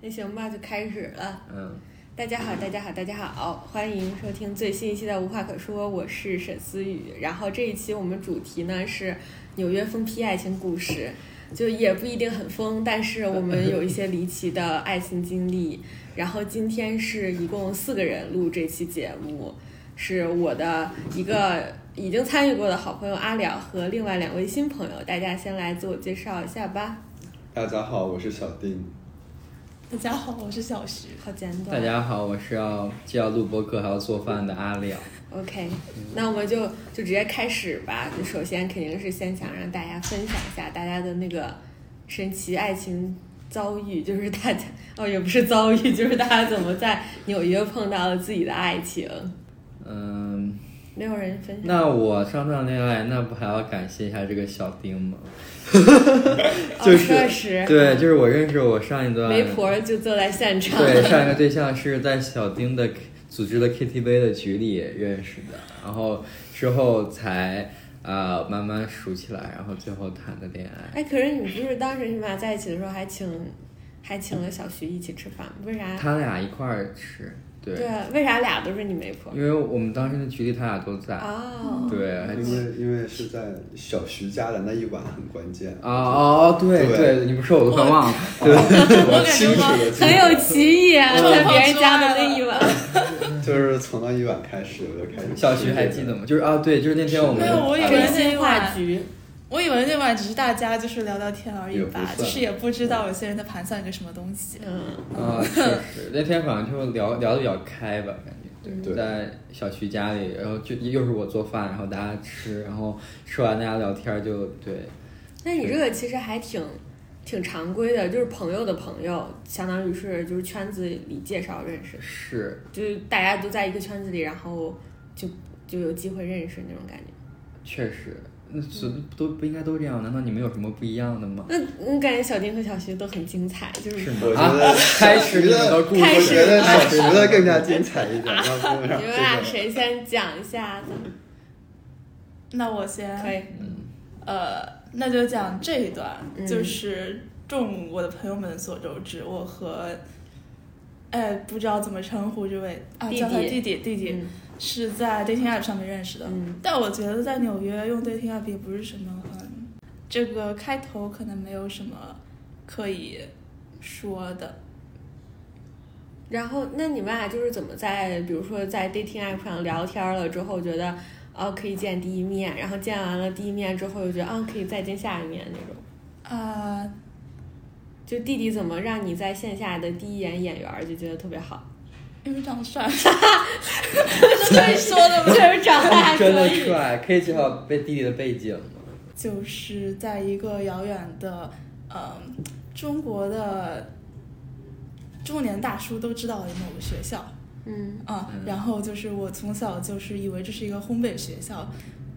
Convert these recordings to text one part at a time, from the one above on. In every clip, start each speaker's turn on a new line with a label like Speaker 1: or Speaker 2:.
Speaker 1: 那行吧，就开始了。
Speaker 2: 嗯，
Speaker 1: 大家好，大家好，大家好，欢迎收听最新一期的《无话可说》，我是沈思雨。然后这一期我们主题呢是纽约疯批爱情故事，就也不一定很疯，但是我们有一些离奇的爱情经历。然后今天是一共四个人录这期节目，是我的一个已经参与过的好朋友阿了和另外两位新朋友，大家先来自我介绍一下吧。
Speaker 3: 大家好，我是小丁。
Speaker 4: 大家好，我是小徐。
Speaker 1: 好简短。
Speaker 2: 大家好，我是要既要录播客还要做饭的阿了。
Speaker 1: OK，那
Speaker 2: 嗯
Speaker 1: 我们就就直接开始吧。就首先肯定是先想让大家分享一下大家的那个神奇爱情遭遇，就是大家哦也不是遭遇，就是大家怎么在纽约碰到了自己的爱情。
Speaker 2: 嗯，
Speaker 1: 没有人分享，
Speaker 2: 那我上段恋爱，那不还要感谢一下这个小丁吗？
Speaker 1: 哦，
Speaker 2: 就
Speaker 1: 确
Speaker 2: 是
Speaker 1: 实，
Speaker 2: 对，就是我认识我上一段
Speaker 1: 媒婆就坐在现场。
Speaker 2: 对，上一个对象是在小丁的 K- 组织的 KTV 的局里认识的，然后之后才啊、呃慢慢熟起来，然后最后谈的恋爱。
Speaker 1: 哎，可是你不是当时你们俩在一起的时候还请还请了小徐一起吃饭，为啥？
Speaker 2: 他俩一块儿吃，对，
Speaker 1: 嗯对，啊为啥俩都是你媒婆？
Speaker 2: 因为我们当时的局里他俩都在，
Speaker 1: 哦，
Speaker 2: 对，还
Speaker 3: 因为因为是在小徐家的那一晚很关键，
Speaker 2: 啊哦哦，对
Speaker 3: 对
Speaker 2: 你不说我都快 忘了，
Speaker 3: 我
Speaker 4: 感
Speaker 3: 清
Speaker 4: 觉
Speaker 3: 楚
Speaker 4: 我
Speaker 3: 的记
Speaker 1: 很有
Speaker 3: 得，
Speaker 1: 歧义啊，
Speaker 4: 嗯
Speaker 1: 在别人家的那一晚。
Speaker 3: 就是从那一晚开始我就开始。
Speaker 2: 小徐还记得？吗？就是啊，对，就是那天我们
Speaker 4: 没有我以为
Speaker 1: 真心话局，
Speaker 4: 我以为那晚只是大家就是聊聊天而已
Speaker 3: 也不
Speaker 4: 吧，
Speaker 3: 算
Speaker 4: 就是也不知道有些人在盘算个什么东西。
Speaker 1: 嗯，
Speaker 2: 啊，确实那天反正就聊聊的比较开吧，感觉。
Speaker 3: 对
Speaker 2: 在小徐家里，然后就又是我做饭，然后大家吃，然后吃完大家聊天就对，
Speaker 1: 那你这个其实还挺挺常规的，就是朋友的朋友，相当于是就是圈子里介绍认识的，
Speaker 2: 是
Speaker 1: 就是大家都在一个圈子里，然后就就有机会认识那种感觉。
Speaker 2: 确实，那所都不应该都这样？难道你们有什么不一样的吗？
Speaker 1: 那我感觉小丁和小徐都很精彩，就是
Speaker 2: 是吗？
Speaker 3: 我觉
Speaker 2: 啊
Speaker 3: 得，
Speaker 2: 开始你们的故
Speaker 1: 开
Speaker 3: 我
Speaker 1: 始
Speaker 3: 觉
Speaker 2: 事，
Speaker 3: 得小徐的更加精彩一点，要不 然
Speaker 1: 你们俩
Speaker 3: 这个
Speaker 1: 谁先讲一下子？
Speaker 4: 那我先，
Speaker 1: 可以，
Speaker 4: 呃，那就讲这一段，
Speaker 1: 嗯
Speaker 4: 就是众我的朋友们所周知，我和，哎，不知道怎么称呼这位啊，
Speaker 1: 弟弟
Speaker 4: 叫他弟弟，弟弟
Speaker 1: 嗯
Speaker 4: 是在 dating app 上面认识的。
Speaker 1: 嗯
Speaker 4: 但我觉得在纽约用 dating app 也不是什么很，这个开头可能没有什么可以说的。
Speaker 1: 然后那你们俩就是怎么在，比如说在 dating app 上聊天了之后，觉得哦可以见第一面，然后见完了第一面之后，又觉得啊可以再见下一面那种。
Speaker 4: 啊、
Speaker 1: 就弟弟怎么让你在线下的第一眼眼缘儿就觉得特别好？
Speaker 4: 因为长 帅，这是可以说的吗？
Speaker 1: 就是长得还可
Speaker 2: 真的
Speaker 1: 以。
Speaker 2: 帅，可以介绍被弟弟的背景吗？
Speaker 4: 就是在一个遥远的，嗯、中国的中年大叔都知道的某个学校
Speaker 1: 嗯，
Speaker 4: 啊、
Speaker 2: 嗯
Speaker 4: 然后就是我从小就是以为这是一个烘焙学校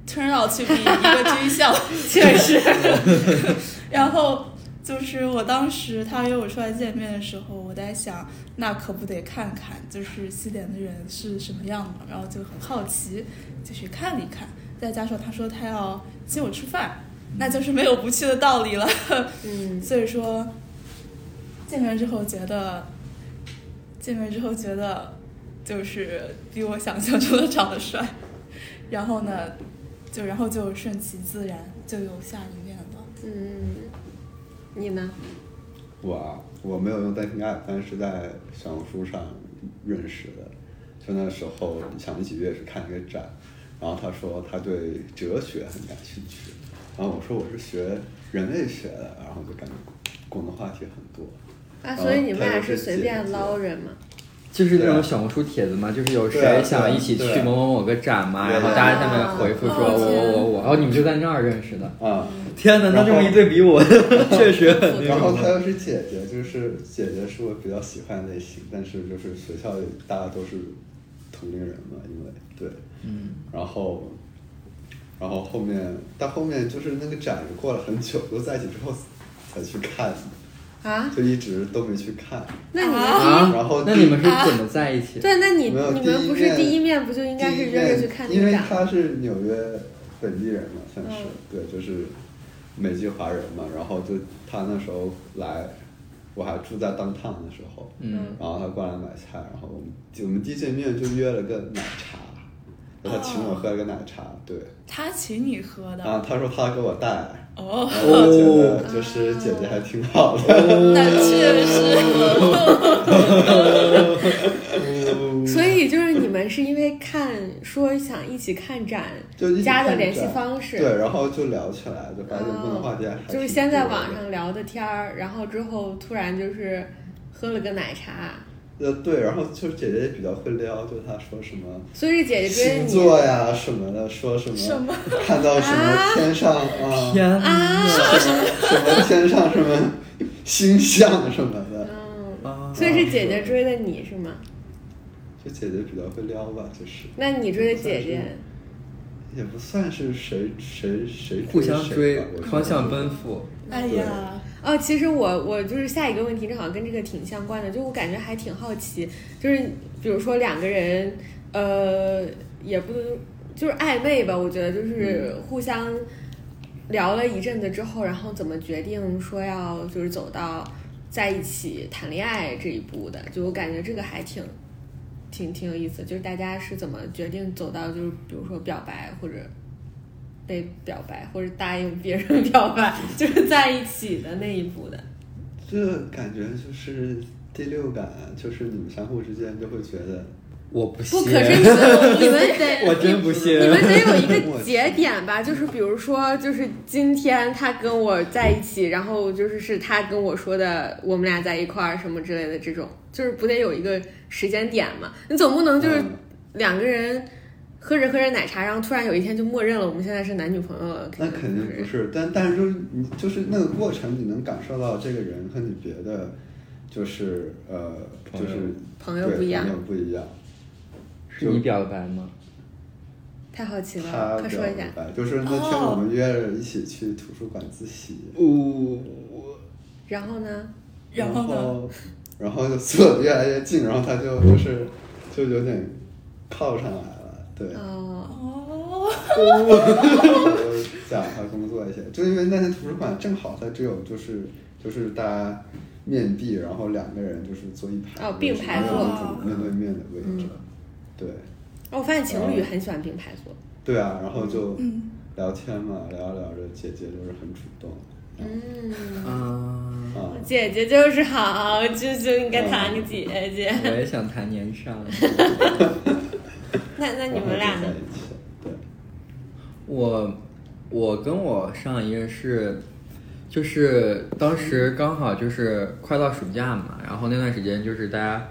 Speaker 4: ，turn out to be 一个军校，
Speaker 1: 确实。
Speaker 4: 然后就是我当时他约我出来见面的时候，我在想，那可不得看看，就是西点的人是什么样的，然后就很好奇，就去看了一看。再加上他说他要请我吃饭，那就是没有不去的道理了。
Speaker 1: 嗯，
Speaker 4: 所以说，见面之后觉得，见面之后觉得，就是比我想象中的长得帅。然后呢，就然后就顺其自然，就有下一面了。
Speaker 1: 嗯，你呢？
Speaker 3: 我啊我没有用 dating app，但是在小红书上认识的。就那时候想一起约是看一个展，然后他说他对哲学很感兴趣，然后我说我是学人类学的，然后就感觉共同话题很多。
Speaker 1: 啊，
Speaker 3: 然后
Speaker 1: 所以你们
Speaker 3: 他
Speaker 1: 俩
Speaker 3: 就是是
Speaker 1: 随
Speaker 3: 姐
Speaker 1: 便
Speaker 3: 姐
Speaker 1: 捞人吗？
Speaker 2: 就是那
Speaker 3: 对
Speaker 2: 种
Speaker 3: 啊
Speaker 2: 小红书帖子嘛，就是有
Speaker 3: 对啊
Speaker 2: 谁想一起
Speaker 3: 对啊
Speaker 2: 去
Speaker 3: 对啊
Speaker 2: 某某某个展嘛，
Speaker 3: 对
Speaker 2: 然后
Speaker 3: 对
Speaker 2: 大家
Speaker 3: 对
Speaker 2: 下面
Speaker 1: 啊
Speaker 2: 回复说
Speaker 4: 哦
Speaker 2: 我我
Speaker 4: 天
Speaker 2: 我我，然后你们就在那儿认识的。
Speaker 3: 啊、
Speaker 2: 天哪，那
Speaker 3: 然后
Speaker 2: 这么一对比我， 确实很那
Speaker 3: 然后
Speaker 2: 种
Speaker 3: 她又是姐姐，就是姐姐是我比较喜欢的类型，但是就是学校里大家都是同龄人嘛，因为对，
Speaker 2: 嗯，
Speaker 3: 然后，然后后面，但后面就是那个展过了很久，都在一起之后才去看，
Speaker 1: 啊，
Speaker 3: 就一直都没去看。
Speaker 1: 那你们、
Speaker 4: 啊
Speaker 2: 啊，
Speaker 3: 然后
Speaker 2: 那你们是怎么在一起？
Speaker 1: 对，那你
Speaker 3: 没有
Speaker 1: 你
Speaker 3: 第
Speaker 1: 们
Speaker 3: 一
Speaker 1: 不是
Speaker 3: 面
Speaker 1: 第一面不就应该是约着去看
Speaker 3: 因
Speaker 1: 那
Speaker 3: 为
Speaker 1: 展？
Speaker 3: 他是纽约本地人嘛，算是、
Speaker 1: 嗯
Speaker 3: 对，就是美籍华人嘛。然后就他那时候来我还住在当趟的时候，
Speaker 2: 嗯，
Speaker 3: 然后他过来买菜，然后我们我们第一见面就约了个奶茶，然后他请我喝了个奶茶，对，
Speaker 4: 他请你
Speaker 1: 嗯
Speaker 4: 喝
Speaker 3: 然
Speaker 4: 的
Speaker 3: 后他说他给我带，
Speaker 4: 哦，
Speaker 3: 然后我觉得就是姐姐还挺好的，
Speaker 4: 那确实，
Speaker 1: 所以就是你们是因为看说想一起看展
Speaker 3: 就一起
Speaker 1: 加的
Speaker 3: 看
Speaker 1: 联系
Speaker 3: 展
Speaker 1: 方式，嗯
Speaker 3: 对，然后就聊起来，就发现共同话题还挺
Speaker 1: 就是先在
Speaker 3: 多的
Speaker 1: 网上聊的天儿，然后之后突然就是喝了个奶茶，
Speaker 3: 呃，对，然后就是姐姐也比较会撩，就她说什么
Speaker 1: 所以是姐姐追
Speaker 3: 星
Speaker 1: 你
Speaker 3: 座呀什么的，说什么
Speaker 4: 什么
Speaker 3: 看到什么天上
Speaker 1: 嗯
Speaker 3: 啊，
Speaker 2: 天哪！
Speaker 1: 啊
Speaker 3: 什么天上什么星象什么的，
Speaker 1: 嗯，
Speaker 2: 啊
Speaker 1: 所以是姐姐追的你是吗？
Speaker 3: 就姐姐比较会撩吧，就是
Speaker 1: 那你追的姐姐，
Speaker 3: 也不算是谁谁谁
Speaker 2: 互相
Speaker 3: 谁
Speaker 2: 追
Speaker 3: 吧，
Speaker 2: 方向奔赴。
Speaker 4: 哎呀，
Speaker 1: 哦，其实我我就是下一个问题，正好跟这个挺相关的，就我感觉还挺好奇，就是比如说两个人，呃，也不就是暧昧吧，我觉得就是互相聊了一阵子之后，然后怎么决定说要就是走到在一起谈恋爱这一步的，就我感觉这个还挺。挺挺有意思，就是大家是怎么决定走到就是比如说表白或者被表白或者答应别人 表白，就是在一起的那一步的。
Speaker 3: 这感觉就是第六感，就是你们相互之间就会觉得
Speaker 2: 我不信
Speaker 1: 不，，可是你 们你们得
Speaker 2: 我真不信
Speaker 1: 你。们得有一个节点吧，就是比如说，就是今天他跟我在一起，然后就是是他跟我说的，我们俩在一块儿什么之类的这种，就是不得有一个时间点嘛？你总不能就是
Speaker 3: 嗯
Speaker 1: 两个人喝着喝着奶茶，然后突然有一天就默认了我们现在是男女朋友了，
Speaker 3: 那肯定不
Speaker 1: 是。
Speaker 3: 是，但但是就是你就是那个过程，你能感受到这个人和你别的，就是呃，
Speaker 2: 朋
Speaker 3: 就
Speaker 2: 友
Speaker 3: 是
Speaker 1: 朋友
Speaker 3: 对
Speaker 1: 不一样
Speaker 3: 朋友不一样。
Speaker 2: 是你表的白吗？
Speaker 1: 太好奇
Speaker 3: 他
Speaker 1: 了，快说一下哦
Speaker 3: 表。白就是那天我们约着一起去图书馆自习，
Speaker 2: 哦，
Speaker 1: 然后呢？
Speaker 4: 然后呢？
Speaker 3: 后然后就坐得越来越近，然 后他就就是就有点靠上来了，对，
Speaker 1: 哦，
Speaker 4: 哦，
Speaker 3: 我讲他工作一些，就因为那天图书馆正好它只有就是就是大家面壁，然后两个人就是坐一排，
Speaker 1: 哦并排
Speaker 3: 没有
Speaker 1: 坐嗯
Speaker 3: 那种面对面的位置，对
Speaker 1: 哦我发现情
Speaker 2: 嗯
Speaker 1: 侣很喜欢并排坐。
Speaker 3: 对啊，然后就
Speaker 4: 嗯
Speaker 3: 聊天嘛，聊着聊着，姐姐就是很主动
Speaker 1: 嗯，
Speaker 2: 啊，
Speaker 3: 啊，
Speaker 1: 姐姐就是好，就就应该谈个姐姐。
Speaker 2: 啊我也想谈年上。嗯
Speaker 1: 那那
Speaker 3: 那
Speaker 1: 你们俩
Speaker 3: 在
Speaker 1: 呢？
Speaker 3: 一起，对，
Speaker 2: 我我跟我上一任是，就是当时刚好就是快到暑假嘛，然后那段时间就是大家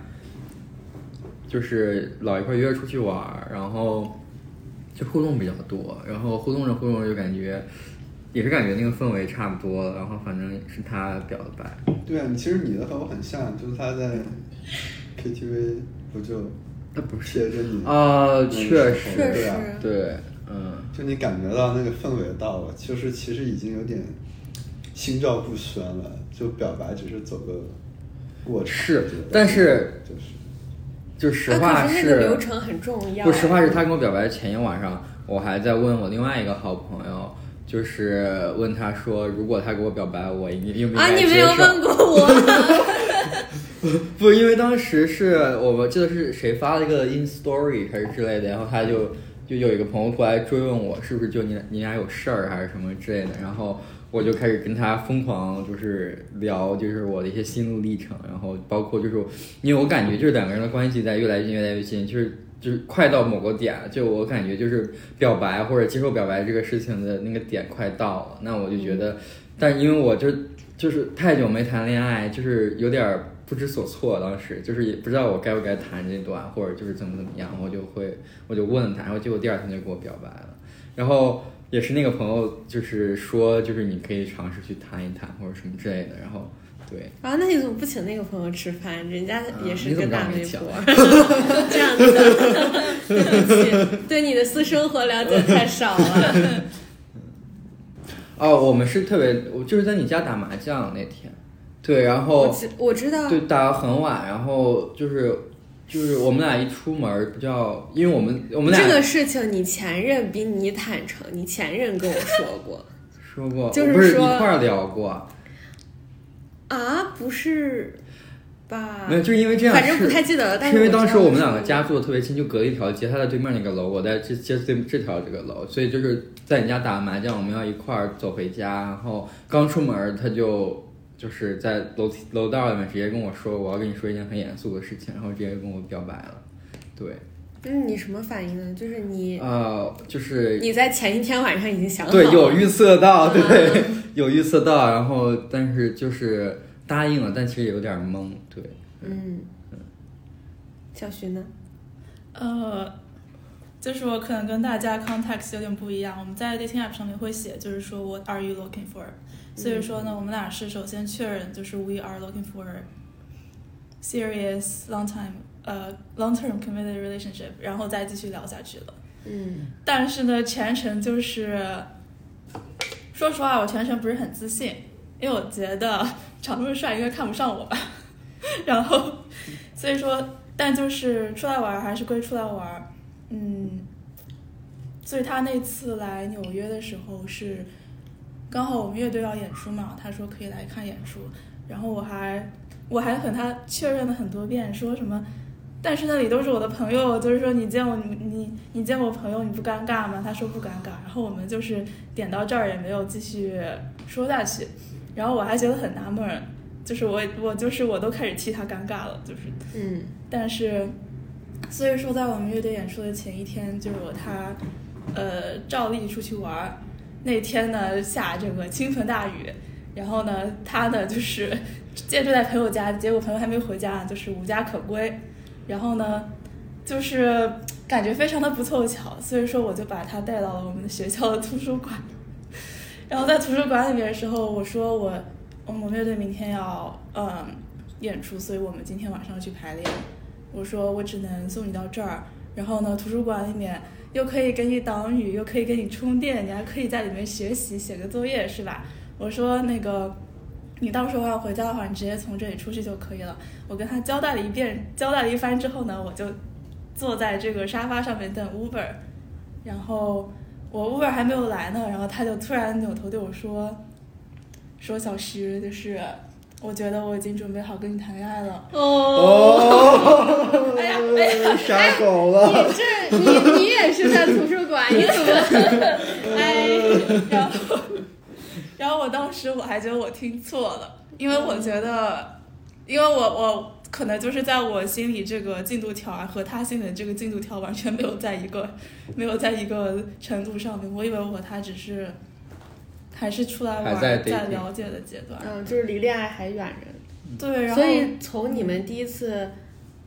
Speaker 2: 就是老一块约着出去玩儿，然后就互动比较多，然后互动着互动着就感觉也是感觉那个氛围差不多了，然后反正是他表的白，
Speaker 1: 嗯
Speaker 3: 对啊，其实你的和我很像，就是他在 KTV 不就
Speaker 2: 他不是
Speaker 3: 贴着你，
Speaker 2: 啊，确
Speaker 3: 确
Speaker 2: 实，
Speaker 1: 实
Speaker 3: 对啊。
Speaker 2: 对，嗯，
Speaker 3: 就你感觉到那个氛围到了，就是其实已经有点心照不宣了，就表白只是走个过程。
Speaker 2: 是
Speaker 3: 我觉得
Speaker 2: 但是
Speaker 3: 就是
Speaker 2: 就实话
Speaker 1: 啊、可是那个流程很重要。
Speaker 2: 不，实话是他跟我表白的前一晚上，我还在问我另外一个好朋友，就是问他说，如果他给我表白，我应应不应
Speaker 1: 啊，
Speaker 2: 该
Speaker 1: 你
Speaker 2: 接
Speaker 1: 没
Speaker 2: 受？
Speaker 1: 有问过 我。
Speaker 2: 不，因为当时是我们记得是谁发了一个 in story 还是之类的，然后他就就有一个朋友过来追问我，是不是就你你俩有事儿还是什么之类的，然后我就开始跟他疯狂就是聊，就是我的一些心路历程，然后包括就是因为我感觉就是两个人的关系在越来越近，越来越近，就是。就是快到某个点，就我感觉就是表白或者接受表白这个事情的那个点快到了，那我就觉得，但因为我就就是太久没谈恋爱，就是有点儿不知所措，当时就是也不知道我该不该谈这段，或者就是怎么怎么样，我就会我就问他，然后结果第二天就给我表白了，然后也是那个朋友就是说就是你可以尝试去谈一谈或者什么之类的，然后对，
Speaker 1: 啊，那你怎么不请那个朋友吃饭？人家也是
Speaker 2: 啊你怎
Speaker 1: 个
Speaker 2: 么
Speaker 1: 大
Speaker 2: 知道
Speaker 1: 媒
Speaker 2: 没请
Speaker 1: 婆，这样子的。对不起，对你的私生活了解太少了。
Speaker 2: 哦，我们是特别，我就是在你家打麻将那天，对，然后
Speaker 1: 我知我知道，
Speaker 2: 哦对，打到很晚，然后就是就是我们俩一出门儿不叫，因为我们我们俩
Speaker 1: 这个事情你前任比你坦诚，你前任跟我说过。
Speaker 2: 说过，
Speaker 1: 就是啊
Speaker 2: 不是一
Speaker 1: 说
Speaker 2: 块儿聊过。
Speaker 1: 啊，不是吧？
Speaker 2: 没有，就是因为这样是，
Speaker 1: 反正不太记得了。但
Speaker 2: 是因为
Speaker 1: 我知道
Speaker 2: 当时我们
Speaker 1: 是
Speaker 2: 两个家住的特别近，就隔一条街，他在对面那个楼，我在这街对这条这个楼，所以就是在你家打完麻将，我们要一块儿走回家，然后刚出门他就就是在楼梯楼道里面直接跟我说，我要跟你说一件很严肃的事情，然后直接跟我表白了。对，
Speaker 1: 嗯，你什么反应呢？就是你、
Speaker 2: 呃，就是
Speaker 1: 你在前一天晚上已经想好嗯
Speaker 2: 对，有
Speaker 1: 了
Speaker 2: 预测到，对，有预测到，然后但是就是答应了，但其实有点懵，对，
Speaker 1: 嗯，小徐呢？
Speaker 4: 呃，就是我可能跟大家 context 有点不一样，我们在 dating app 上面会写，就是说 What are you looking for？所以说呢，我们俩是首先确认，就是 We are looking for serious long time 呃、long term committed relationship，然后再继续聊下去了。
Speaker 1: 嗯
Speaker 4: 但是呢，全程就是，说实话，我全程不是很自信，因为我觉得长那么帅应该看不上我吧。 然后，所以说，但就是出来玩儿还是归出来玩儿，嗯。所以他那次来纽约的时候是，刚好我们乐队要演出嘛，他说可以来看演出，然后我还我还和他确认了很多遍，说什么但是那里都是我的朋友，就是说你见我你你你见我朋友你不尴尬吗？他说不尴尬，然后我们就是点到这儿也没有继续说下去，然后我还觉得很纳闷儿，就是我我就是我都开始替他尴尬了，就是
Speaker 1: 嗯
Speaker 4: 但是，所以说在我们乐队演出的前一天，就是我他，呃，照例出去玩儿。那天呢下这个倾盆大雨，然后呢他呢就是借住在朋友家，结果朋友还没回家呢，就是无家可归。然后呢，就是感觉非常的不凑巧，所以说我就把他带到了我们的学校的图书馆。 然后在图书馆里面的时候，我说我嗯我们乐队明天要嗯演出，所以我们今天晚上要去排练。我说我只能送你到这儿，然后呢，图书馆里面又可以给你挡雨，又可以给你充电，你还可以在里面学习，写个作业是吧？我说那个你到时候要回家的话，你直接从这里出去就可以了。我跟他交代了一遍，交代了一番之后呢，我就坐在这个沙发上面等 Uber，然后我 Uber 还没有来呢，然后他就突然扭头对我说：“说小石，就是我觉得我已经准备好跟你谈恋爱了。
Speaker 2: 哦，
Speaker 4: 哎呀 哎
Speaker 2: 傻狗了，
Speaker 1: 这你你也是在图书馆，你怎么？哎，”
Speaker 4: 然后， 然后我当时我还觉得我听错了，因为我觉得，因为我我可能就是在我心里这个进度条啊和他心里的这个进度条完全没有在一个没有在一个程度上面，我以为我和他只是还是出来玩
Speaker 2: 还
Speaker 4: 儿
Speaker 2: 在
Speaker 4: 在
Speaker 2: dating
Speaker 4: 了解的阶段。
Speaker 1: 嗯，就是离恋爱还远着呢。
Speaker 4: 对，然后
Speaker 1: 所以从你们第一次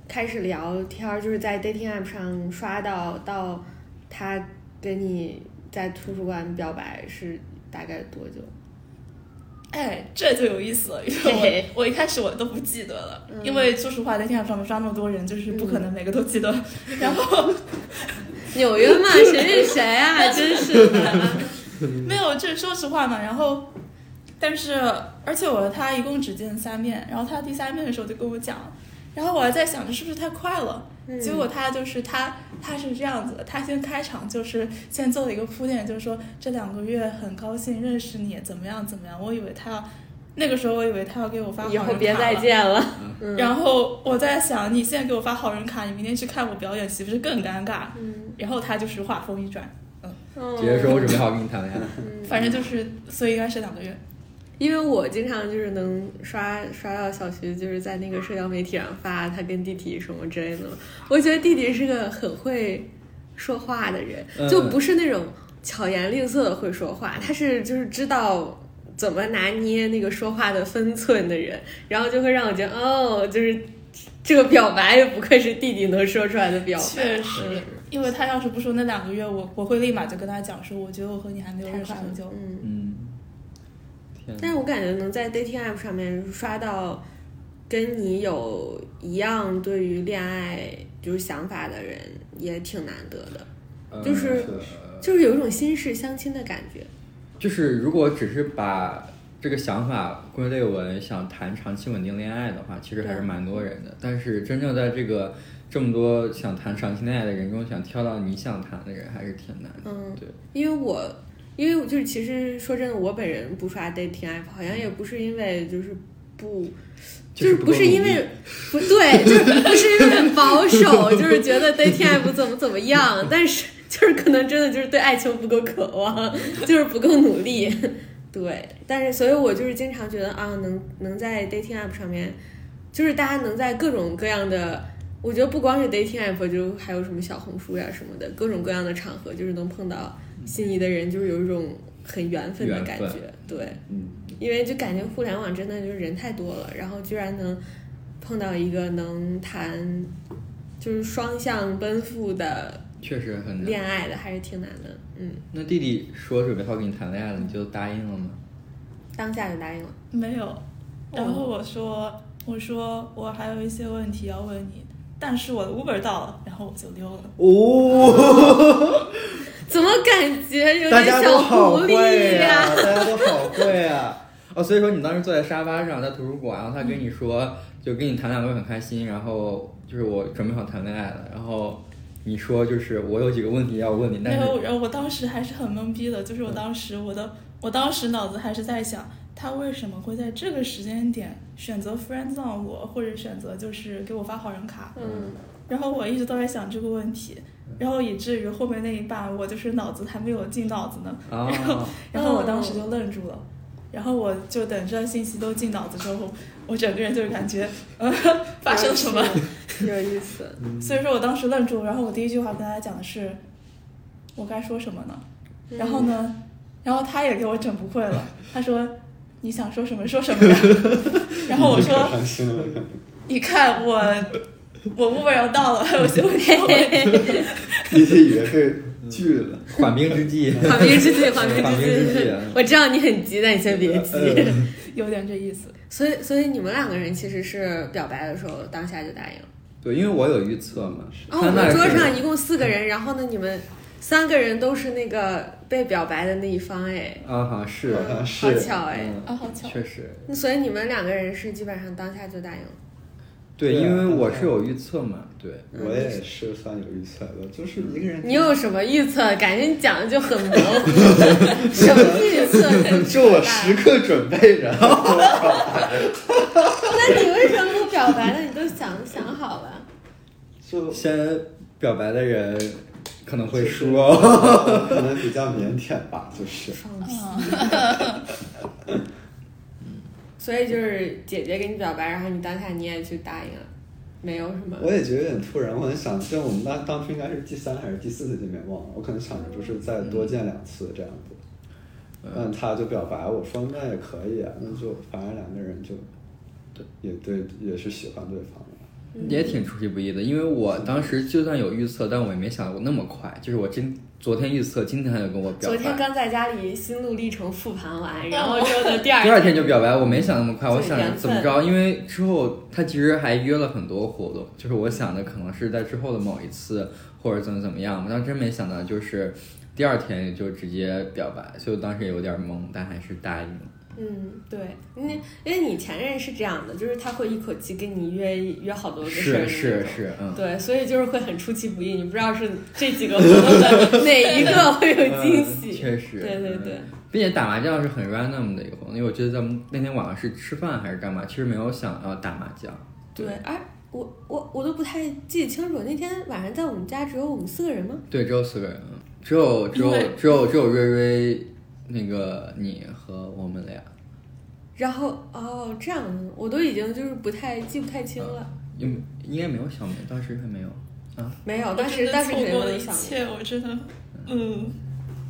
Speaker 1: 开始聊天儿，就是在 dating app 上刷到，到他跟你在图书馆表白是大概多久？
Speaker 4: 哎，这就有意思了，因
Speaker 1: 嘿
Speaker 4: 为
Speaker 1: 嘿
Speaker 4: 我我一开始我都不记得了，
Speaker 1: 嗯
Speaker 4: 因为说实话，在天 app 上面刷那么多人，就是不可能每个都记得。 然后
Speaker 1: 纽约 嘛，谁是谁啊？真是的。
Speaker 4: 没有，这说实话嘛，然后，但是而且我和他一共只见三面，然后他第三面的时候就跟我讲，然后我还在想着是不是太快了，
Speaker 1: 嗯
Speaker 4: 结果他就是他，他是这样子的，他先开场就是先做了一个铺垫，就是说这两个月很高兴认识你，怎么样怎么样。我以为他要，那个时候我以为他要给我发好
Speaker 1: 以后
Speaker 4: 人
Speaker 1: 别
Speaker 4: 卡
Speaker 1: 再
Speaker 4: 了
Speaker 1: 见了。嗯
Speaker 4: 然后我在想，你现在给我发好人卡，你明天去看我表演，岂不是更尴尬？
Speaker 1: 嗯，
Speaker 4: 然后他就是话锋一转，
Speaker 1: 嗯
Speaker 2: 直接说我准备好跟你谈恋爱了。
Speaker 4: 反正就是，所以应该是两个月。
Speaker 1: 因为我经常就是能刷刷到小徐就是在那个社交媒体上发他跟弟弟什么之类的，我觉得弟弟是个很会说话的人，
Speaker 2: 嗯
Speaker 1: 就不是那种巧言令色的会说话，他是就是知道。怎么拿捏那个说话的分寸的人，然后就会让我觉得，哦，就是这个表白不愧是弟弟能说出来的表白，
Speaker 4: 确实，因为他要是不说那两个月，我我会立马就跟他讲说，我觉得我和你还没有认识很久。
Speaker 1: 嗯，
Speaker 2: 嗯，天
Speaker 1: 但是我感觉能在 dating app 上面刷到跟你有一样对于恋爱就是想法的人，也挺难得的，
Speaker 2: 哪，
Speaker 1: 就是
Speaker 2: 呃
Speaker 1: 就是有一种心事相亲的感觉。
Speaker 2: 就是如果只是把这个想法归类为想谈长期稳定恋爱的话，其实还是蛮多人的。但是真正在这个这么多想谈长期恋爱的人中，想挑到你想谈的人，还是挺难的。
Speaker 1: 嗯
Speaker 2: 对，
Speaker 1: 因为我因为我就是其实说真的，我本人不刷 dating app，好像也不是因为就是不。
Speaker 2: 就
Speaker 1: 就是是
Speaker 2: 不
Speaker 1: 不
Speaker 2: 够
Speaker 1: 是
Speaker 2: 努
Speaker 1: 因
Speaker 2: 力
Speaker 1: 为不对，就是不是因为很保 守，就是觉得对恋爱不怎么怎么样，但是就是可能真的就是对爱情不够渴望，就是不够努力。对，但是所以我就是经常觉得啊，能能在 dating app 上面，就是大家能在各种各样的，我觉得不光是 dating app，就还有什么小红书呀、什么的，各种各样的场合，就是能碰到心仪的人，就是有一种很缘分的
Speaker 2: 缘
Speaker 1: 感
Speaker 2: 分
Speaker 1: 觉。对，
Speaker 3: 嗯，
Speaker 1: 因为就感觉互联网真的就是人太多了，然后居然能碰到一个能谈就是双向奔赴的
Speaker 2: 确实很难。
Speaker 1: 恋爱的，还是挺难的。嗯，
Speaker 2: 那弟弟说准备要跟你谈恋爱了，你就答应了吗？
Speaker 1: 当下就答应了。
Speaker 4: 没有。然后我说，我说我还有一些问题要问你，但是我的 Uber 到了，然后我就溜了。
Speaker 2: 哦，
Speaker 1: 怎么感觉有
Speaker 2: 大
Speaker 1: 点
Speaker 2: 家都
Speaker 1: 小
Speaker 2: 好
Speaker 1: 狐
Speaker 2: 会
Speaker 1: 狸
Speaker 2: 呀、
Speaker 1: 呀、
Speaker 2: 大家都好会啊！哦，所以说你当时坐在沙发上，在图书馆，然后他跟你说，就跟你谈两个月很开心，然后就是我准备好谈恋爱了，然后你说就是我有几个问题要问你，但
Speaker 4: 没
Speaker 2: 是
Speaker 4: 有，然后我当时还是很懵逼的，就是我当时我的我当时脑子还是在想，他为什么会在这个时间点选择 friend zone 我，或者选择就是给我发好人卡？
Speaker 1: 嗯，
Speaker 4: 然后我一直都在想这个问题，然后以至于后面那一半我就是脑子还没有进脑子呢，
Speaker 2: 啊，
Speaker 4: 然后我当时就愣住了。然后我就等这信息都进脑子之后，我整个人就感觉，呃，发生了什么？
Speaker 1: 有意思。
Speaker 4: 所以说我当时愣住，然后我第一句话跟他讲的是，我该说什么呢？
Speaker 2: 嗯
Speaker 4: 然后呢，然后他也给我整不会了，他说你想说什么说什么呀。 然后我 说
Speaker 3: 伤心了，
Speaker 4: 你看我我 Uber 要到了，我 就会
Speaker 3: 弟弟以为被拒了。
Speaker 2: 缓兵之 计，
Speaker 1: 缓兵之计，缓兵
Speaker 2: 缓兵
Speaker 1: 之
Speaker 2: 之计
Speaker 1: 计。我知道你很急，但你先别 急。
Speaker 2: 嗯
Speaker 4: 有点这意思。
Speaker 1: 所以，所以你们两个人其实是表白的时候当下就答应了。
Speaker 2: 对，因为我有预测嘛。
Speaker 1: 哦，
Speaker 2: 他
Speaker 1: 我
Speaker 2: 那
Speaker 1: 们桌
Speaker 2: 是
Speaker 1: 上一共四个人，然后呢，你们三个人都是那个被表白的那一方，哎，
Speaker 2: 啊哈是
Speaker 1: 嗯
Speaker 3: 是
Speaker 1: 好巧哎。
Speaker 2: 嗯
Speaker 4: 啊，好巧，
Speaker 2: 确实，
Speaker 1: 那所以你们两个人是基本上当下就答应了。
Speaker 2: 对，
Speaker 3: 对啊
Speaker 2: 因为我是有预测嘛，对，
Speaker 3: 我也是算有预测的，就是一个人。
Speaker 1: 你有什么预测？感觉你讲的就很模 糊，什么预测很
Speaker 3: 就我时
Speaker 1: 失败
Speaker 3: 刻准备着，
Speaker 1: 那你为什么不表白呢？你都想想好了。
Speaker 2: 呃
Speaker 3: 就
Speaker 2: 先表白的人可能会输哦。
Speaker 3: 可能比较腼腆 吧，就是
Speaker 1: 放屁。
Speaker 4: 嗯
Speaker 1: 所以就是姐姐给你表白，然后你当下你也去答应了，没有什么。
Speaker 3: 我也觉得有点突然，我很想，就我们当当初应该是第三还是第四次见面忘了，我可能想着就是再多见两次这样子，
Speaker 2: 嗯
Speaker 3: 但他就表白，我说那也可以啊，那就反正两个人就，
Speaker 2: 对，
Speaker 3: 也对，也是喜欢对方的，
Speaker 2: 也挺出其不意的，因为我当时就算有预测，但我也没想过那么快。就是我今昨天预测，今天他就跟我表
Speaker 1: 昨天
Speaker 2: 白，
Speaker 1: 刚在家里心路历程复盘完，然后之后的第 二
Speaker 2: 第二天就表白，我没想那么快。我
Speaker 1: 这
Speaker 2: 想
Speaker 1: 缘
Speaker 2: 着
Speaker 1: 分
Speaker 2: 怎么着，因为之后他其实还约了很多活动，就是我想的可能是在之后的某一次或者怎么怎么样，但真没想到就是第二天就直接表白，所以我当时也有点懵，但还是答应了。
Speaker 1: 嗯，对，因为因为你前任是这样的，就是他会一口气跟你约约好多个事儿，
Speaker 2: 是是，是，嗯，
Speaker 1: 对，所以就是会很出其不意，你不知道是这几个活动的哪一个会有惊
Speaker 2: 嗯
Speaker 1: 喜。
Speaker 2: 确实，
Speaker 1: 对对对
Speaker 2: 嗯，并且打麻将是很 random 的一个活动，因为我觉得咱们那天晚上是吃饭还是干嘛，其实没有想要打麻将。
Speaker 1: 对，而我我我都不太记清楚，那天晚上在我们家只有我们四个人吗？
Speaker 2: 对，只有四个人，只有只有
Speaker 4: 因为
Speaker 2: 只有只有瑞瑞，那个你和我们俩，
Speaker 1: 然后哦，这样我都已经就是不太记不太清了。
Speaker 2: 应应该没有小梅，当时还没有啊。
Speaker 1: 没有，
Speaker 4: 我
Speaker 1: 当
Speaker 4: 真
Speaker 1: 时
Speaker 4: 的
Speaker 1: 当时
Speaker 4: 错
Speaker 1: 肯定
Speaker 4: 过
Speaker 1: 没
Speaker 4: 了
Speaker 1: 有
Speaker 4: 一
Speaker 1: 想过
Speaker 4: 切，我真的，嗯，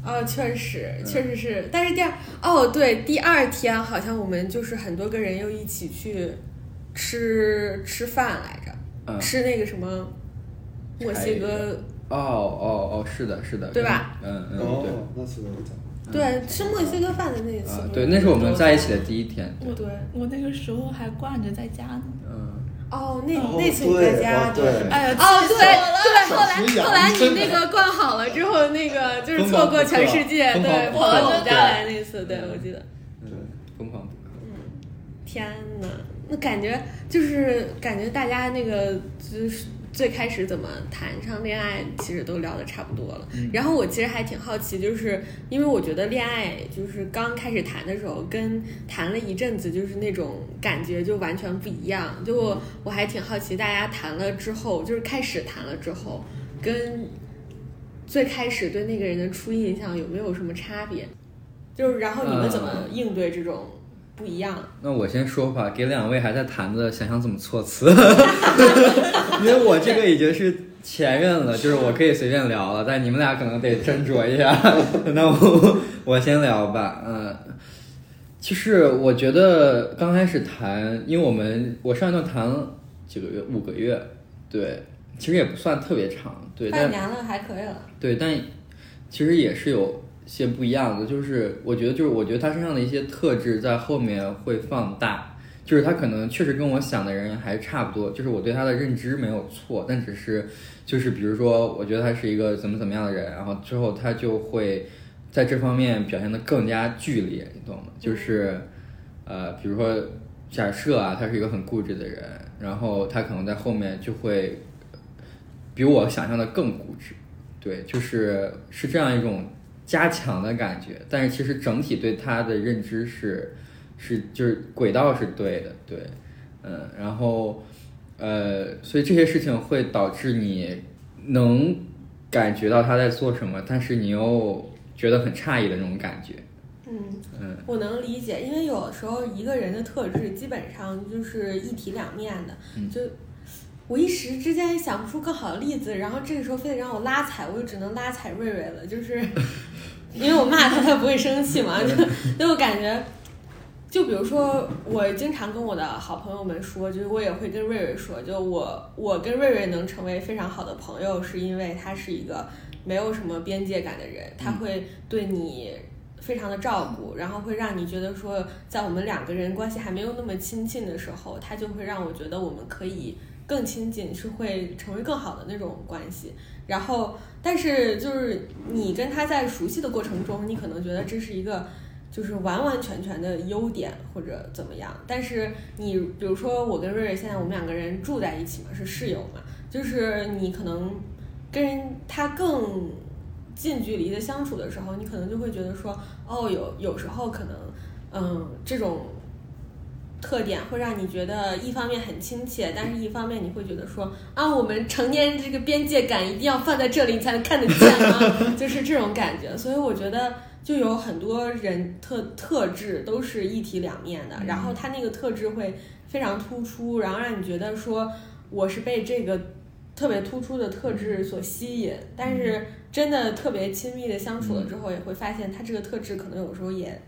Speaker 1: 啊，确实，
Speaker 2: 嗯
Speaker 1: 确实是，但是第二哦，对，第二天好像我们就是很多个人又一起去吃吃饭来着，
Speaker 2: 嗯，
Speaker 1: 吃那个什么墨西哥，
Speaker 2: 哦哦哦，是的，是的，
Speaker 1: 对吧？
Speaker 2: 嗯嗯，对
Speaker 3: 哦，那次我讲，
Speaker 1: 对，吃墨西哥饭的那一次不
Speaker 2: 啊，
Speaker 1: 是
Speaker 2: 对，
Speaker 1: 很
Speaker 2: 那是我们
Speaker 1: 多
Speaker 2: 在一
Speaker 1: 吗哦
Speaker 2: 起的嗯第一天。
Speaker 1: 对对，
Speaker 4: 我那个时候还惯着在家呢。
Speaker 2: 嗯，
Speaker 1: 哦，那
Speaker 3: 哦
Speaker 1: 那次你在家
Speaker 3: 哦对
Speaker 4: 哎呀，
Speaker 1: 哦，
Speaker 4: 气
Speaker 1: 对
Speaker 4: 死我
Speaker 1: 对，后来
Speaker 3: 小
Speaker 4: 了
Speaker 3: 心眼
Speaker 1: 后来你那个逛好了之后，那个就是
Speaker 2: 疯狂
Speaker 1: 错过
Speaker 2: 扑克
Speaker 1: 全世界，
Speaker 2: 疯
Speaker 1: 对，
Speaker 2: 狂
Speaker 1: 跑
Speaker 2: 扑克
Speaker 1: 到我们家
Speaker 2: 对
Speaker 1: 来那次，对我记得。
Speaker 3: 对，
Speaker 2: 疯狂补课。
Speaker 1: 天呐，那感觉就是感觉大家那个就是最开始怎么谈上恋爱，其实都聊得差不多了。然后我其实还挺好奇，就是因为我觉得恋爱就是刚开始谈的时候，跟谈了一阵子就是那种感觉就完全不一样。就我我还挺好奇，大家谈了之后，就是开始谈了之后，跟最开始对那个人的初印象有没有什么差别？就是然后你们怎么应对这种不一样？
Speaker 2: 那我先说吧，给两位还在谈的，想想怎么措辞， 因为我这个已经是前任了，就是我可以随便聊了，但你们俩可能得斟酌一下。 那我我先聊吧，嗯，就是我觉得刚开始谈，因为我们我上一段谈了几个月，五个月，对，其实也不算特别长，对，但
Speaker 1: 半年了还可以了，
Speaker 2: 对，但其实也是有些不一样的，就是我觉得，就是我觉得他身上的一些特质在后面会放大，就是他可能确实跟我想的人还差不多，就是我对他的认知没有错，但只是就是比如说，我觉得他是一个怎么怎么样的人，然后之后他就会在这方面表现的更加剧烈，你懂吗？就是呃，比如说假设啊，他是一个很固执的人，然后他可能在后面就会比我想象的更固执。对，就是是这样一种加强的感觉，但是其实整体对他的认知是是就是轨道是对的，对，嗯，然后呃，所以这些事情会导致你能感觉到他在做什么，但是你又觉得很诧异的那种感觉，
Speaker 1: 嗯。
Speaker 2: 嗯，
Speaker 1: 我能理解，因为有时候一个人的特质基本上就是一体两面的，
Speaker 2: 嗯
Speaker 1: 就。我一时之间想不出更好的例子，然后这个时候非得让我拉踩，我就只能拉踩瑞瑞了，就是 因为我骂他，他不会生气嘛，就就我感觉，就比如说我经常跟我的好朋友们说，就是我也会跟瑞瑞说，就我我跟瑞瑞能成为非常好的朋友，是因为他是一个没有什么边界感的人，他
Speaker 2: 嗯
Speaker 1: 会对你非常的照顾，然后会让你觉得说，在我们两个人关系还没有那么亲近的时候，他就会让我觉得我们可以更亲近，是会成为更好的那种关系。然后，但是就是你跟他在熟悉的过程中，你可能觉得这是一个。就是完完全全的优点或者怎么样，但是你比如说我跟瑞瑞现在我们两个人住在一起嘛，是室友嘛，就是你可能跟人他更近距离的相处的时候，你可能就会觉得说，哦，有有时候可能，嗯，这种特点会让你觉得一方面很亲切，但是一方面你会觉得说，啊，我们成年人这个边界感一定要放在这里，你才能看得见啊，就是这种感觉。所以我觉得就有很多人特特质都是一体两面的，
Speaker 2: 嗯
Speaker 1: 然后他那个特质会非常突出，然后让你觉得说我是被这个特别突出的特质所吸引，但是真的特别亲密的相处了之后，也会发现他这个特质可能有时候也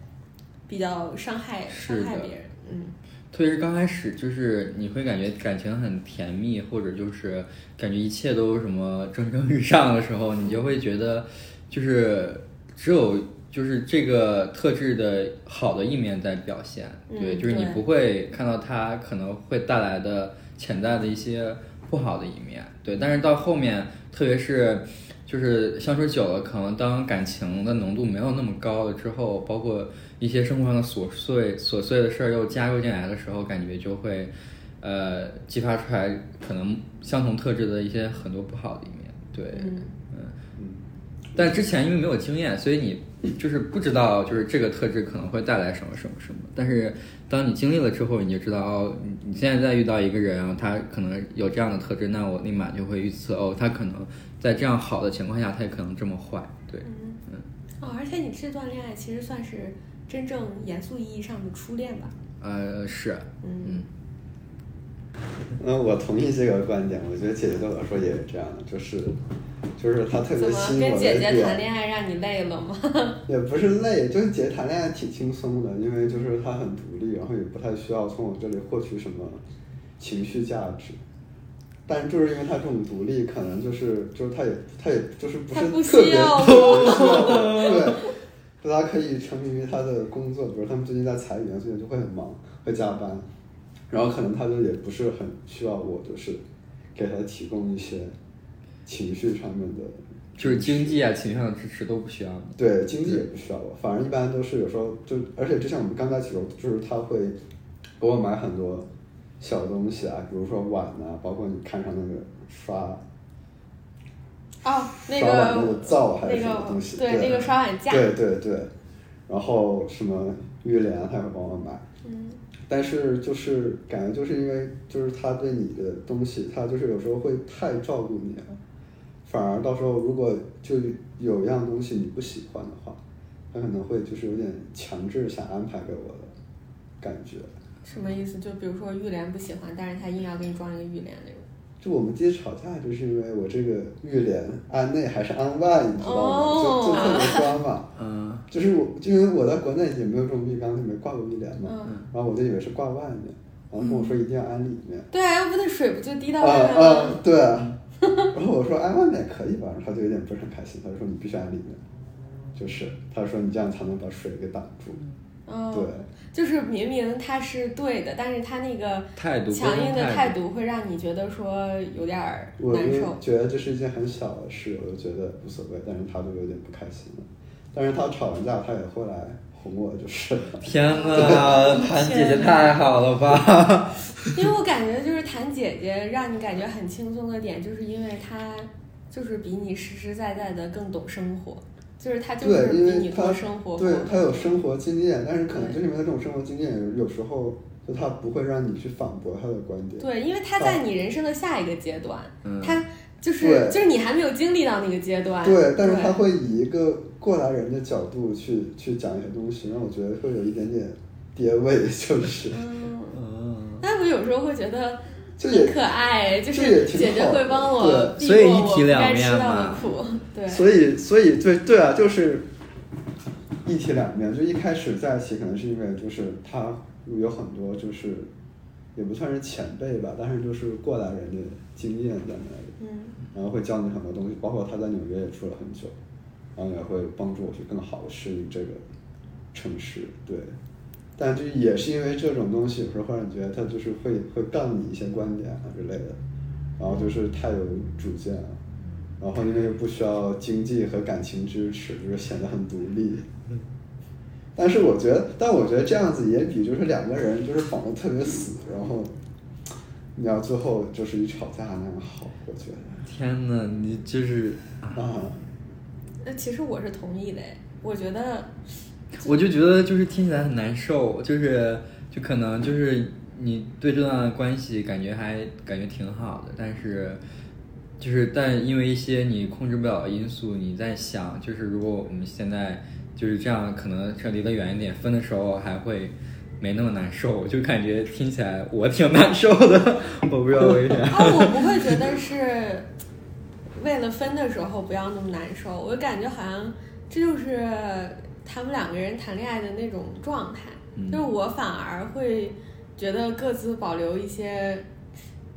Speaker 1: 比较伤害
Speaker 2: 是
Speaker 1: 伤害
Speaker 2: 的
Speaker 1: 别人，嗯。
Speaker 2: 特别是刚开始，就是你会感觉感情很甜蜜，或者就是感觉一切都什么蒸蒸日上的时候，你就会觉得，就是只有就是这个特质的好的一面在表现，
Speaker 1: 嗯
Speaker 2: 对，就是你
Speaker 1: 对
Speaker 2: 不会看到它可能会带来的潜在的一些不好的一面，对。但是到后面，特别是就是相处久了，可能当感情的浓度没有那么高了之后，包括一些生活上的琐碎琐碎的事儿又加入进来的时候，感觉就会呃激发出来可能相同特质的一些很多不好的一面，对，
Speaker 1: 嗯
Speaker 3: 嗯
Speaker 2: 但之前因为没有经验，所以你就是不知道，就是这个特质可能会带来什么什么什么。但是当你经历了之后，你就知道哦，你你现在再遇到一个人，然后他可能有这样的特质，那我立马就会预测哦，他可能在这样好的情况下，他也可能这么坏。对，
Speaker 1: 嗯，哦，而且你这段恋爱其实算是真正严肃意义上的初恋吧？
Speaker 2: 呃，是，
Speaker 1: 嗯
Speaker 2: 嗯，
Speaker 3: 那我同意这个观点，我觉得姐姐对我来说也是这样的，就是就是她特别
Speaker 1: 怎么
Speaker 3: 吸引
Speaker 1: 跟
Speaker 3: 我的
Speaker 1: 姐姐谈
Speaker 3: 点，
Speaker 1: 恋爱让你累了 吗？
Speaker 3: 也不是累，就是姐姐谈恋爱挺轻松的，因为就是她很独立，然后也不太需要从我这里获取什么情绪价值。但就是因为她这种独立，可能就是就是她也她也就是不
Speaker 1: 她不
Speaker 3: 是
Speaker 1: 需
Speaker 3: 特别
Speaker 1: 要我
Speaker 3: 对，就她可以沉迷于她的工作，比如他们最近在裁员，所以就会很忙，会加班，然后可能她就也不是很需要我，就是给她提供一些情绪上面的
Speaker 2: 就是经济啊、情绪上的支持都不需要你。
Speaker 3: 对，经济也不需要我，反正一般都是有时候就，而且之前我们刚在一起的时候，就是他会给我买很多小东西啊，比如说碗啊，包括你看上那个刷
Speaker 1: 哦，那
Speaker 3: 刷碗那
Speaker 1: 个
Speaker 3: 个灶还是
Speaker 1: 那
Speaker 3: 什么
Speaker 1: 个
Speaker 3: 东西，啊
Speaker 1: 对那个刷碗架，
Speaker 3: 对对对，然后什么浴帘他会帮我买，
Speaker 1: 嗯
Speaker 3: 但是就是感觉就是因为就是他对你的东西，他就是有时候会太照顾你了，反而到时候如果就有样东西你不喜欢的话，他可能会就是有点强制想安排给我的感觉。
Speaker 1: 什么意思？就比如说浴帘不喜欢，但是他硬要给你装一个浴帘那种。
Speaker 3: 就我们第一次吵架，就是因为我这个浴帘安内还是安外，你知道吗？
Speaker 1: 哦
Speaker 3: 就就特别酸嘛。
Speaker 2: 嗯，
Speaker 3: 就是我，就因为我在国内也没有这种浴缸，就没挂过浴帘嘛，
Speaker 1: 嗯
Speaker 3: 然后我就以为是挂外面，然后跟我说一定要安里面，
Speaker 1: 对啊，要不那水不就滴到
Speaker 3: 啊
Speaker 1: 外面了？
Speaker 3: 啊，对， 然后我说哎安外面可以吧，然后他就有点不是很开心，他就说你必须安里面，就是他说你这样才能把水给挡住，
Speaker 1: 嗯，
Speaker 3: 对，
Speaker 1: 就是明明他是对的，但是他那个
Speaker 2: 态度
Speaker 1: 强硬的态
Speaker 2: 度，
Speaker 1: 度会让你觉得说有点儿
Speaker 3: 我
Speaker 1: 难
Speaker 3: 就
Speaker 1: 受。
Speaker 3: 觉得这是一件很小的事，我就觉得无所谓，但是他就有点不开心了，但是他吵完架他也会来哄我，就是，
Speaker 2: 天呐，谭姐姐太好了吧？
Speaker 1: 因为我感觉就是谭姐姐让你感觉很轻松的点，就是因为她就是比你实实在在的更懂生活，就是她就是
Speaker 3: 对，因
Speaker 1: 比
Speaker 3: 为
Speaker 1: 你
Speaker 3: 他
Speaker 1: 多生活过。
Speaker 3: 对他有生活经验，但是可能
Speaker 1: 对
Speaker 3: 就是因为他这种生活经验，有有时候就他不会让你去反驳他的观点。
Speaker 1: 对，因为她在你人生的下一个阶段，
Speaker 2: 嗯，
Speaker 1: 她就是
Speaker 3: 对
Speaker 1: 就是你还没有经历到那个阶段。
Speaker 3: 对，但是
Speaker 1: 对
Speaker 3: 他会以一个过来人的角度去去讲一些东西，让我觉得会有一点点跌位， 就是
Speaker 1: 嗯，
Speaker 2: 嗯，
Speaker 1: 但我有时候会觉得
Speaker 3: 就
Speaker 1: 很
Speaker 3: 也，
Speaker 1: 可爱，就
Speaker 3: 这
Speaker 1: 是
Speaker 3: 也挺
Speaker 1: 姐姐
Speaker 3: 好
Speaker 1: 会
Speaker 3: 的
Speaker 1: 帮我
Speaker 2: 对
Speaker 1: 避
Speaker 2: 所以
Speaker 1: 过
Speaker 2: 一
Speaker 1: 我
Speaker 2: 体
Speaker 1: 不
Speaker 2: 两
Speaker 1: 该
Speaker 2: 面
Speaker 1: 吃到
Speaker 2: 嘛
Speaker 1: 的苦。对，
Speaker 3: 所以所以对对啊，就是一体两面。就一开始在一起，可能是因为就是他有很多就是也不算是前辈吧，但是就是过来人的经验在那里。
Speaker 1: 嗯。
Speaker 3: 然后会教你很多东西，包括他在纽约也住了很久，然后也会帮助我去更好的适应这个城市。对，但就也是因为这种东西，有时候会让你觉得他就是会会杠你一些观点啊之类的，然后就是太有主见了，然后因为又不需要经济和感情支持，就是显得很独立。但是我觉得，但我觉得这样子也比就是两个人就是绑得特别死，然后你要最后就是一吵架那样好，我觉得。
Speaker 2: 天呐，你就是，
Speaker 3: 啊，
Speaker 1: 那其实我是同意的，我觉得，
Speaker 2: 我就觉得就是听起来很难受，就是就可能就是你对这段关系感觉还感觉挺好的，但是就是但因为一些你控制不了的因素，你在想就是如果我们现在就是这样，可能是离得远一点，分的时候还会。没那么难受，就感觉听起来我挺难受的，我不知道为啥。
Speaker 1: 啊，我不会觉得是为了分的时候不要那么难受，我感觉好像这就是他们两个人谈恋爱的那种状态，
Speaker 2: 嗯
Speaker 1: 就是我反而会觉得各自保留一些，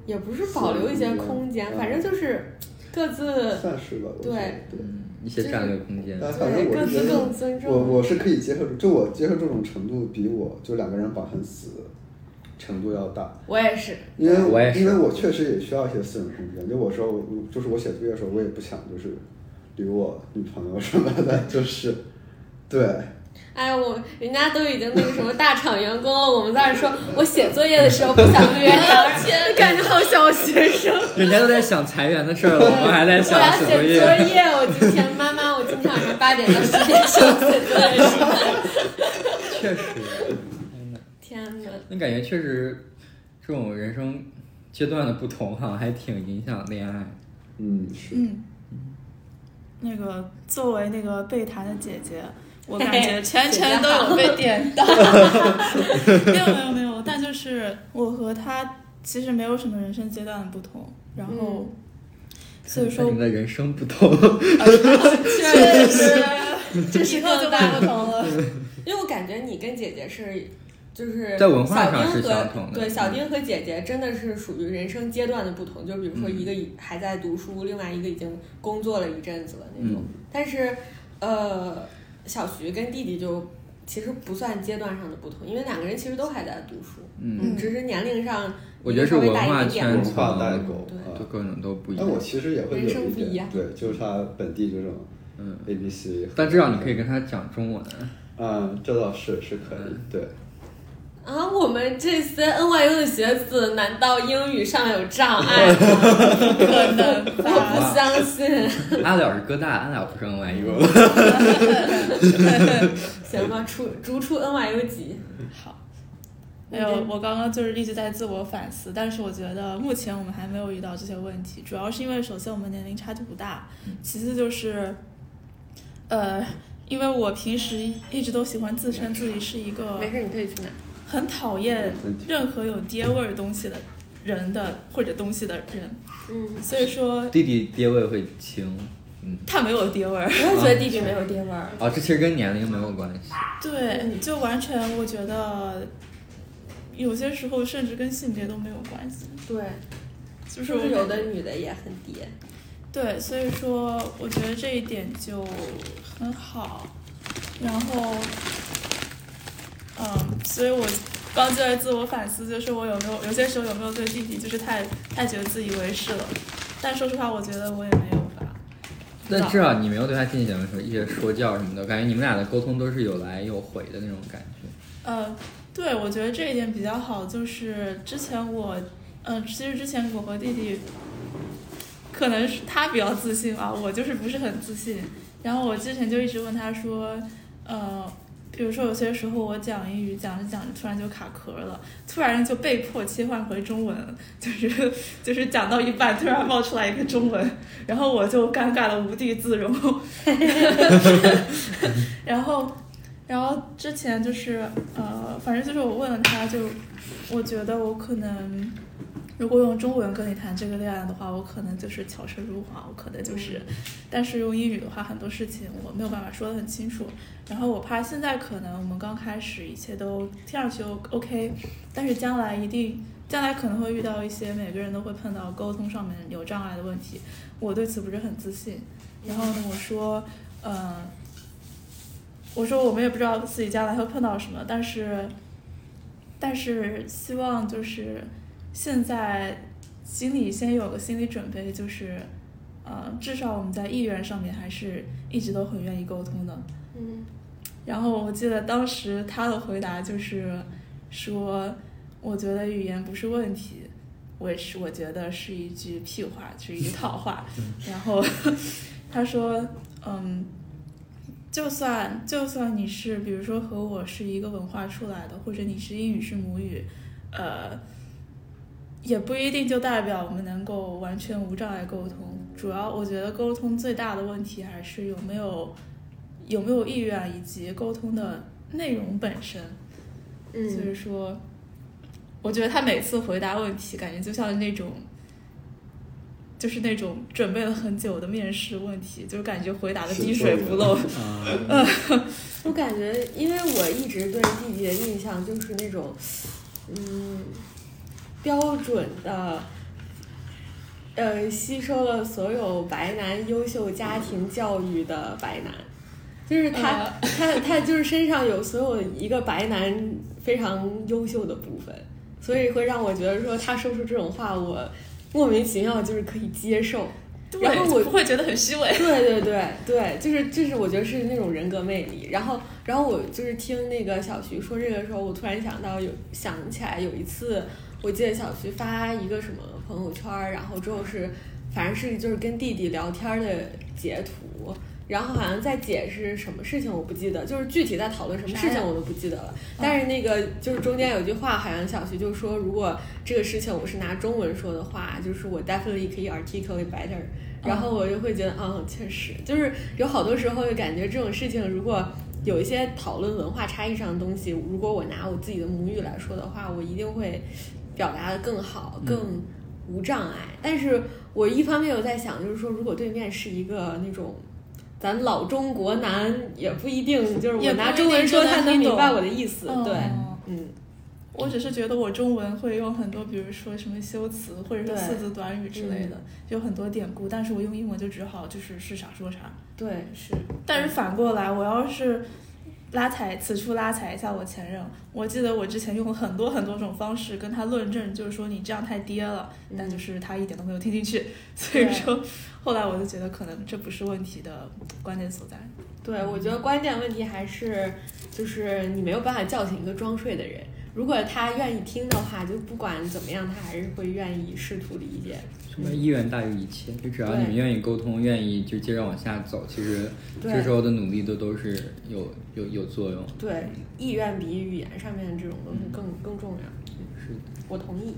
Speaker 1: 也不是保留一些空间，
Speaker 3: 嗯
Speaker 1: 反正就是各自
Speaker 3: 算是吧。我
Speaker 1: 对
Speaker 3: 觉得对，
Speaker 2: 嗯一些战略空间。
Speaker 3: 但反正
Speaker 1: 对
Speaker 3: 我
Speaker 1: 各
Speaker 3: 是觉
Speaker 1: 自
Speaker 3: 得
Speaker 1: 更尊
Speaker 3: 我
Speaker 1: 重。
Speaker 3: 我是可以接受，就我接受这种程度比我就两个人绑很死的程度要大，
Speaker 1: 我也是，
Speaker 3: 因为
Speaker 2: 我也是
Speaker 3: 因为我确实也需要一些私人空间。就我说，我就是我写作业的时候，我也不想就是理我女朋友什么的，就是对。
Speaker 1: 哎，我人家都已经那个什么大厂员工了，我们在那说，我写作业的时候不想跟人聊天，感觉好小学生。
Speaker 2: 人家都在想裁员的事儿了，我们还在
Speaker 1: 我
Speaker 2: 想
Speaker 1: 要
Speaker 2: 什
Speaker 1: 写作
Speaker 2: 么业。
Speaker 1: 业，我今天妈妈，我今天晚上八点到十点是要写作业是吧？
Speaker 2: 确实，
Speaker 1: 天哪！
Speaker 2: 那感觉确实，这种人生阶段的不同，好像还挺影响恋爱。
Speaker 3: 嗯，是，
Speaker 4: 嗯，那个作为那个被弹的姐姐，我感觉全程都有被点 到。没有没有没有，但就是我和她其实没有什么人生阶段的不同，然后、
Speaker 1: 嗯
Speaker 4: 所以说
Speaker 2: 你们的人生不同，
Speaker 1: 确实，
Speaker 4: 这以后就
Speaker 1: 大
Speaker 4: 不同了。
Speaker 1: 因为我感觉你跟姐姐是，就是
Speaker 2: 在文化
Speaker 1: 小
Speaker 2: 上
Speaker 1: 丁
Speaker 2: 是
Speaker 1: 和
Speaker 2: 相同的嗯
Speaker 1: 对，小丁和姐姐真的是属于人生阶段的不同，就比如说一个已还在读书，另外一个已经工作了一阵子了那种。
Speaker 2: 嗯
Speaker 1: 但是，呃，小徐跟弟弟就其实不算阶段上的不同，因为两个人其实都还在读书，
Speaker 2: 嗯，
Speaker 1: 只是年龄上
Speaker 2: 我觉得是文化圈
Speaker 3: 文化代沟
Speaker 1: 对
Speaker 2: 就
Speaker 3: 啊。
Speaker 2: 各种都不一
Speaker 3: 但
Speaker 2: 样
Speaker 3: 我。其实也会
Speaker 1: 人
Speaker 3: 有
Speaker 1: 生
Speaker 3: 一
Speaker 1: 不一
Speaker 3: 点
Speaker 1: 样，
Speaker 3: 对，就是他本地这种
Speaker 2: 嗯，
Speaker 3: A B C，啊
Speaker 2: 但至少你可以跟他讲中文。
Speaker 3: 嗯，这倒是是可以，对，
Speaker 1: 啊，我们这些 NYU 的学子，难道英语上有障碍吗？不可能，我不相信。
Speaker 2: 阿了是哥大，阿了不是 NYU。
Speaker 1: 行吧，出逐出 NYU 级。
Speaker 4: 好，没有，我刚刚就是一直在自我反思，但是我觉得目前我们还没有遇到这些问题，主要是因为首先我们年龄差距不大，
Speaker 1: 嗯
Speaker 4: 其次就是，呃，因为我平时一直都喜欢自称自己是一个
Speaker 1: 没事，你可以去拿。
Speaker 4: 很讨厌
Speaker 3: 问题
Speaker 4: 任何有爹味儿东西的人的或者东西的人，
Speaker 1: 嗯，
Speaker 4: 所以说
Speaker 2: 弟弟爹味会轻，嗯，
Speaker 4: 他没有爹味儿。
Speaker 1: 我也觉得弟弟没有爹味儿。
Speaker 2: 哦，这其实跟年龄没有关系。
Speaker 4: 对，
Speaker 1: 嗯
Speaker 4: 就完全我觉得，有些时候甚至跟性别都没有关系，
Speaker 1: 对，
Speaker 4: 就
Speaker 1: 就是是
Speaker 4: 我
Speaker 1: 有的女的也很爹。
Speaker 4: 对，所以说我觉得这一点就很好。然后，嗯，所以我刚就在自我反思，就是我有没有有些时候有没有对弟弟就是太太觉得自以为是了，但说实话，我觉得我也没有吧。
Speaker 2: 但至少你没有对他进行什么一些说教什么的，感觉你们俩的沟通都是有来有回的那种感觉。
Speaker 4: 呃，对，我觉得这一点比较好，就是之前我，呃，其实之前我和弟弟，可能是他比较自信吧，我就是不是很自信。然后我之前就一直问他说，呃，比如说有些时候我讲英语讲着讲着，突然就卡壳了，突然就被迫切换回中文，就是就是讲到一半突然冒出来一个中文，然后我就尴尬的无地自容。然后然后之前就是呃，反正就是我问了他就，我觉得我可能如果用中文跟你谈这个恋爱的话，我可能就是巧舌如簧，我可能就是，但是用英语的话，很多事情我没有办法说得很清楚。然后我怕现在可能我们刚开始一切都听上去 OK，但是将来一定。将来可能会遇到一些每个人都会碰到沟通上面有障碍的问题，我对此不是很自信。然后呢，我说，呃，我说我们也不知道自己将来会碰到什么，但是，但是希望就是现在心里先有个心理准备，就是，呃，至少我们在意愿上面还是一直都很愿意沟通的。
Speaker 1: 嗯，
Speaker 4: 然后我记得当时他的回答就是说，我觉得语言不是问题，我也是我觉得是一句屁话，是一句套话。然后 他说，嗯，就算就算你是比如说和我是一个文化出来的，或者你是英语是母语，呃。也不一定就代表我们能够完全无障碍沟通，主要我觉得沟通最大的问题还是有没有有没有意愿以及沟通的内容本身。所以
Speaker 1: 嗯，
Speaker 4: 说，我觉得他每次回答问题，感觉就像那种，就是那种准备了很久的面试问题，就感觉回答的滴水不漏。
Speaker 1: 我感觉，因为我一直对弟弟的印象就是那种，嗯，标准的。呃，吸收了所有白男优秀家庭教育的白男，就是他，
Speaker 4: 呃
Speaker 1: 他他就是身上有所有一个白男非常优秀的部分，所以会让我觉得说他说出这种话，我莫名其妙就是可以接受。
Speaker 4: 对，
Speaker 1: 然后我
Speaker 4: 就不会觉得很虚伪。
Speaker 1: 对对对对，就是就是，我觉得是那种人格魅力。然后然后我就是听那个小徐说这个时候，我突然想到有想起来有一次，我记得小徐发一个什么朋友圈儿，然后之后是反正是就是跟弟弟聊天儿的截图。然后好像在解释什么事情，我不记得，就是具体在讨论什么事
Speaker 4: 啥
Speaker 1: 情
Speaker 4: 呀哦
Speaker 1: 我都不记得了。但是那个就是中间有句话，好像小徐就说，如果这个事情我是拿中文说的话，就是我 definitely 可以 articulate better。然后我就会觉得，嗯，确实，就是有好多时候就感觉这种事情，如果有一些讨论文化差异上的东西，如果我拿我自己的母语来说的话，我一定会表达的更好，
Speaker 4: 嗯
Speaker 1: 更无障碍。但是我一方面有在想，就是说，如果对面是一个那种。咱老中国男也不一定，就是
Speaker 4: 也
Speaker 1: 我
Speaker 4: 不
Speaker 1: 拿
Speaker 4: 一
Speaker 1: 中文
Speaker 4: 定
Speaker 1: 说，
Speaker 4: 就能
Speaker 1: 他能
Speaker 4: 听
Speaker 1: 明
Speaker 4: 懂
Speaker 1: 白我的意思。对，
Speaker 4: 嗯
Speaker 1: 嗯，
Speaker 4: 我只是觉得我中文会用很多，比如说什么修辞或者说
Speaker 1: 对
Speaker 4: 四字短语之类的，有很多典故，但是我用英文就只好就是是啥说啥。
Speaker 1: 对，是，
Speaker 4: 但是反过来，我要是拉踩此处拉踩一下我前任，我记得我之前用了很多很多种方式跟他论证，就是说你这样太爹了，
Speaker 1: 嗯
Speaker 4: 但就是他一点都没有听进去， 所以说后来我就觉得可能这不是问题的关键所在。
Speaker 2: 嗯
Speaker 1: 对，我觉得关键问题还是就是你没有办法叫醒一个装睡的人。如果他愿意听的话，就不管怎么样，他还是会愿意试图理解。
Speaker 2: 什么意愿大于一切，就只要
Speaker 1: 对
Speaker 2: 你们愿意沟通，愿意就接着往下走，其实
Speaker 1: 对
Speaker 2: 这时候的努力都都是有有有作用。
Speaker 1: 对，意愿比语言上面这种东西
Speaker 2: 嗯
Speaker 1: 更更重要。
Speaker 2: 是的。
Speaker 1: 我同 意。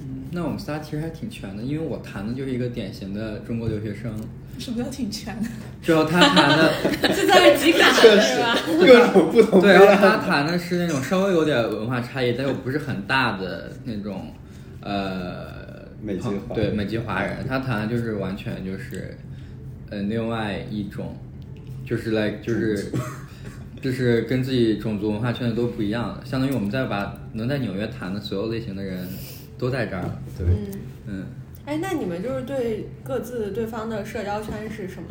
Speaker 2: 嗯，那我们仨其实还挺全的，因为我谈的就是一个典型的中国留学生，
Speaker 4: 什么叫挺全的？
Speaker 2: 之后他谈的，
Speaker 1: 就在这 极感
Speaker 3: 确
Speaker 1: 是
Speaker 3: 实
Speaker 1: 吧？
Speaker 3: 各种不同
Speaker 2: 对，然
Speaker 3: 的
Speaker 2: 后他谈的是那种稍微有点文化差异，但又不是很大的那种，呃，
Speaker 3: 美籍华
Speaker 2: 对美籍华人，他谈的就是完全就是，呃，另外一种，就是 like 就是。就是跟自己种族文化圈子都不一样，相当于我们在把能在纽约谈的所有类型的人都在这儿了。
Speaker 3: 对，
Speaker 1: 嗯，
Speaker 2: 嗯，
Speaker 1: 哎，那你们就是对各自对方的社交圈是什么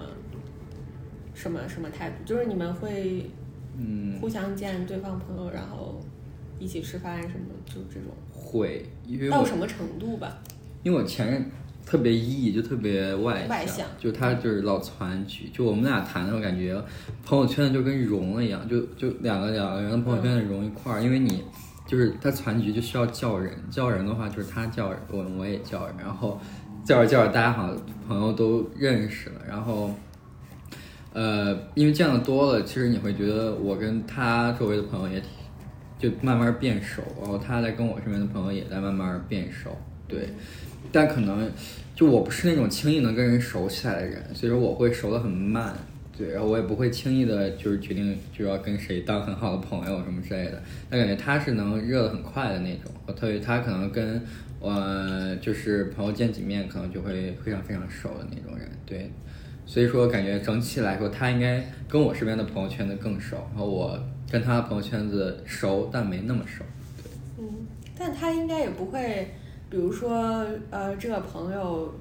Speaker 1: 什么什么态度？就是你们会
Speaker 2: 嗯
Speaker 1: 互相见对方朋友，然后一起吃饭什么，就这种
Speaker 2: 会，因为
Speaker 1: 到
Speaker 2: 我
Speaker 1: 什么程度吧？
Speaker 2: 因为我前任特别 E，就特别外
Speaker 1: 外向
Speaker 2: 就他就是老攒局，就我们俩谈的时候感觉朋友圈就跟融了一样，就就两个两个人的朋友
Speaker 1: 嗯
Speaker 2: 圈融一块儿，因为你就是他攒局就需要叫人，叫人的话就是他叫人，我我也叫人，然后叫着叫着大家好像朋友都认识了，然后。呃，因为见的多了，其实你会觉得我跟他周围的朋友也挺，就慢慢变熟，然后他在跟我身边的朋友也在慢慢变熟，对。但可能就我不是那种轻易能跟人熟起来的人，所以说我会熟的很慢，对，然后我也不会轻易的就是决定就要跟谁当很好的朋友什么之类的。但感觉他是能热的很快的那种，我特别他可能跟呃就是朋友见几面，可能就会非常非常熟的那种人，对。所以说，感觉整体来说，他应该跟我身边的朋友圈子更熟，然后我跟他的朋友圈子熟，但没那么熟。
Speaker 1: 嗯，但他应该也不会，比如说，呃，这个朋友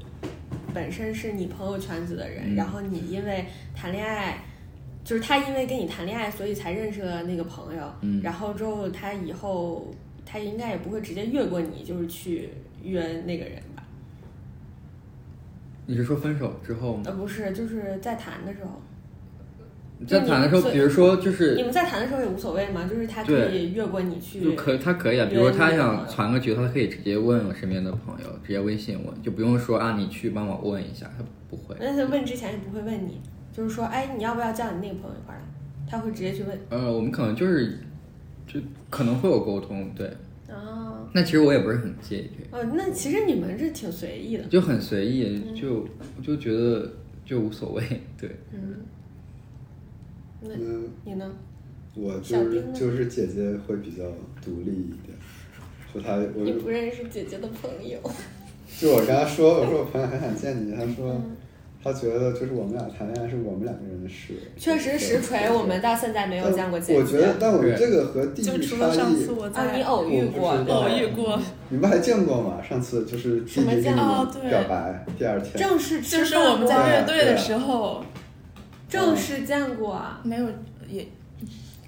Speaker 1: 本身是你朋友圈子的人，
Speaker 2: 嗯
Speaker 1: 然后你因为谈恋爱，就是他因为跟你谈恋爱，所以才认识了那个朋友，
Speaker 2: 嗯
Speaker 1: 然后之后他以后他应该也不会直接越过你，就是去约那个人吧？
Speaker 2: 你是说分手之后吗？
Speaker 1: 呃，不是，就是在谈的时候，
Speaker 2: 在谈的时
Speaker 1: 就
Speaker 2: 候，
Speaker 1: 你
Speaker 2: 比如说就是
Speaker 1: 你们在谈的时候也无所谓嘛，就是他可
Speaker 2: 对
Speaker 1: 以越过你去，
Speaker 2: 就可他可以啊，比如
Speaker 1: 约
Speaker 2: 说
Speaker 1: 你
Speaker 2: 他
Speaker 1: 的
Speaker 2: 想
Speaker 1: 朋友
Speaker 2: 传个局，他可以直接问我身边的朋友，直接微信问，就不用说啊，你去帮我问一下，他不会。
Speaker 1: 但是问之前也不会问你，就是说，哎，你要不要叫你那个朋友一块儿来？他会直接去问。
Speaker 2: 呃，我们可能就是就可能会有沟通，对。
Speaker 1: 哦，
Speaker 2: 那其实我也不是很介意这
Speaker 1: 哦，那其实你们这挺随意的
Speaker 2: 个，。就很随意，就就觉得就无所谓，对。
Speaker 1: 嗯，那
Speaker 3: 嗯，
Speaker 1: 你呢？
Speaker 3: 我
Speaker 1: 小
Speaker 3: 就是
Speaker 1: 兵呢
Speaker 3: 就是姐姐会比较独立一点，就她我
Speaker 1: 你不认识姐姐的朋友，
Speaker 3: 就我跟她说，我说我朋友很想见你，她说
Speaker 1: 嗯
Speaker 3: 她觉得就是我们俩谈恋爱是我们两个人的事，
Speaker 1: 确实实锤，我们到现在没
Speaker 3: 没
Speaker 1: 有见过姐姐。
Speaker 3: 呃我觉得，但我们这个和地
Speaker 4: 就
Speaker 3: 域
Speaker 4: 除
Speaker 3: 差
Speaker 4: 了上
Speaker 3: 异
Speaker 4: 次，我在、
Speaker 1: 啊，你偶嗯遇过
Speaker 3: 我不知道
Speaker 4: 偶遇过，
Speaker 3: 你们还见过吗？上次就是弟弟跟你
Speaker 1: 什
Speaker 4: 么
Speaker 3: 们
Speaker 4: 见哦
Speaker 3: 表白第二天，
Speaker 1: 正式吃
Speaker 4: 就是
Speaker 1: 饭
Speaker 4: 我们
Speaker 1: 过
Speaker 4: 在
Speaker 1: 吗
Speaker 4: 乐队的时候
Speaker 1: 正式见过啊。
Speaker 4: 没有也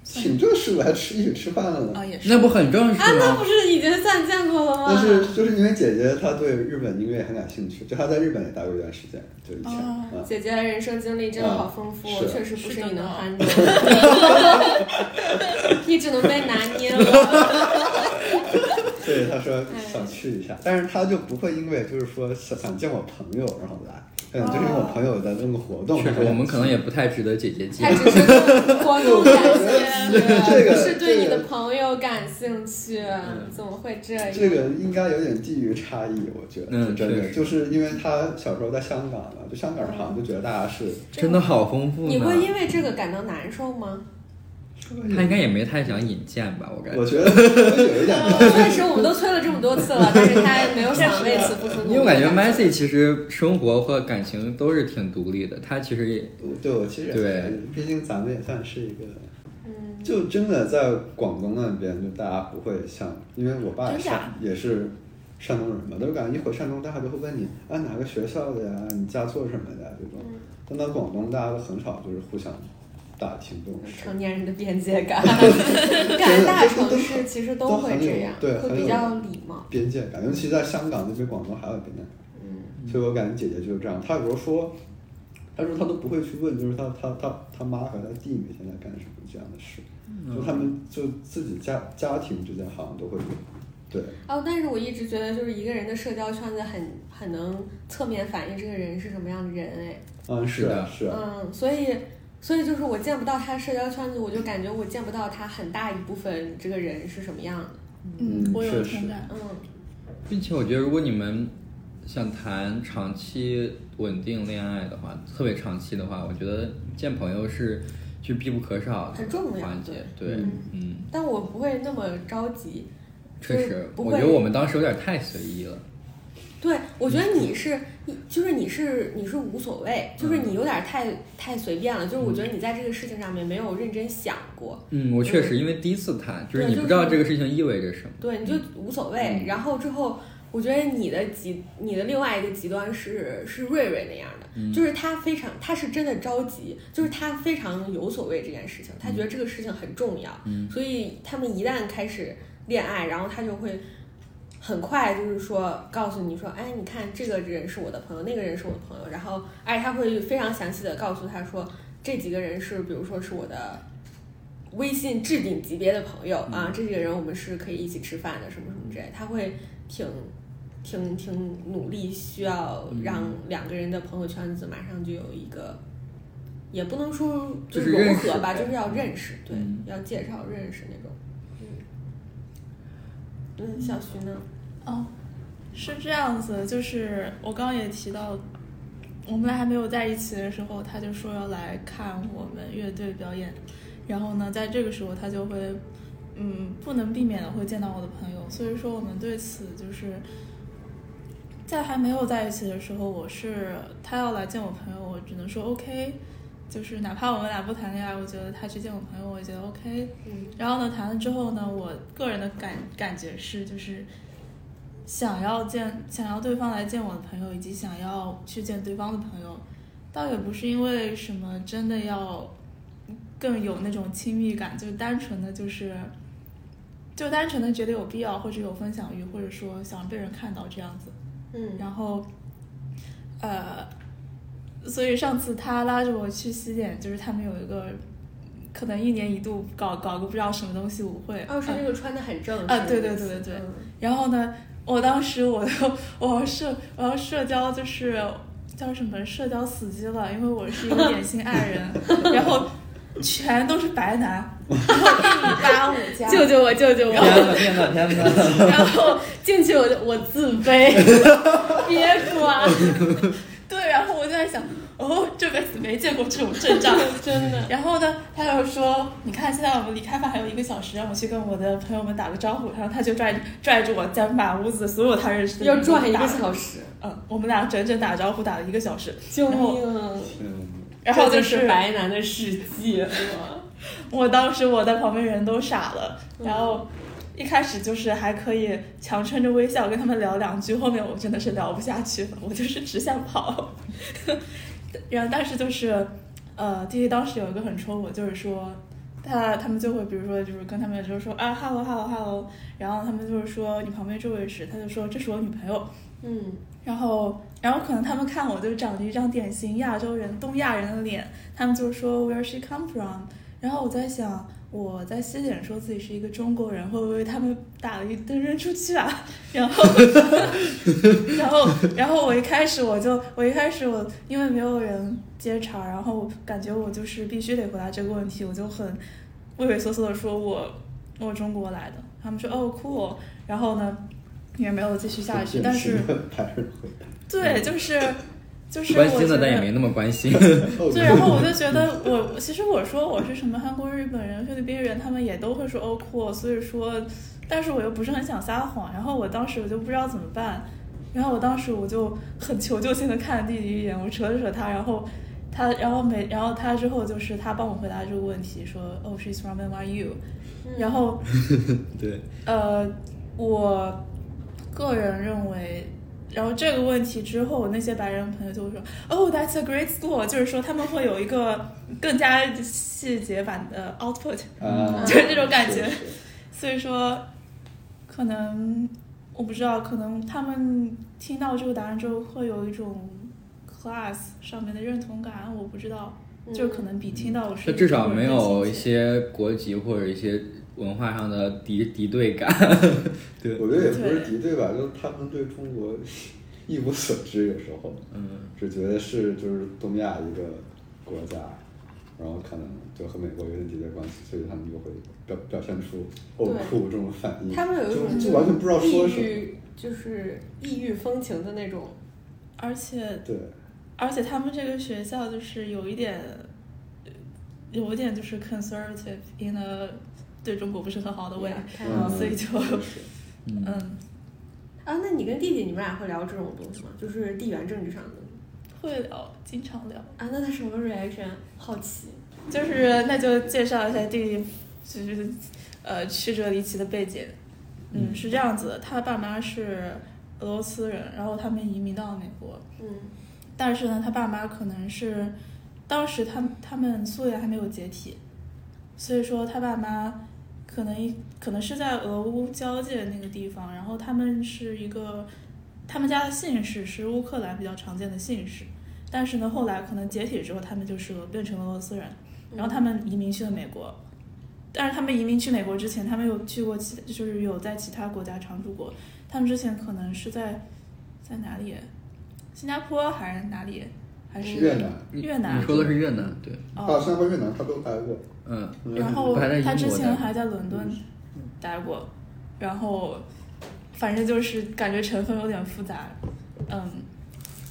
Speaker 3: 挺正式的，还吃一起吃饭了呢。
Speaker 4: 啊也是
Speaker 2: 那不很正式
Speaker 1: 啊，那不
Speaker 2: 吗？
Speaker 1: 是已经算见过了吗？
Speaker 3: 但是就是因为姐姐她对日本音乐很感兴趣，就她在日本也待过一段时间，就以前
Speaker 4: 哦
Speaker 3: 啊。
Speaker 1: 姐姐的人生经历真的好丰富，
Speaker 3: 嗯是
Speaker 1: 确实不是你能
Speaker 4: 是的
Speaker 1: handle 的， 你只能被拿捏了。
Speaker 3: 对，他说想去一下，但是他就不会因为就是说想想见我朋友然后来，嗯，就是因为我朋友在弄个活动，
Speaker 2: 确实，
Speaker 3: 他
Speaker 2: 我们可能也不太值得姐姐
Speaker 1: 他
Speaker 2: 见。
Speaker 1: 只是对活动 感兴趣，
Speaker 3: 这个
Speaker 1: 不是对你
Speaker 3: 这
Speaker 1: 的
Speaker 3: 个嗯
Speaker 1: 朋友感兴趣，怎么会这样？
Speaker 3: 这个应该有点地域差异，我觉得，
Speaker 2: 嗯
Speaker 3: 是真
Speaker 2: 确
Speaker 3: 的，
Speaker 2: 实
Speaker 3: 就是因为他小时候在香港嘛，就香港人好像就觉得大家是，
Speaker 2: 真的好丰富
Speaker 1: 你
Speaker 2: 呢，
Speaker 1: 会因为这个感到难受吗？
Speaker 2: 他应该也没太想引荐吧，我感
Speaker 3: 我
Speaker 2: 觉，
Speaker 3: 觉得有一点难，
Speaker 1: 确实，我们都催了这么多次了，但是他没有想为此付出努力。
Speaker 2: 因为我感觉 Messi 其实生活和感情都是挺独立的，他其实也
Speaker 3: 对我其实也
Speaker 2: 对
Speaker 3: 是毕竟咱们也算是一个。
Speaker 1: 嗯，
Speaker 3: 就真的在广东那边，就大家不会像，因为我爸也
Speaker 4: 真
Speaker 3: 是
Speaker 4: 假
Speaker 3: 也是山东人嘛，都是感觉一回山东，大家就会问你啊哪个学校的呀，你家做什么的呀这种。
Speaker 4: 嗯
Speaker 3: 但到广东，大家都很少就是互相打听这种事，
Speaker 4: 嗯
Speaker 1: 成年人的边界感， 感觉大城市其实都会这样，
Speaker 3: 都很有对
Speaker 1: 会
Speaker 3: 很有
Speaker 1: 比较礼貌。
Speaker 3: 边界感，尤其在香港那比广东还要边界感。
Speaker 1: 嗯
Speaker 3: 所以我感觉姐姐就是这样，她有时候说，他说他都不会去问，就是他他他他妈和他弟每天在干什么这样的事，
Speaker 4: 嗯
Speaker 3: 就他们就自己家家庭之间好像都会有，对，
Speaker 1: 哦，但是我一直觉得，就是一个人的社交圈子很很能侧面反映这个人是什么样的人，哎，
Speaker 3: 嗯，
Speaker 2: 是
Speaker 3: 是
Speaker 2: 的
Speaker 3: 是啊，
Speaker 1: 嗯，所以所以就是我见不到他社交圈子，我就感觉我见不到他很大一部分这个人是什么样的，
Speaker 3: 嗯
Speaker 4: 我有
Speaker 3: 确
Speaker 4: 同
Speaker 3: 实
Speaker 4: 感。
Speaker 1: 嗯
Speaker 2: 并且我觉得，如果你们想谈长期稳定恋爱的话，特别长期的话，我觉得见朋友是就必不可少的
Speaker 1: 很重要
Speaker 2: 环节。对，嗯，
Speaker 1: 但我不会那么着急。
Speaker 2: 确实，
Speaker 1: 不
Speaker 2: 我
Speaker 1: 会
Speaker 2: 觉得我们当时有点太随意了。
Speaker 1: 对，我觉得
Speaker 2: 嗯
Speaker 1: 你是，你就是你是你是无所谓，就是你有点太太随便了，就是我觉得你在这个事情上面没有认真想过，
Speaker 2: 嗯，我确实因为第一次谈，就是
Speaker 1: 对
Speaker 2: 你
Speaker 1: 就
Speaker 2: 不知道
Speaker 1: 是
Speaker 2: 这个事情意味着什么。
Speaker 1: 对，你就无所谓。然后之后，我觉得你的极，你的另外一个极端是是瑞瑞那样的，就是他非常，他是真的着急，就是他非常有所谓这件事情，他觉得这个事情很重要，
Speaker 2: 嗯
Speaker 1: 所以他们一旦开始恋爱，然后他就会。很快就是说，告诉你说，哎，你看这个人是我的朋友，那个人是我的朋友，然后，而且他会非常详细的告诉他说，这几个人是，比如说是我的微信置顶级别的朋友
Speaker 2: 嗯
Speaker 1: 啊，这几个人我们是可以一起吃饭的，什么什么之类，他会挺挺挺努力，需要让两个人的朋友圈子马上就有一个，也不能说
Speaker 2: 就是
Speaker 1: 是融
Speaker 2: 认识
Speaker 1: 合吧，
Speaker 2: 呗
Speaker 1: 就是要认识，对，
Speaker 2: 嗯
Speaker 1: 要介绍认识那种。嗯，嗯，小徐呢？
Speaker 4: 哦，是这样子，就是我刚刚也提到，我们俩还没有在一起的时候，他就说要来看我们乐队表演，然后呢，在这个时候他就会，嗯，不能避免的会见到我的朋友，所以说我们对此就是。在还没有在一起的时候，我是他要来见我朋友，我只能说 OK，就是哪怕我们俩不谈恋爱，我觉得他去见我朋友，我也觉得 OK。
Speaker 1: 嗯
Speaker 4: 然后呢，谈了之后呢，我个人的感感觉是，就是想要见想要对方来见我的朋友，以及想要去见对方的朋友，倒也不是因为什么真的要更有那种亲密感，就单纯的就是。就单纯的觉得有必要，或者有分享欲，或者说想被人看到这样子。
Speaker 1: 嗯，
Speaker 4: 然后，呃，所以上次他拉着我去西点，就是他们有一个可能一年一度搞搞个不知道什么东西舞会。
Speaker 1: 哦，是
Speaker 4: 呃
Speaker 1: 那个穿的很正
Speaker 4: 啊
Speaker 1: 式
Speaker 4: 对
Speaker 1: 的
Speaker 4: 对
Speaker 1: 意思
Speaker 4: 对对对
Speaker 1: 嗯
Speaker 4: 然后呢，我当时我就 我要社我要社交就是叫什么社交死机了，因为我是一个典型爱 人，然后全都是白男，然后一米八五加，
Speaker 1: 救救我，救救我！
Speaker 2: 天呐天呐天呐！
Speaker 4: 然后
Speaker 1: 进去我就我自 卑，别管，
Speaker 4: 对，然后我就在想，哦，这辈子没见过这种阵仗，
Speaker 1: 真的。
Speaker 4: 然后呢，他又说：“你看，现在我们离开饭还有一个小时，让我去跟我的朋友们打个招呼。”然后他就拽拽着我，在满屋子所有他认识的
Speaker 1: 要
Speaker 4: 人
Speaker 1: 转一
Speaker 4: 打
Speaker 1: 个小时，
Speaker 4: 嗯，我们俩整整打招呼打了一个小时。
Speaker 1: 救
Speaker 4: 然后
Speaker 1: 命啊！
Speaker 3: 嗯，
Speaker 4: 然后
Speaker 1: 这
Speaker 4: 就
Speaker 1: 就是白男的世界，是吗？
Speaker 4: 我当时我在旁边人都傻了，
Speaker 1: 嗯
Speaker 4: 然后一开始就是还可以强撑着微笑跟他们聊两句，后面我真的是聊不下去了，我就是只想跑。 然后但是就是，呃，弟弟当时有一个很戳我，就是说。他他们就会，比如说，就是跟他们就说啊哈喽哈喽哈喽，然后他们就是说你旁边这位是，他就说这是我女朋友，
Speaker 1: 嗯，
Speaker 4: 然后，然后可能他们看我就长着一张典型亚洲人、东亚人的脸，他们就说 Where she come from？然后我在想，我在西点说自己是一个中国人，会不会他们打了一顿扔出去啊？ 然后，然后，然后我一开始我就，我一开始我因为没有人接茬，然后感觉我就是必须得回答这个问题，我就很畏畏缩缩的说我我中国来的，他们说哦 cool，然后呢也没有继续下去，但是。
Speaker 3: 白人回
Speaker 4: 对，就是就是
Speaker 2: 嗯关
Speaker 4: 我
Speaker 2: 心
Speaker 4: 觉
Speaker 2: 的，但也
Speaker 4: 得
Speaker 2: 没那么关 心。
Speaker 3: 答
Speaker 4: 对，然后 我就觉得我其实我说我是什么韩国人、日本人、菲律宾人，他们也都会说哦酷，所以说，但是我又不是很想撒谎，然后我当时我就不知道怎么办，然后我当时我就很求救性的看了弟弟一眼，我扯了扯他，然后。他，然后没，然后他之后就是他帮我回答这个问题，说，哦、s h e s from NYU，、然后
Speaker 2: 对，
Speaker 4: 呃，我个人认为，然后这个问题之后，我那些白人朋友就会说，哦、t h a t s a great school，就是说他们会有一个更加细节版的 output，
Speaker 3: 啊，
Speaker 4: 就是这种感觉
Speaker 3: 是是
Speaker 4: 所以说，可能我不知道，可能他们听到这个答案之后会有一种 class 上面的认同感，我不知道，就可能比听到我
Speaker 2: 这
Speaker 4: 是
Speaker 2: 嗯至少没有一
Speaker 4: 一
Speaker 2: 些国籍或者一些文化上的敌敌对感。对，
Speaker 3: 我觉得也不是敌对吧，就是他们对中国一无所知，有时候
Speaker 2: 嗯，
Speaker 3: 只觉得是就是东亚一个国家，然后可能就和美国有点敌对关系，所以他们就会表表现出哦
Speaker 1: 对
Speaker 3: 酷这种反应，
Speaker 1: 他们有一种
Speaker 3: 就
Speaker 1: 就
Speaker 3: 就完全不知道说
Speaker 1: 异
Speaker 3: 什么。
Speaker 1: 域，就是异域风情的那种。
Speaker 4: 而且
Speaker 3: 对，
Speaker 4: 而且他们这个学校就是有一点，呃有一点就是 conservative in a 对中国不是很好的 way，、
Speaker 3: 嗯，
Speaker 4: 所以就
Speaker 3: 确实
Speaker 4: 嗯，
Speaker 1: 啊，那你跟弟弟你们俩会聊这种东西吗？就是地缘政治上的东西
Speaker 4: 会聊，经常聊。
Speaker 1: 啊？那他什么 reaction？好奇。
Speaker 4: 就是那就介绍一下弟弟，就是呃曲折离奇的背景。嗯，是这样子的，他爸妈是俄罗斯人，然后他们移民到美国，
Speaker 1: 嗯
Speaker 4: 但是呢，他爸妈可能是当时他他们苏联还没有解体，所以说他爸妈可能一可能是在俄乌交界那个地方，然后他们是一个他们家的姓氏是乌克兰比较常见的姓氏，但是呢，后来可能解体之后，他们就是俄变成了俄罗斯人，
Speaker 1: 嗯
Speaker 4: 然后他们移民去了美国。但是他们移民去美国之前，他们有去过其，就是有在其他国家常住过。他们之前可能是在在哪里？新加坡还是哪里？还是
Speaker 3: 越南
Speaker 2: 你
Speaker 4: 越南
Speaker 2: 你说的是越南，对，
Speaker 3: 啊，
Speaker 4: 哦，
Speaker 3: 新加坡、越南他都待过，
Speaker 2: 嗯，
Speaker 4: 然后
Speaker 2: 还在英
Speaker 4: 他之
Speaker 2: 国
Speaker 4: 前
Speaker 2: 呢
Speaker 4: 还在伦敦待过，然后反正就是感觉成分有点复杂，嗯，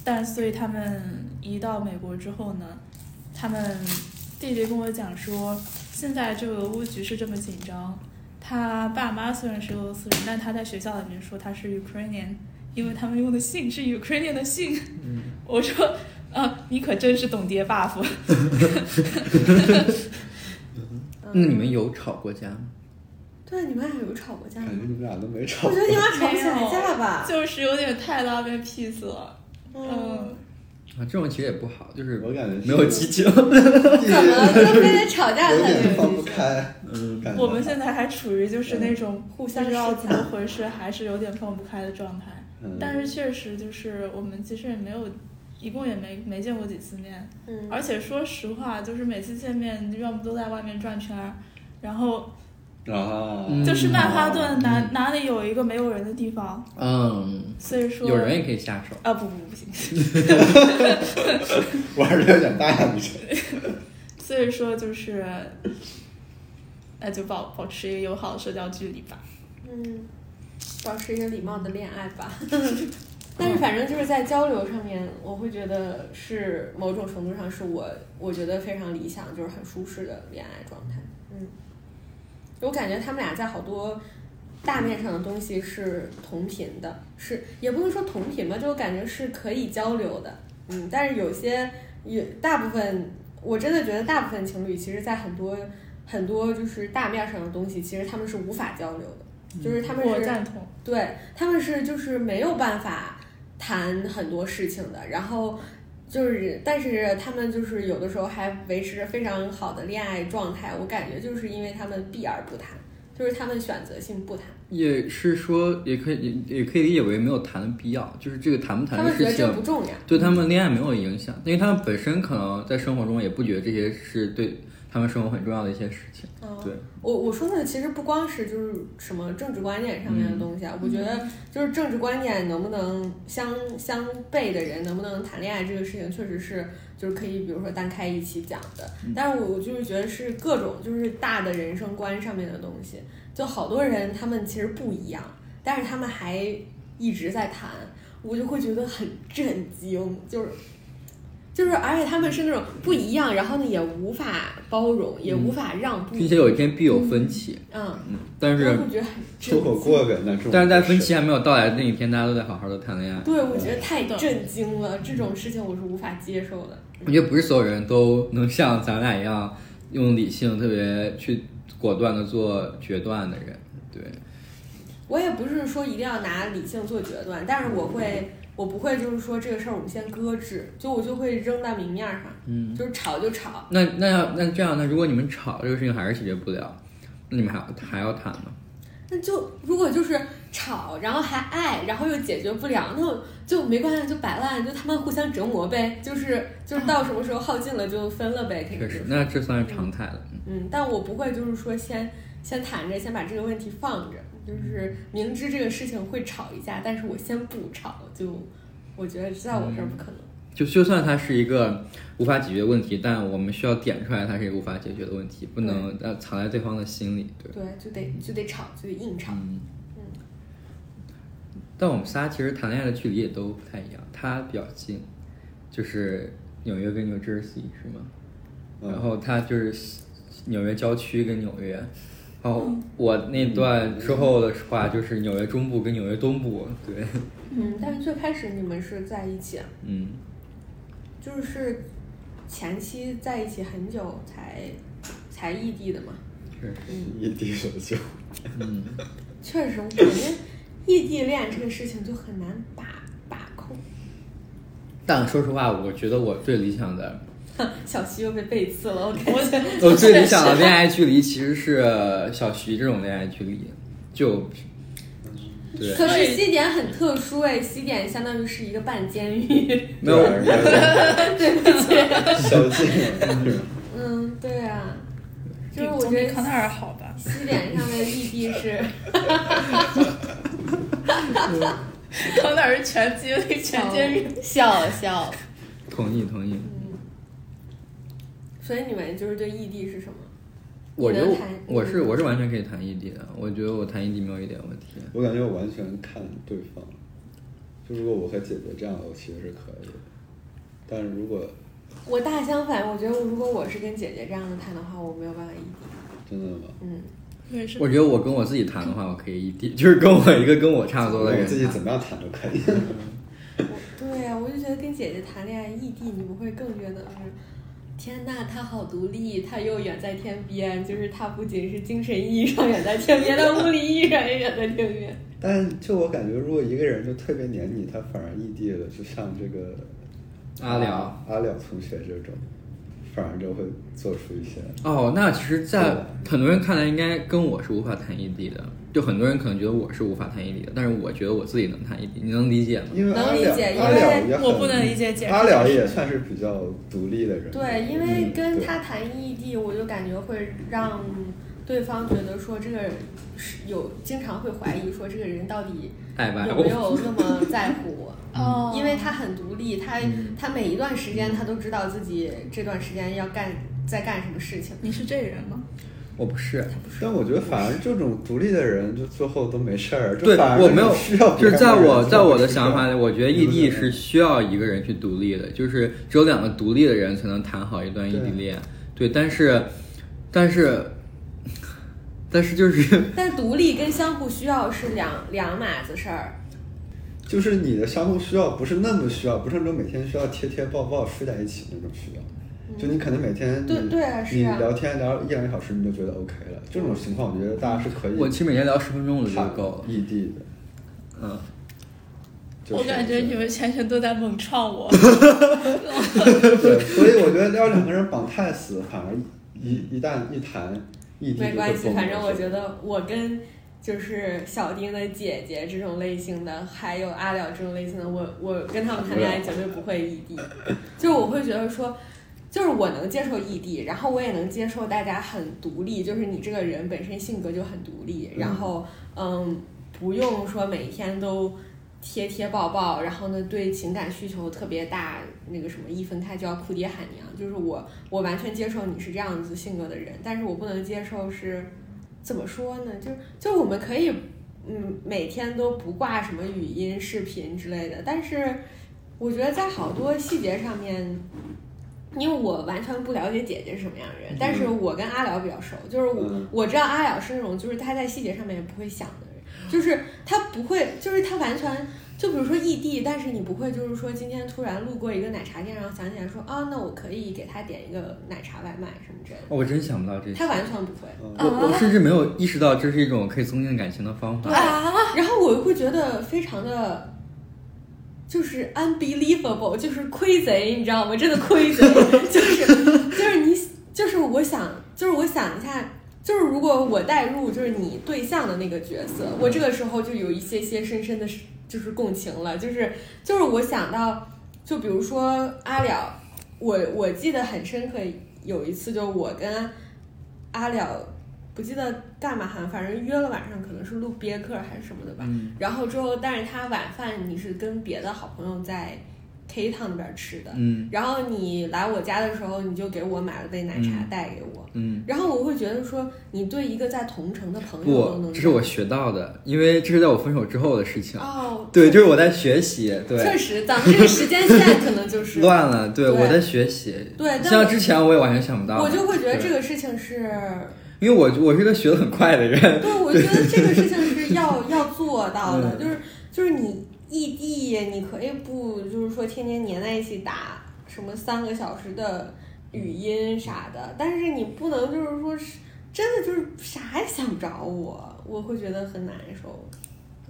Speaker 4: 但所以他们移到美国之后呢，他们弟弟跟我讲说，现在这个乌局势这么紧张，他爸妈虽然是俄罗斯人，但他在学校里面说他是 Ukrainian，因为他们用的姓是 Ukrainian 的姓， 我说。啊，你可真是懂爹 buff，
Speaker 2: 那
Speaker 1: 嗯
Speaker 2: 你们有吵过架吗？
Speaker 1: 对，你们俩有吵过架
Speaker 3: 感
Speaker 1: 吗
Speaker 4: 嗯
Speaker 3: 觉？你们俩都没吵
Speaker 1: 我
Speaker 3: 过
Speaker 1: 觉。得你们俩吵不起来架吧？
Speaker 4: 就是有点太拉面 piece 了。
Speaker 1: 嗯，
Speaker 2: 啊，这种其实也不好，就是
Speaker 3: 我感觉是
Speaker 2: 没有激情。
Speaker 3: 弟弟
Speaker 1: 怎么 了？
Speaker 3: 就
Speaker 1: 就非
Speaker 3: 是
Speaker 1: 得吵架才
Speaker 3: 有
Speaker 1: 有
Speaker 3: 点放
Speaker 1: 意
Speaker 3: 不
Speaker 1: 思？
Speaker 3: 开，
Speaker 2: 嗯，
Speaker 3: 感觉
Speaker 4: 我们现在还处于就是那种
Speaker 1: 互
Speaker 4: 不
Speaker 1: 相
Speaker 4: 知道
Speaker 1: 试
Speaker 4: 怎么回事，还是有点放不开的状态。
Speaker 3: 嗯
Speaker 4: 但是确实就是我们其实也没有，一共也没没见过几次面，
Speaker 1: 嗯，
Speaker 4: 而且说实话，就是每次见面要不都在外面转圈儿，然后
Speaker 3: 啊，
Speaker 2: 嗯
Speaker 4: 就是曼哈顿哪、哪里有一个没有人的地方，
Speaker 2: 嗯，
Speaker 4: 所以说
Speaker 2: 有人也可以下手。
Speaker 4: 啊不不不行，
Speaker 3: 玩的有点大，你这
Speaker 4: 所以说就是，那就保保持一个友好的社交距离吧。
Speaker 1: 嗯，保持一个礼貌的恋爱吧。但是反正就是在交流上面，我会觉得是某种程度上是我我觉得非常理想，就是很舒适的恋爱状态。嗯，我感觉他们俩在好多大面上的东西是同频的，是也不能说同频吧，就我感觉是可以交流的。嗯，但是有些也大部分，我真的觉得大部分情侣其实，在很多很多就是大面上的东西，其实他们是无法交流的，就是他们是
Speaker 4: 我赞同。
Speaker 1: 对，他们是就是没有办法谈很多事情的，然后就是，但是他们就是有的时候还维持着非常好的恋爱状态，我感觉就是因为他们避而不谈，就是他们选择性不谈，
Speaker 2: 也是说，也可以也也可以理解为没有谈的必要，就是这个谈不
Speaker 1: 他
Speaker 2: 谈的
Speaker 1: 们觉
Speaker 2: 事
Speaker 1: 得这
Speaker 2: 情
Speaker 1: 不重要。
Speaker 2: 对他们恋爱没有影响，因为他们本身可能在生活中也不觉得这些是对他们生活很重要的一些事情。
Speaker 1: 嗯
Speaker 2: 对，
Speaker 1: 我我说的其实不光是就是什么政治观念上面的
Speaker 2: 嗯
Speaker 1: 东西啊，我觉得就是政治观念能不能相相悖的人能不能谈恋爱这个事情，确实是就是可以，比如说单开一期讲的。
Speaker 2: 嗯
Speaker 1: 但是我我就是觉得是各种就是大的人生观上面的东西，就好多人他们其实不一样，但是他们还一直在谈，我就会觉得很震惊，就是。就是，而且他们是那种不一样，然后呢，也无法包容，也无法让步，
Speaker 2: 嗯并且有一天必有分歧，
Speaker 1: 嗯，
Speaker 2: 嗯，但
Speaker 1: 我
Speaker 2: 是
Speaker 1: 会觉得很
Speaker 3: 出
Speaker 1: 震
Speaker 3: 口
Speaker 1: 惊。
Speaker 3: 过呗，那种。
Speaker 2: 但是在分歧还没有到来的那一天，大家都在好好的谈恋爱。
Speaker 1: 对，我觉得太震惊了，这种事情我是无法接受的。
Speaker 2: 我觉得不是所有人都能像咱俩一样用理性特别去果断的做决断的人。对，
Speaker 1: 我也不是说一定要拿理性做决断，但是我会，我不会就是说这个事儿我们先搁置，就我就会扔到明面上，
Speaker 2: 嗯，
Speaker 1: 就是吵就吵。
Speaker 2: 那那要那这样，那如果你们吵这个事情还是解决不了，那你们还还要谈吗？
Speaker 1: 那就如果就是吵，然后还爱，然后又解决不了，那就没关系，就摆烂，就他们互相折磨呗，就是就是到什么时候耗尽了就分了呗，肯定
Speaker 2: 确
Speaker 1: 就
Speaker 2: 实
Speaker 1: 是，
Speaker 2: 那这算是常态了。嗯
Speaker 1: 嗯，但我不会就是说先先谈着，先把这个问题放着，就是明知这个事情会吵一架，但是我先不吵，就我觉得在我这儿不可能。
Speaker 2: 就就算它是一个无法解决的问题，但我们需要点出来它是一个无法解决的问题，不能呃藏在对方的心里。嗯对，
Speaker 1: 对，就得就得吵，就得硬吵。
Speaker 2: 嗯
Speaker 1: 嗯。
Speaker 2: 但我们仨其实谈恋爱的距离也都不太一样，他比较近，就是纽约跟 New Jersey 是吗？
Speaker 3: 嗯
Speaker 2: 然后他就是西纽约郊区跟纽约，然后我那段之后的话就是纽约中部跟纽约东部，对，
Speaker 1: 嗯，但是最开始你们是在一起啊，
Speaker 2: 嗯，
Speaker 1: 就是前期在一起很久才才异地的嘛。
Speaker 2: 确实，
Speaker 3: 异地手就
Speaker 2: 嗯，
Speaker 1: 确实，我感觉异地恋这个事情就很难把把控。
Speaker 2: 但说实话，我觉得我最理想的，
Speaker 1: 小徐又被背刺了，我感觉。
Speaker 2: 我最理想的恋爱距离其实是小徐这种恋爱距离，就，对，
Speaker 1: 可是西点很特殊哎，西点相当于是一个半监狱。
Speaker 2: 没 有，
Speaker 3: 宵禁，
Speaker 1: 嗯，对啊，就是我
Speaker 4: 总
Speaker 1: 觉
Speaker 4: 比
Speaker 1: 得
Speaker 4: 康奈尔好吧？
Speaker 1: 西点上的异地是
Speaker 4: 康奈尔是拳击那全监狱。
Speaker 5: 笑笑，
Speaker 2: 同意同意。
Speaker 1: 嗯，所以你们就是对异地是什么？
Speaker 2: 我觉得我
Speaker 1: 你能谈
Speaker 2: 我是我是完全可以谈异地的，我觉得我谈异地没有一点问题。
Speaker 3: 我感觉我完全看对方。就如果我和姐姐这样，我其实是可以的。但如果
Speaker 1: 我大相反，我觉得如果我是跟姐姐这样的谈的话，我没有办法异地。
Speaker 3: 真的吗？
Speaker 1: 嗯，
Speaker 4: 我也是
Speaker 2: 我觉得我跟我自己谈的话，我可以异地，就是跟我一个跟我差不多的
Speaker 3: 我
Speaker 2: 人
Speaker 3: 自己
Speaker 2: 谈。
Speaker 3: 怎么样谈都可以。
Speaker 1: 我对啊呀、我就觉得跟姐姐谈恋爱异地，你们会更觉得就是，天呐，她好独立，她又远在天边，就是她不仅是精神意义上远在天边，但物理意义上也远在天边。
Speaker 3: 但就我感觉，如果一个人就特别黏你，他反而异地了，就像这个
Speaker 2: 阿廖
Speaker 3: 阿廖同学这种，反而就会做出一些
Speaker 2: 哦，那其实，在
Speaker 3: 对
Speaker 2: 很多人看来，应该跟我是无法谈异地的。就很多人可能觉得我是无法谈异地的，但是我觉得我自己能谈异地，你能理解吗？
Speaker 3: 因为
Speaker 1: 能
Speaker 3: 阿
Speaker 1: 理
Speaker 3: 了
Speaker 1: 解因
Speaker 3: 阿
Speaker 1: 为
Speaker 3: 了也很
Speaker 4: 我不能理解解释
Speaker 3: 阿了也算是比较独立的人。
Speaker 1: 对，因为
Speaker 3: 嗯
Speaker 1: 跟
Speaker 3: 对
Speaker 1: 他谈异地，我就感觉会让对方觉得说这个是有经常会怀疑说这个人到底
Speaker 2: 爱吧，
Speaker 1: 有没
Speaker 2: 我
Speaker 1: 有那么在乎我。
Speaker 4: 哦
Speaker 1: 因为他很独立，他
Speaker 2: 嗯
Speaker 1: 他每一段时间他都知道自己这段时间要干在干什么事情。
Speaker 4: 你是这人吗？
Speaker 2: 我不是，
Speaker 3: 但我觉得反而这种独立的人，就最后都没事儿。就
Speaker 2: 对
Speaker 3: 反而
Speaker 2: 我没有
Speaker 3: 是需要，
Speaker 2: 就
Speaker 3: 别
Speaker 2: 是
Speaker 3: 人
Speaker 2: 在我
Speaker 3: 帮助
Speaker 2: 在我的想法里，
Speaker 3: 是吧
Speaker 2: 我觉得异地
Speaker 3: 你不觉
Speaker 2: 是
Speaker 3: 得
Speaker 2: 需要一个人去独立的，就是只有两个独立的人才能谈好一段异地恋。对，但是，但是，但是就是
Speaker 1: 但独立跟相互需要是两两码子事儿。
Speaker 3: 就是你的相互需要不是那么需要，不是那种每天需要贴贴抱抱睡在一起那种需要。就你可能每天
Speaker 1: 嗯
Speaker 3: 你
Speaker 1: 对对啊是
Speaker 3: 你
Speaker 1: 啊
Speaker 3: 聊天聊一两个小时你就觉得 OK 了，这种情况我觉得大家是可以
Speaker 2: 我其实每天聊十分钟我就觉得
Speaker 3: 谈
Speaker 2: 够了。
Speaker 3: 异地的。
Speaker 2: 嗯，
Speaker 3: 就是
Speaker 4: 我感觉你们全全都在猛创我。
Speaker 3: 对， 所以我觉得要两个人绑太死，反而一一旦一谈异地
Speaker 1: 没
Speaker 3: 就
Speaker 1: 关
Speaker 3: 会
Speaker 1: 系，
Speaker 3: 崩
Speaker 1: 反正我觉
Speaker 3: 了
Speaker 1: 得我跟就是小丁的姐姐这种类型的，还有阿了这种类型的，我我跟他们谈恋爱绝对不会异地，就是我会觉得说。就是我能接受异地，然后我也能接受大家很独立，就是你这个人本身性格就很独立，然后嗯，不用说每天都贴贴抱抱，然后呢对情感需求特别大，那个什么一分开就要哭爹喊娘，就是我我完全接受你是这样子性格的人，但是我不能接受是怎么说呢？就是就我们可以嗯每天都不挂什么语音、视频之类的，但是我觉得在好多细节上面。因为我完全不了解姐姐是什么样的人，但是我跟阿辽比较熟，就是我、
Speaker 3: 嗯
Speaker 1: 我知道阿辽是那种，就是他在细节上面也不会想的人，就是他不会，就是他完全就比如说异地，但是你不会就是说今天突然路过一个奶茶店，然后想起来说啊，那我可以给他点一个奶茶外卖什么之类的，
Speaker 2: 哦我真想不到这些，
Speaker 1: 他完全不会。
Speaker 2: 我
Speaker 4: 啊
Speaker 2: 我甚至没有意识到这是一种可以增进感情的方法。
Speaker 4: 啊，
Speaker 1: 然后我又会觉得非常的，就是 unbelievable，就是亏贼，你知道吗？真的亏贼，就是就是你，就是我想，就是我想一下，就是如果我代入就是你对象的那个角色，我这个时候就有一些些深深的就是共情了，就是就是我想到，就比如说阿了，我我记得很深刻，有一次就我跟阿了。不记得干嘛哈，反正约了晚上可能是录别克还是什么的吧。
Speaker 2: 嗯
Speaker 1: 然后之后，但是他晚饭你是跟别的好朋友在 K 趟那边吃的，
Speaker 2: 嗯
Speaker 1: 然后你来我家的时候，你就给我买了杯奶茶
Speaker 2: 嗯
Speaker 1: 带给我，
Speaker 2: 嗯，
Speaker 1: 然后我会觉得说，你对一个在同城的朋友都
Speaker 2: 不
Speaker 1: 能，
Speaker 2: 这是我学到的，因为这是在我分手之后的事情。
Speaker 1: 哦，
Speaker 2: 对，就是我在学习，对
Speaker 1: 确，实，咱们这个时间线可能就是，
Speaker 2: 乱了，对
Speaker 1: 对
Speaker 2: 我在学习。
Speaker 1: 对，但
Speaker 2: 像之前我也完全想不到的，
Speaker 1: 我就会觉得
Speaker 2: 对
Speaker 1: 这个事情是，
Speaker 2: 因为我我是一个学的很快 的人，
Speaker 1: 对，我觉得这个事情是要要做到的，
Speaker 2: 嗯
Speaker 1: 就是就是你异地，你可以不就是说天天黏在一起打什么三个小时的语音啥的，但是你不能就是说是真的就是啥也想不着我，我会觉得很难受。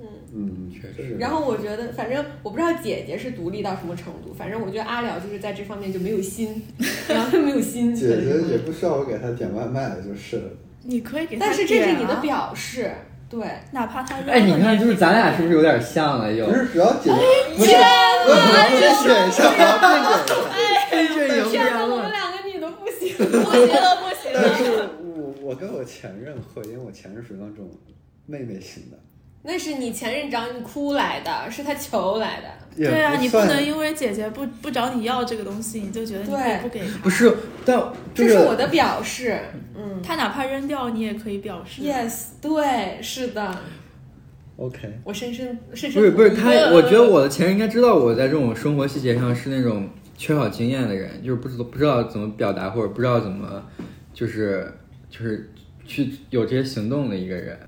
Speaker 1: 嗯，
Speaker 3: 嗯，
Speaker 2: 确实
Speaker 3: 这个
Speaker 1: 然后我觉得，反正我不知道姐姐是独立到什么程度，反正我觉得阿了就是在这方面就没有心， 然后就没有心。
Speaker 3: 姐姐也不需要我给她点外卖，就是了
Speaker 4: 你可以给他、啊
Speaker 1: 但是这是你的，表示，对。
Speaker 4: 哪怕他扔了
Speaker 2: 哎，你看，就是咱俩是不是有点像了？又
Speaker 3: 不是主要姐姐不是不是选项，不是选
Speaker 2: 哎这有
Speaker 1: 天
Speaker 2: 变
Speaker 1: 呐，我们
Speaker 2: 了，
Speaker 1: 两个女的不行。
Speaker 4: 不行了，不
Speaker 1: 哎
Speaker 4: 行
Speaker 3: 但
Speaker 4: 了。
Speaker 3: 是我我跟我前任会，因为我前任属于那种妹妹型的，
Speaker 1: 那是你前任找你哭来的，是他求来的。
Speaker 3: 也
Speaker 4: 对啊，你不
Speaker 3: 算
Speaker 4: 能因为姐姐不不找你要这个东西，你就觉得你可以
Speaker 1: 对
Speaker 4: 不给她。
Speaker 2: 不，是，但就
Speaker 1: 这是我的表示，嗯
Speaker 4: 她哪怕扔掉，你也可以表示。
Speaker 1: ，yes，对，是的，
Speaker 3: OK。
Speaker 1: 我深深深深
Speaker 2: 不是不是
Speaker 1: 同意
Speaker 2: 他，我觉得我的前任应该知道我在这种生活细节上是那种缺少经验的人，就是不知道不知道怎么表达或者不知道怎么，就是就是去有这些行动的一个人，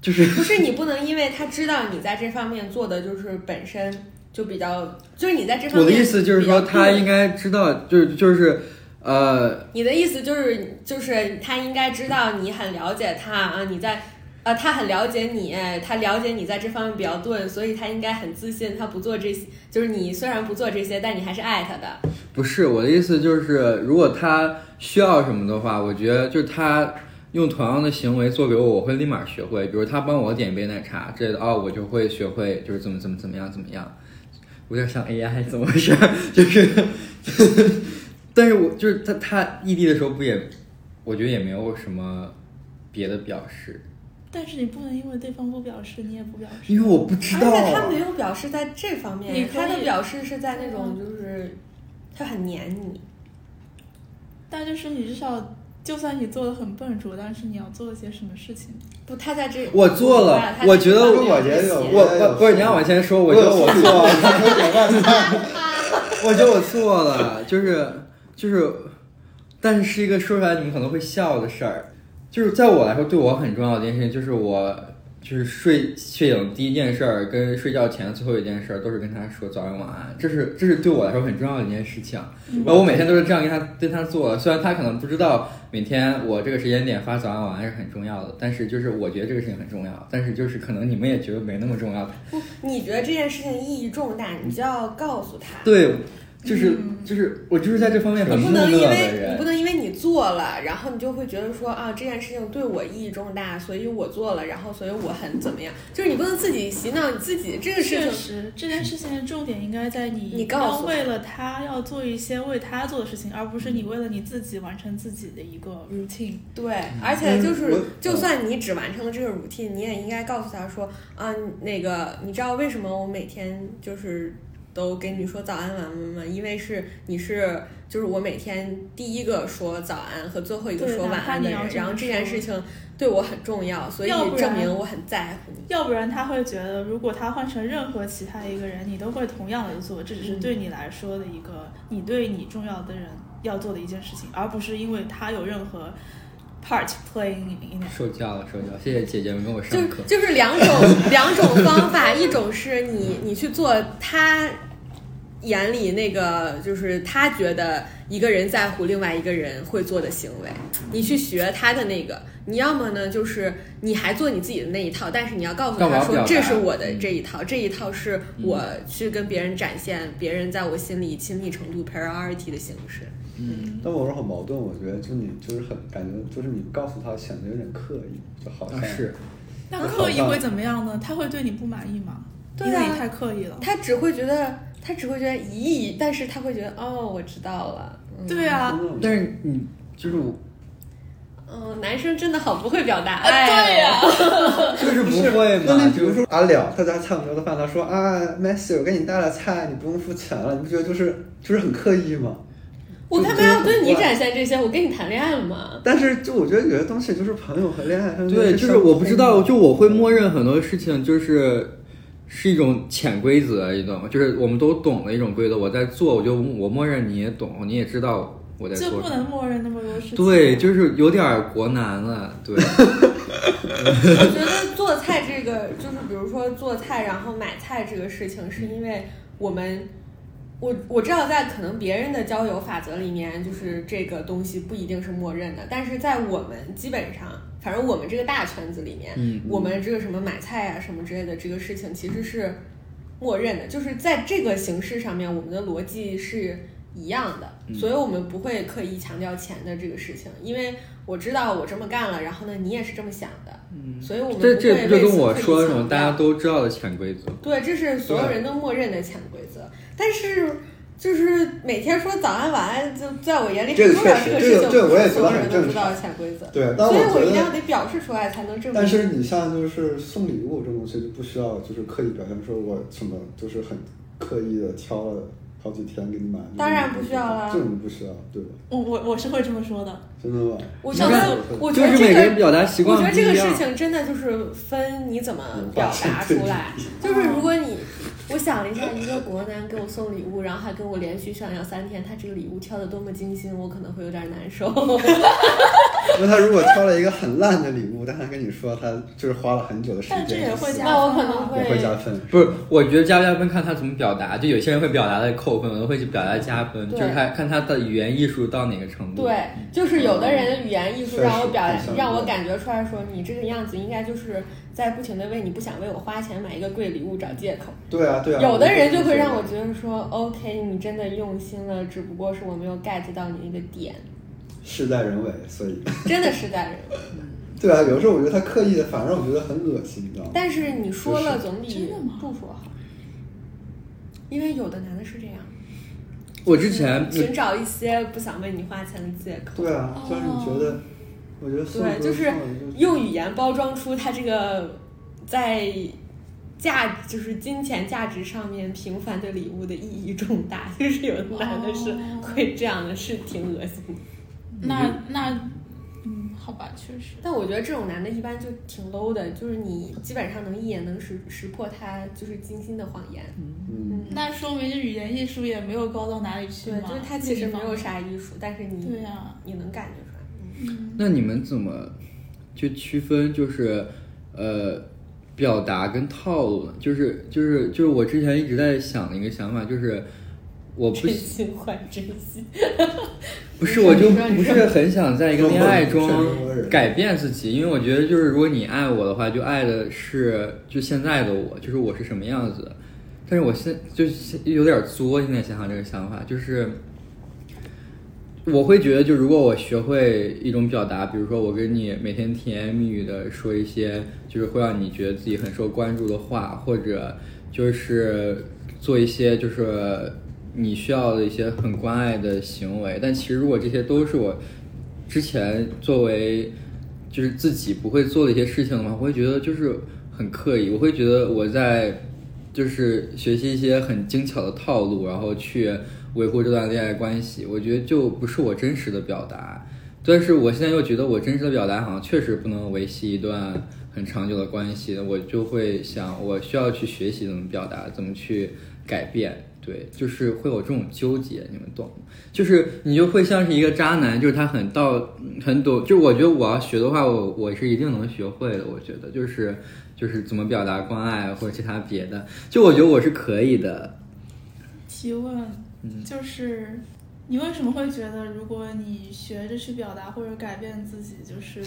Speaker 2: 就是
Speaker 1: 不是你不能因为他知道你在这方面做的就是本身就比较，就是你在这方面
Speaker 2: 我的意思就是说
Speaker 1: 比较
Speaker 2: 他
Speaker 1: 对
Speaker 2: 应该知道，就是就是呃，
Speaker 1: 你的意思就是，就是他应该知道你很了解他啊，你在，呃，他很了解你，他了解你在这方面比较钝，所以他应该很自信，他不做这些，就是你虽然不做这些，但你还是爱他的。
Speaker 2: 不是我的意思就是，如果他需要什么的话，我觉得就是他。用同样的行为做给我，我会立马学会。比如他帮我点一杯奶茶之类的，哦，我就会学会，就是怎么怎么怎么样怎么样。我有点像 AI 怎么回事儿， 就是，但是我就是他他异地的时候不也，我觉得也没有什么别的表示，
Speaker 4: 但是你不能因为对方不表示，你也不表示。
Speaker 2: 因为我不知
Speaker 1: 而
Speaker 2: 道。啊
Speaker 1: 且他没有表示在这方面
Speaker 4: 你，可以
Speaker 1: 他的表示是在那种就是他很黏你。
Speaker 4: 但就是你至少，就算你做的很笨拙，但是你要做一些什么事情。
Speaker 1: 不，他在这
Speaker 2: 我做了
Speaker 1: 他在
Speaker 2: 我觉得
Speaker 1: 这方面
Speaker 3: 我觉得有
Speaker 1: 不
Speaker 2: 我
Speaker 1: 行
Speaker 2: 我不是你让我先说，我觉得 我
Speaker 3: 错了，我点外卖。
Speaker 2: 我觉得我错了，就是就是，但是是一个说出来你们可能会笑的事儿，就是在我来说对我很重要的一件事情，就是我就是睡睡醒第一件事儿跟睡觉前最后一件事儿都是跟他说早安晚安，这是这是对我来说很重要的一件事情。然后我每天都是这样跟他跟他做的，虽然他可能不知道每天我这个时间点发早安晚安是很重要的，但是就是我觉得这个事情很重要，但是就是可能你们也觉得没那么重要，
Speaker 1: 不，你觉得这件事情意义重大，你就要告诉他。
Speaker 2: 对。就是就是我就是在这方面很
Speaker 1: 你不
Speaker 2: 木讷
Speaker 1: 能因
Speaker 2: 的
Speaker 1: 为
Speaker 2: 人，
Speaker 1: 你不能因为你做了，然后你就会觉得说啊这件事情对我意义重大，所以我做了，然后所以我很怎么样？就是你不能自己洗脑你自己，这个事
Speaker 4: 确
Speaker 1: 情
Speaker 4: 实，这件事情的重点应该在你
Speaker 1: 你告
Speaker 4: 要
Speaker 1: 诉
Speaker 4: 为了他要做一些为他做的事情，而不
Speaker 1: 嗯
Speaker 4: 是你为了你自己完成自己的一个 routine。
Speaker 1: 对，而且
Speaker 2: 嗯
Speaker 1: 就是、
Speaker 3: 我
Speaker 1: 就算你只完成了这个 routine，你也应该告诉他说啊那个你知道为什么我每天就是。都跟你说早安晚安吗？因为是你是就是我每天第一个说早安和最后一个
Speaker 4: 对
Speaker 1: 说
Speaker 4: 哪
Speaker 1: 晚
Speaker 4: 怕
Speaker 1: 安
Speaker 4: 你
Speaker 1: 的
Speaker 4: 要
Speaker 1: 人，
Speaker 4: 这
Speaker 1: 然后
Speaker 4: 么
Speaker 1: 这件
Speaker 4: 说
Speaker 1: 事情对我很重要，所以
Speaker 4: 要不
Speaker 1: 证
Speaker 4: 然
Speaker 1: 明我很在乎你。
Speaker 4: 要不然他会觉得，如果他换成任何其他一个人，你都会同样的做，这只
Speaker 1: 嗯
Speaker 4: 是对你来说的一个你对你重要的人要做的一件事情，而不是因为他有任何 part playing in it。
Speaker 2: 受教了，受教，谢谢姐姐们给我
Speaker 1: 就
Speaker 2: 上课。
Speaker 1: 就是两种两种方法，一种是你你去做他眼里那个就是他觉得一个人在乎另外一个人会做的行为，你去学他的那个，你要么呢就是你还做你自己的那一套，但是你要告诉
Speaker 2: 但我
Speaker 1: 他
Speaker 2: 要表
Speaker 1: 说
Speaker 2: 达
Speaker 1: 这是我的
Speaker 2: 嗯
Speaker 1: 这一套，这一套是我去跟别人展现别人在我心里亲密程度 priority 的形式。
Speaker 2: 嗯，
Speaker 3: 但我是很矛盾，我觉得就你就是很感觉就是你告诉他显得有点刻意，就好像、
Speaker 2: 啊是，
Speaker 4: 那刻意会怎么样呢？他会对你不满意吗？
Speaker 1: 嗯对啊
Speaker 4: 因为你太刻意了。
Speaker 1: 他只会觉得他只会觉得咦，但是他会觉得哦，我知道了。嗯
Speaker 4: 对啊，
Speaker 3: 真的
Speaker 2: 但是你就是我
Speaker 1: 嗯，男生真的好不会表达哎爱、
Speaker 4: 哎对呀、
Speaker 2: 就是不会嘛，
Speaker 3: 那你比
Speaker 2: 就
Speaker 3: 如
Speaker 2: 是
Speaker 3: 说啊阿了，他家菜很多的饭，他说啊，Messi，我给你带了菜，你不用付钱了，你不觉得就是就是很刻意吗？
Speaker 1: 我干嘛要跟你展现这些？我跟你谈恋爱了吗？
Speaker 3: 但是就我觉得有些东西就是朋友和恋爱上面
Speaker 2: 对，就是
Speaker 3: 相
Speaker 2: 我不知道，
Speaker 3: 通的
Speaker 2: 就我会默认很多事情就是是一种潜规则，你懂吗？就是我们都懂的一种规则。我在做，我就我默认你也懂，你也知道我在
Speaker 4: 就
Speaker 2: 做
Speaker 4: 不
Speaker 2: 什么
Speaker 4: 能。默认那么多事情。
Speaker 2: 对，就是有点儿国难了，对，
Speaker 1: 我觉得做菜这个，就是比如说做菜，然后买菜这个事情，是因为我们。我我知道，在可能别人的交友法则里面，就是这个东西不一定是默认的，但是在我们基本上，反正我们这个大圈子里面，
Speaker 2: 嗯，
Speaker 1: 我们这个什么买菜呀、什么之类的这个事情，其实是默认的，就是在这个形式上面，我们的逻辑是一样的，
Speaker 2: 嗯
Speaker 1: 所以我们不会刻意强调钱的这个事情，因为我知道我这么干了，然后呢，你也是这么想
Speaker 2: 嗯
Speaker 1: 的，所以我们
Speaker 2: 这
Speaker 1: 不
Speaker 2: 这
Speaker 1: 会
Speaker 2: 不就
Speaker 1: 为
Speaker 2: 跟
Speaker 1: 此
Speaker 2: 我
Speaker 1: 刻意
Speaker 2: 说的那
Speaker 1: 强
Speaker 2: 种大家
Speaker 1: 调
Speaker 2: 都知道的潜规则，
Speaker 1: 对，这是所有人都默认的潜规则，但是。就是每天说早安晚安，就在我眼里
Speaker 3: 这个
Speaker 1: 很重要。
Speaker 3: 确
Speaker 1: 这个
Speaker 3: 实
Speaker 1: 事
Speaker 3: 这
Speaker 1: 情，
Speaker 3: 个这个我也觉
Speaker 1: 所有
Speaker 3: 得
Speaker 1: 人
Speaker 3: 很
Speaker 1: 都
Speaker 3: 正
Speaker 1: 知道
Speaker 3: 常
Speaker 1: 的潜规则，
Speaker 3: 对，但
Speaker 1: 所以我
Speaker 3: 觉
Speaker 1: 一定
Speaker 3: 得
Speaker 1: 要得表示出来，才能证明。
Speaker 3: 但是你像就是送礼物这种东西，就不需要就是刻意表现说我什么，就是很刻意的挑了好几天给你买。
Speaker 1: 当然不需要啦
Speaker 3: 这种就不需要，对吧？
Speaker 4: 我我我是会这么说的。
Speaker 3: 真的吗？
Speaker 1: 我
Speaker 2: 觉
Speaker 1: 觉
Speaker 2: 得
Speaker 1: 得，我觉
Speaker 2: 就
Speaker 1: 得
Speaker 2: 是
Speaker 1: 这
Speaker 2: 每个人
Speaker 1: 个，
Speaker 2: 表达习
Speaker 1: 我
Speaker 2: 惯
Speaker 1: 觉
Speaker 2: 不
Speaker 1: 得这个
Speaker 2: 一样
Speaker 1: 事。情真的就是分你怎么表达
Speaker 3: 嗯
Speaker 1: 出来。
Speaker 4: 文化
Speaker 1: 就是如果你，我想了一下，一个国男给我送礼物，然后还跟我连续炫耀三天，他这个礼物挑的多么精心，我可能会有点难受。
Speaker 3: 那他如果挑了一个很烂的礼物，但他跟你说他就是花了很久的时
Speaker 4: 但这
Speaker 3: 间，
Speaker 4: 也会加分啊
Speaker 1: 那我可能
Speaker 3: 也会加分。
Speaker 2: 不是，我觉得加不加分看他怎么表达，就有些人会表达的扣分，有的会去表达加分，就
Speaker 1: 对
Speaker 2: 是看看他的语言艺术到哪个程度。
Speaker 1: 对，就是有的人的语言艺术
Speaker 3: 嗯确实
Speaker 1: 让我表
Speaker 3: 挺像，的
Speaker 1: 让我感觉出来说，你这个样子应该就是在不停的为你不想为我花钱买一个贵礼物找借口。
Speaker 3: 对啊，对啊。
Speaker 1: 有的人就会让
Speaker 3: 我
Speaker 1: 我觉得说，OK，你真的用心了，只不过是我没有 get 到你那个点，
Speaker 3: 事在人为，所以
Speaker 1: 真的是在人为。
Speaker 3: 对啊，有时候我觉得他刻意的反而让我觉得很恶心，你知道吗？
Speaker 1: 但是你说了总
Speaker 4: 真
Speaker 1: 比
Speaker 4: 的吗
Speaker 1: 不说好，因为有的男的是这样，
Speaker 2: 我之前
Speaker 1: 寻找一些不想为你花钱的借口，
Speaker 3: 对啊，就是你觉得，我觉得送
Speaker 1: 哦对
Speaker 3: 礼物
Speaker 1: 就是
Speaker 3: 送礼物
Speaker 1: 用语言包装出他这个在价就是金钱价值上面平凡的礼物的意义重大，就是有的男的是
Speaker 4: 哦
Speaker 1: 会这样的，是挺恶心的。
Speaker 4: 那那嗯，好吧，确实。
Speaker 1: 但我觉得这种男的一般就挺 low 的，就是你基本上能一眼能识识破他就是精心的谎言。
Speaker 3: 嗯。
Speaker 4: 那说明这语言艺术也没有高到哪里去
Speaker 1: 对，
Speaker 4: 嘛。
Speaker 1: 就是他其实没有
Speaker 4: 那
Speaker 1: 啥艺术，但是
Speaker 4: 地
Speaker 1: 你
Speaker 4: 方。对啊呀、
Speaker 1: 你能感觉出来。
Speaker 4: 嗯，
Speaker 2: 那你们怎么去区分就是呃表达跟套路呢？就是就是就是我之前一直在想的一个想法，就是我不
Speaker 1: 真心换真心，
Speaker 2: 不是我就
Speaker 1: 你说你
Speaker 2: 不
Speaker 1: 说
Speaker 2: 是很想在一个恋爱中
Speaker 3: 中国人中国人
Speaker 2: 改变自己，因为我觉得就是如果你爱我的话，就爱的是就现在的我，就是我是什么样子的。但是我现就是有点作，现在想想这个想法，就是我会觉得，就如果我学会一种表达，比如说我跟你每天甜言蜜语的说一些，就是会让你觉得自己很受关注的话，或者就是做一些就是你需要的一些很关爱的行为，但其实如果这些都是我之前作为就是自己不会做的一些事情的话，我会觉得就是很刻意，我会觉得我在就是学习一些很精巧的套路，然后去维护这段恋爱关系，我觉得就不是我真实的表达。但是我现在又觉得我真实的表达好像确实不能维系一段很长久的关系，我就会想我需要去学习怎么表达，怎么去改变。对，就是会有这种纠结，你们懂吗？就是你就会像是一个渣男，就是他很到很懂，就是我觉得我要学的话，我我是一定能学会的。我觉得就是就是怎么表达关爱或者其他别的，就我觉得我是可以的，
Speaker 4: 提问，
Speaker 2: 嗯
Speaker 4: 就是你为什么会觉得，如果你学着去表达或者改变自己，就是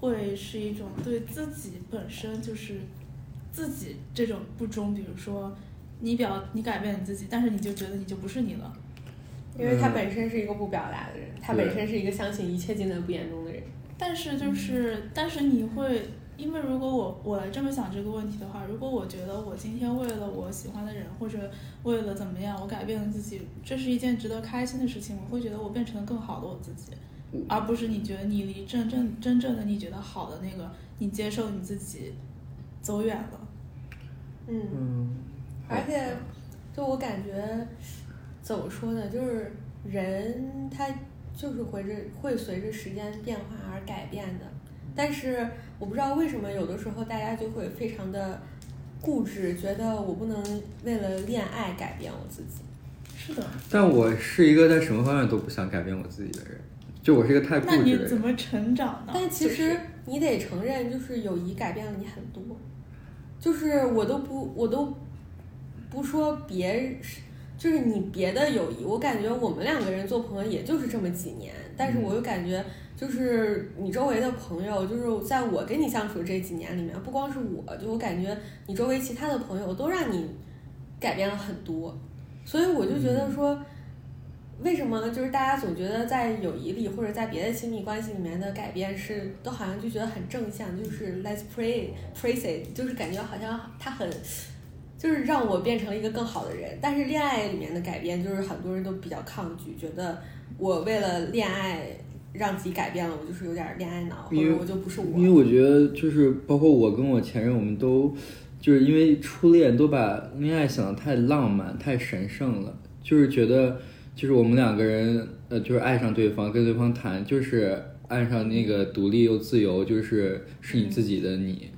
Speaker 4: 会是一种对自己本身就是自己这种不忠？比如说你表你改变你自己，但是你就觉得你就不是你了。
Speaker 1: 因为他
Speaker 2: 嗯
Speaker 1: 本身是一个不表达的人，他
Speaker 2: 对
Speaker 1: 本身是一个相信一切尽在不言中的人。
Speaker 4: 但是就是，但是你会，因为如果我我来这么想这个问题的话，如果我觉得我今天为了我喜欢的人，或者为了怎么样，我改变了自己，这是一件值得开心的事情，我会觉得我变成了更好的我自己，
Speaker 2: 嗯
Speaker 4: 而不是你觉得你离真正真正的你觉得好的那个，你接受你自己走远了。
Speaker 1: 嗯，
Speaker 2: 嗯，
Speaker 1: 而且就我感觉，怎么说呢，就是人他就是会着会随着时间变化而改变的。但是我不知道为什么有的时候大家就会非常的固执，觉得我不能为了恋爱改变我自己。
Speaker 4: 是的，
Speaker 2: 但我是一个在什么方面都不想改变我自己的人，就我是一个太固
Speaker 4: 那
Speaker 2: 执
Speaker 4: 你
Speaker 2: 的
Speaker 4: 怎
Speaker 2: 人。
Speaker 4: 么成长呢？
Speaker 1: 但其
Speaker 4: 就是
Speaker 1: 实你得承认，就是友谊改变了你很多。就是我都不，我都不说别人是，就是你别的友谊，我感觉我们两个人做朋友也就是这么几年，但是我
Speaker 4: 嗯
Speaker 1: 又感觉，就是你周围的朋友，就是在我跟你相处的这几年里面，不光是我，就我感觉你周围其他的朋友都让你改变了很多，所以我就觉得说。
Speaker 2: 嗯
Speaker 1: 为什么就是大家总觉得在友谊里或者在别的亲密关系里面的改变是都好像就觉得很正向，就是 let's pray praise it，就是感觉好像他很，就是让我变成了一个更好的人。但是恋爱里面的改变，就是很多人都比较抗拒，觉得我为了恋爱让自己改变了，我就是有点恋爱脑，或
Speaker 2: 因为
Speaker 1: 者我就不是
Speaker 2: 因为
Speaker 1: 我。
Speaker 2: 我觉得就是包括我跟我前任，我们都就是因为初恋都把恋爱想得太浪漫、太神圣了，就是觉得就是我们两个人呃就是爱上对方，跟对方谈，就是爱上那个独立又自由，就是是
Speaker 1: 嗯
Speaker 2: 你自己的你。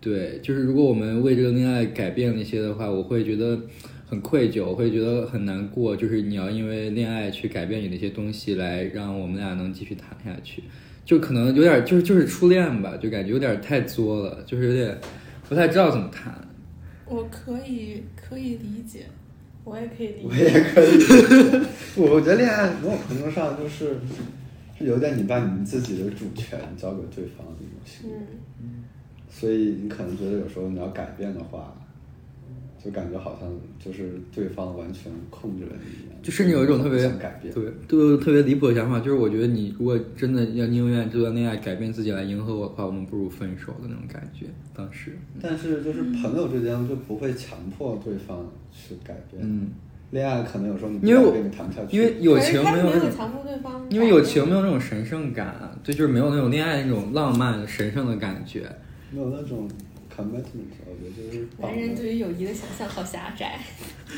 Speaker 2: 对，就是如果我们为这个恋爱改变了一些的话，我会觉得很愧疚，我会觉得很难过。就是你要因为恋爱去改变你的一些东西，来让我们俩能继续谈下去。就可能有点就是就是初恋吧，就感觉有点太作了，就是有点不太知道怎么谈。
Speaker 4: 我可以可以理解，
Speaker 1: 我也可以理
Speaker 3: 我
Speaker 1: 解。
Speaker 3: 也可以。 我我觉得恋爱某种程度上就是是有点你把你自己的主权交给对方的一种行为，
Speaker 1: 嗯，
Speaker 3: 所以你可能觉得有时候你要改变的话，就感觉好像就是对方完全控制了你一样，
Speaker 2: 就甚至有一种特别
Speaker 3: 不想改变
Speaker 2: 特。别对特别离谱的想法，就是我觉得你如果真的要宁愿这段恋爱改变自己来迎合我的话，我们不如分手的那种感觉。当时，
Speaker 3: 但是就是
Speaker 1: 嗯
Speaker 3: 朋友之间就不会强迫对方去改变。
Speaker 2: 嗯，
Speaker 3: 恋爱可能有时候你不
Speaker 2: 因为我
Speaker 3: 改变你谈不下去，
Speaker 2: 因为友
Speaker 1: 可是
Speaker 2: 情
Speaker 1: 他
Speaker 2: 没有
Speaker 1: 没
Speaker 2: 那种
Speaker 1: 有强迫对方改变，
Speaker 2: 因为友情没有那种神圣感啊，对，就是没有那种恋爱那种浪漫神圣的感觉。
Speaker 3: 没有那种 commitment，我觉得就是绑
Speaker 1: 男人
Speaker 3: 着
Speaker 1: 对于友谊的想象好狭窄。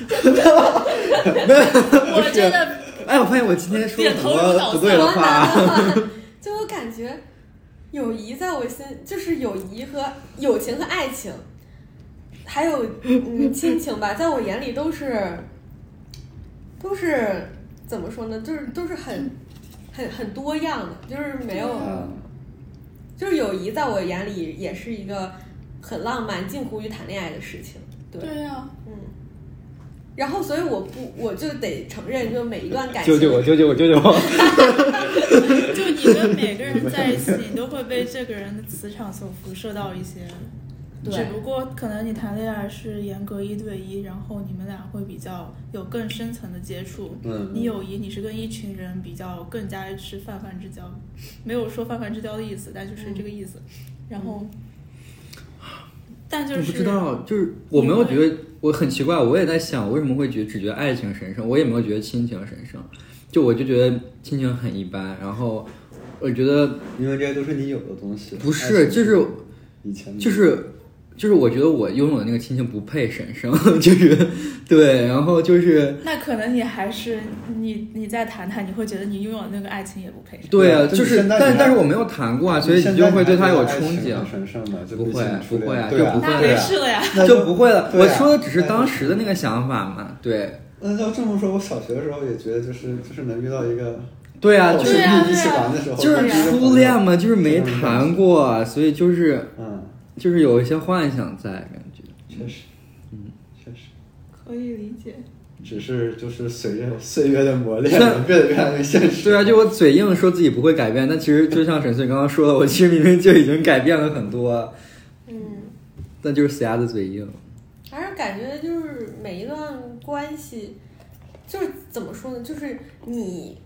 Speaker 4: 我真的
Speaker 2: 哎，我发现我今天说了
Speaker 4: 点
Speaker 2: 很
Speaker 4: 头如
Speaker 2: 多
Speaker 4: 捣
Speaker 2: 不对的
Speaker 1: 我
Speaker 2: 话。
Speaker 1: 拿了啊 就我感觉，友谊在我心就是友谊和友情和爱情，还有嗯亲情吧，在我眼里都是都是怎么说呢？就是都是很很很多样的，就是没有
Speaker 3: 啊，
Speaker 1: 就是友谊在我眼里也是一个很浪漫、近乎于谈恋爱的事情。对，
Speaker 4: 对啊呀、
Speaker 1: 嗯。然后，所以我不，我就得承认，就每一段感情，
Speaker 2: 救救我！救救我！救救我！
Speaker 4: 就你跟每个人在一起，你都会被这个人的磁场所辐射到一些。
Speaker 1: 对
Speaker 4: 只不过可能你谈恋爱是严格一对一，然后你们俩会比较有更深层的接触。
Speaker 3: 嗯
Speaker 4: 你友谊你是跟一群人比较更加是泛泛之交，没有说泛泛之交的意思，但就是这个意思。然后，嗯但就
Speaker 2: 我
Speaker 4: 是
Speaker 2: 不知道，就是我没有觉得，我很奇怪，我也在想，我为什么会觉得只觉得爱情神圣，我也没有觉得亲情神圣，就我就觉得亲情很一般，然后我觉得
Speaker 3: 因为这些都是你有的东西。
Speaker 2: 不是
Speaker 3: 爱情
Speaker 2: 就是
Speaker 3: 以前的
Speaker 2: 就是就是我觉得我拥有的那个亲情不配神圣，就是对，然后就是
Speaker 4: 那可能你还是你你再谈谈，你会觉得你拥有的那个爱情也不配上。
Speaker 2: 对啊，
Speaker 3: 对
Speaker 2: 就
Speaker 3: 就是是现在你
Speaker 2: 但
Speaker 3: 还
Speaker 2: 但是我没有谈过啊，所以
Speaker 3: 现
Speaker 2: 你
Speaker 3: 在
Speaker 2: 就会对
Speaker 3: 还
Speaker 2: 他有
Speaker 3: 觉得
Speaker 2: 憧
Speaker 3: 爱情
Speaker 2: 憬
Speaker 3: 很，神圣嘛，就
Speaker 2: 不
Speaker 3: 毕
Speaker 2: 会
Speaker 3: 竟初
Speaker 2: 不会
Speaker 3: 恋
Speaker 2: 啊
Speaker 3: 对啊，
Speaker 2: 就不
Speaker 4: 那
Speaker 2: 会
Speaker 4: 没
Speaker 2: 啊
Speaker 4: 事了呀。
Speaker 3: 那
Speaker 2: 就不会了。
Speaker 3: 对啊
Speaker 2: 我说的只是
Speaker 3: 那就
Speaker 2: 当时的那个想法嘛，对。
Speaker 3: 那要这么说，我小学的时候也觉得，就是就是能遇到一个
Speaker 2: 对啊，
Speaker 3: 我
Speaker 2: 就是是
Speaker 4: 对啊
Speaker 3: 一起玩的时候，
Speaker 2: 就是初恋嘛，就是没谈
Speaker 3: 过。
Speaker 2: 过，啊所以就是
Speaker 3: 嗯，
Speaker 2: 就是有一些幻想在，感觉。
Speaker 3: 确实，嗯，确实。
Speaker 4: 可以理解。
Speaker 3: 只是就是随着岁月的磨练，变得越来越现实。
Speaker 2: 对啊，就我嘴硬说自己不会改变，但其实就像沈穗刚刚说的，我其实明明就已经改变了很多，
Speaker 1: 嗯，
Speaker 2: 但就是死鸭子嘴硬。
Speaker 1: 反正感觉就是每一段关系，就是怎么说呢，就是你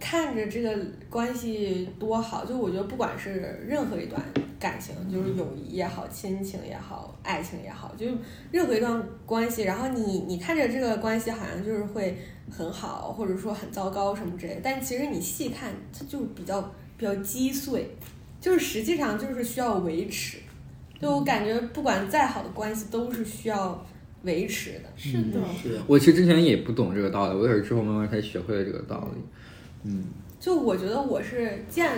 Speaker 1: 看着这个关系多好，就我觉得不管是任何一段感情，就是友谊也好，亲情也好，爱情也好，就是任何一段关系，然后你你看着这个关系好像就是会很好，或者说很糟糕什么之类的，但其实你细看，它就比较比较鸡碎，就是实际上就是需要维持。就我感觉，不管再好的关系，都是需要维持的。
Speaker 4: 是的，
Speaker 3: 是
Speaker 2: 我其实之前也不懂这个道理，我也是之后慢慢才学会了这个道理。嗯，
Speaker 1: 就我觉得我是见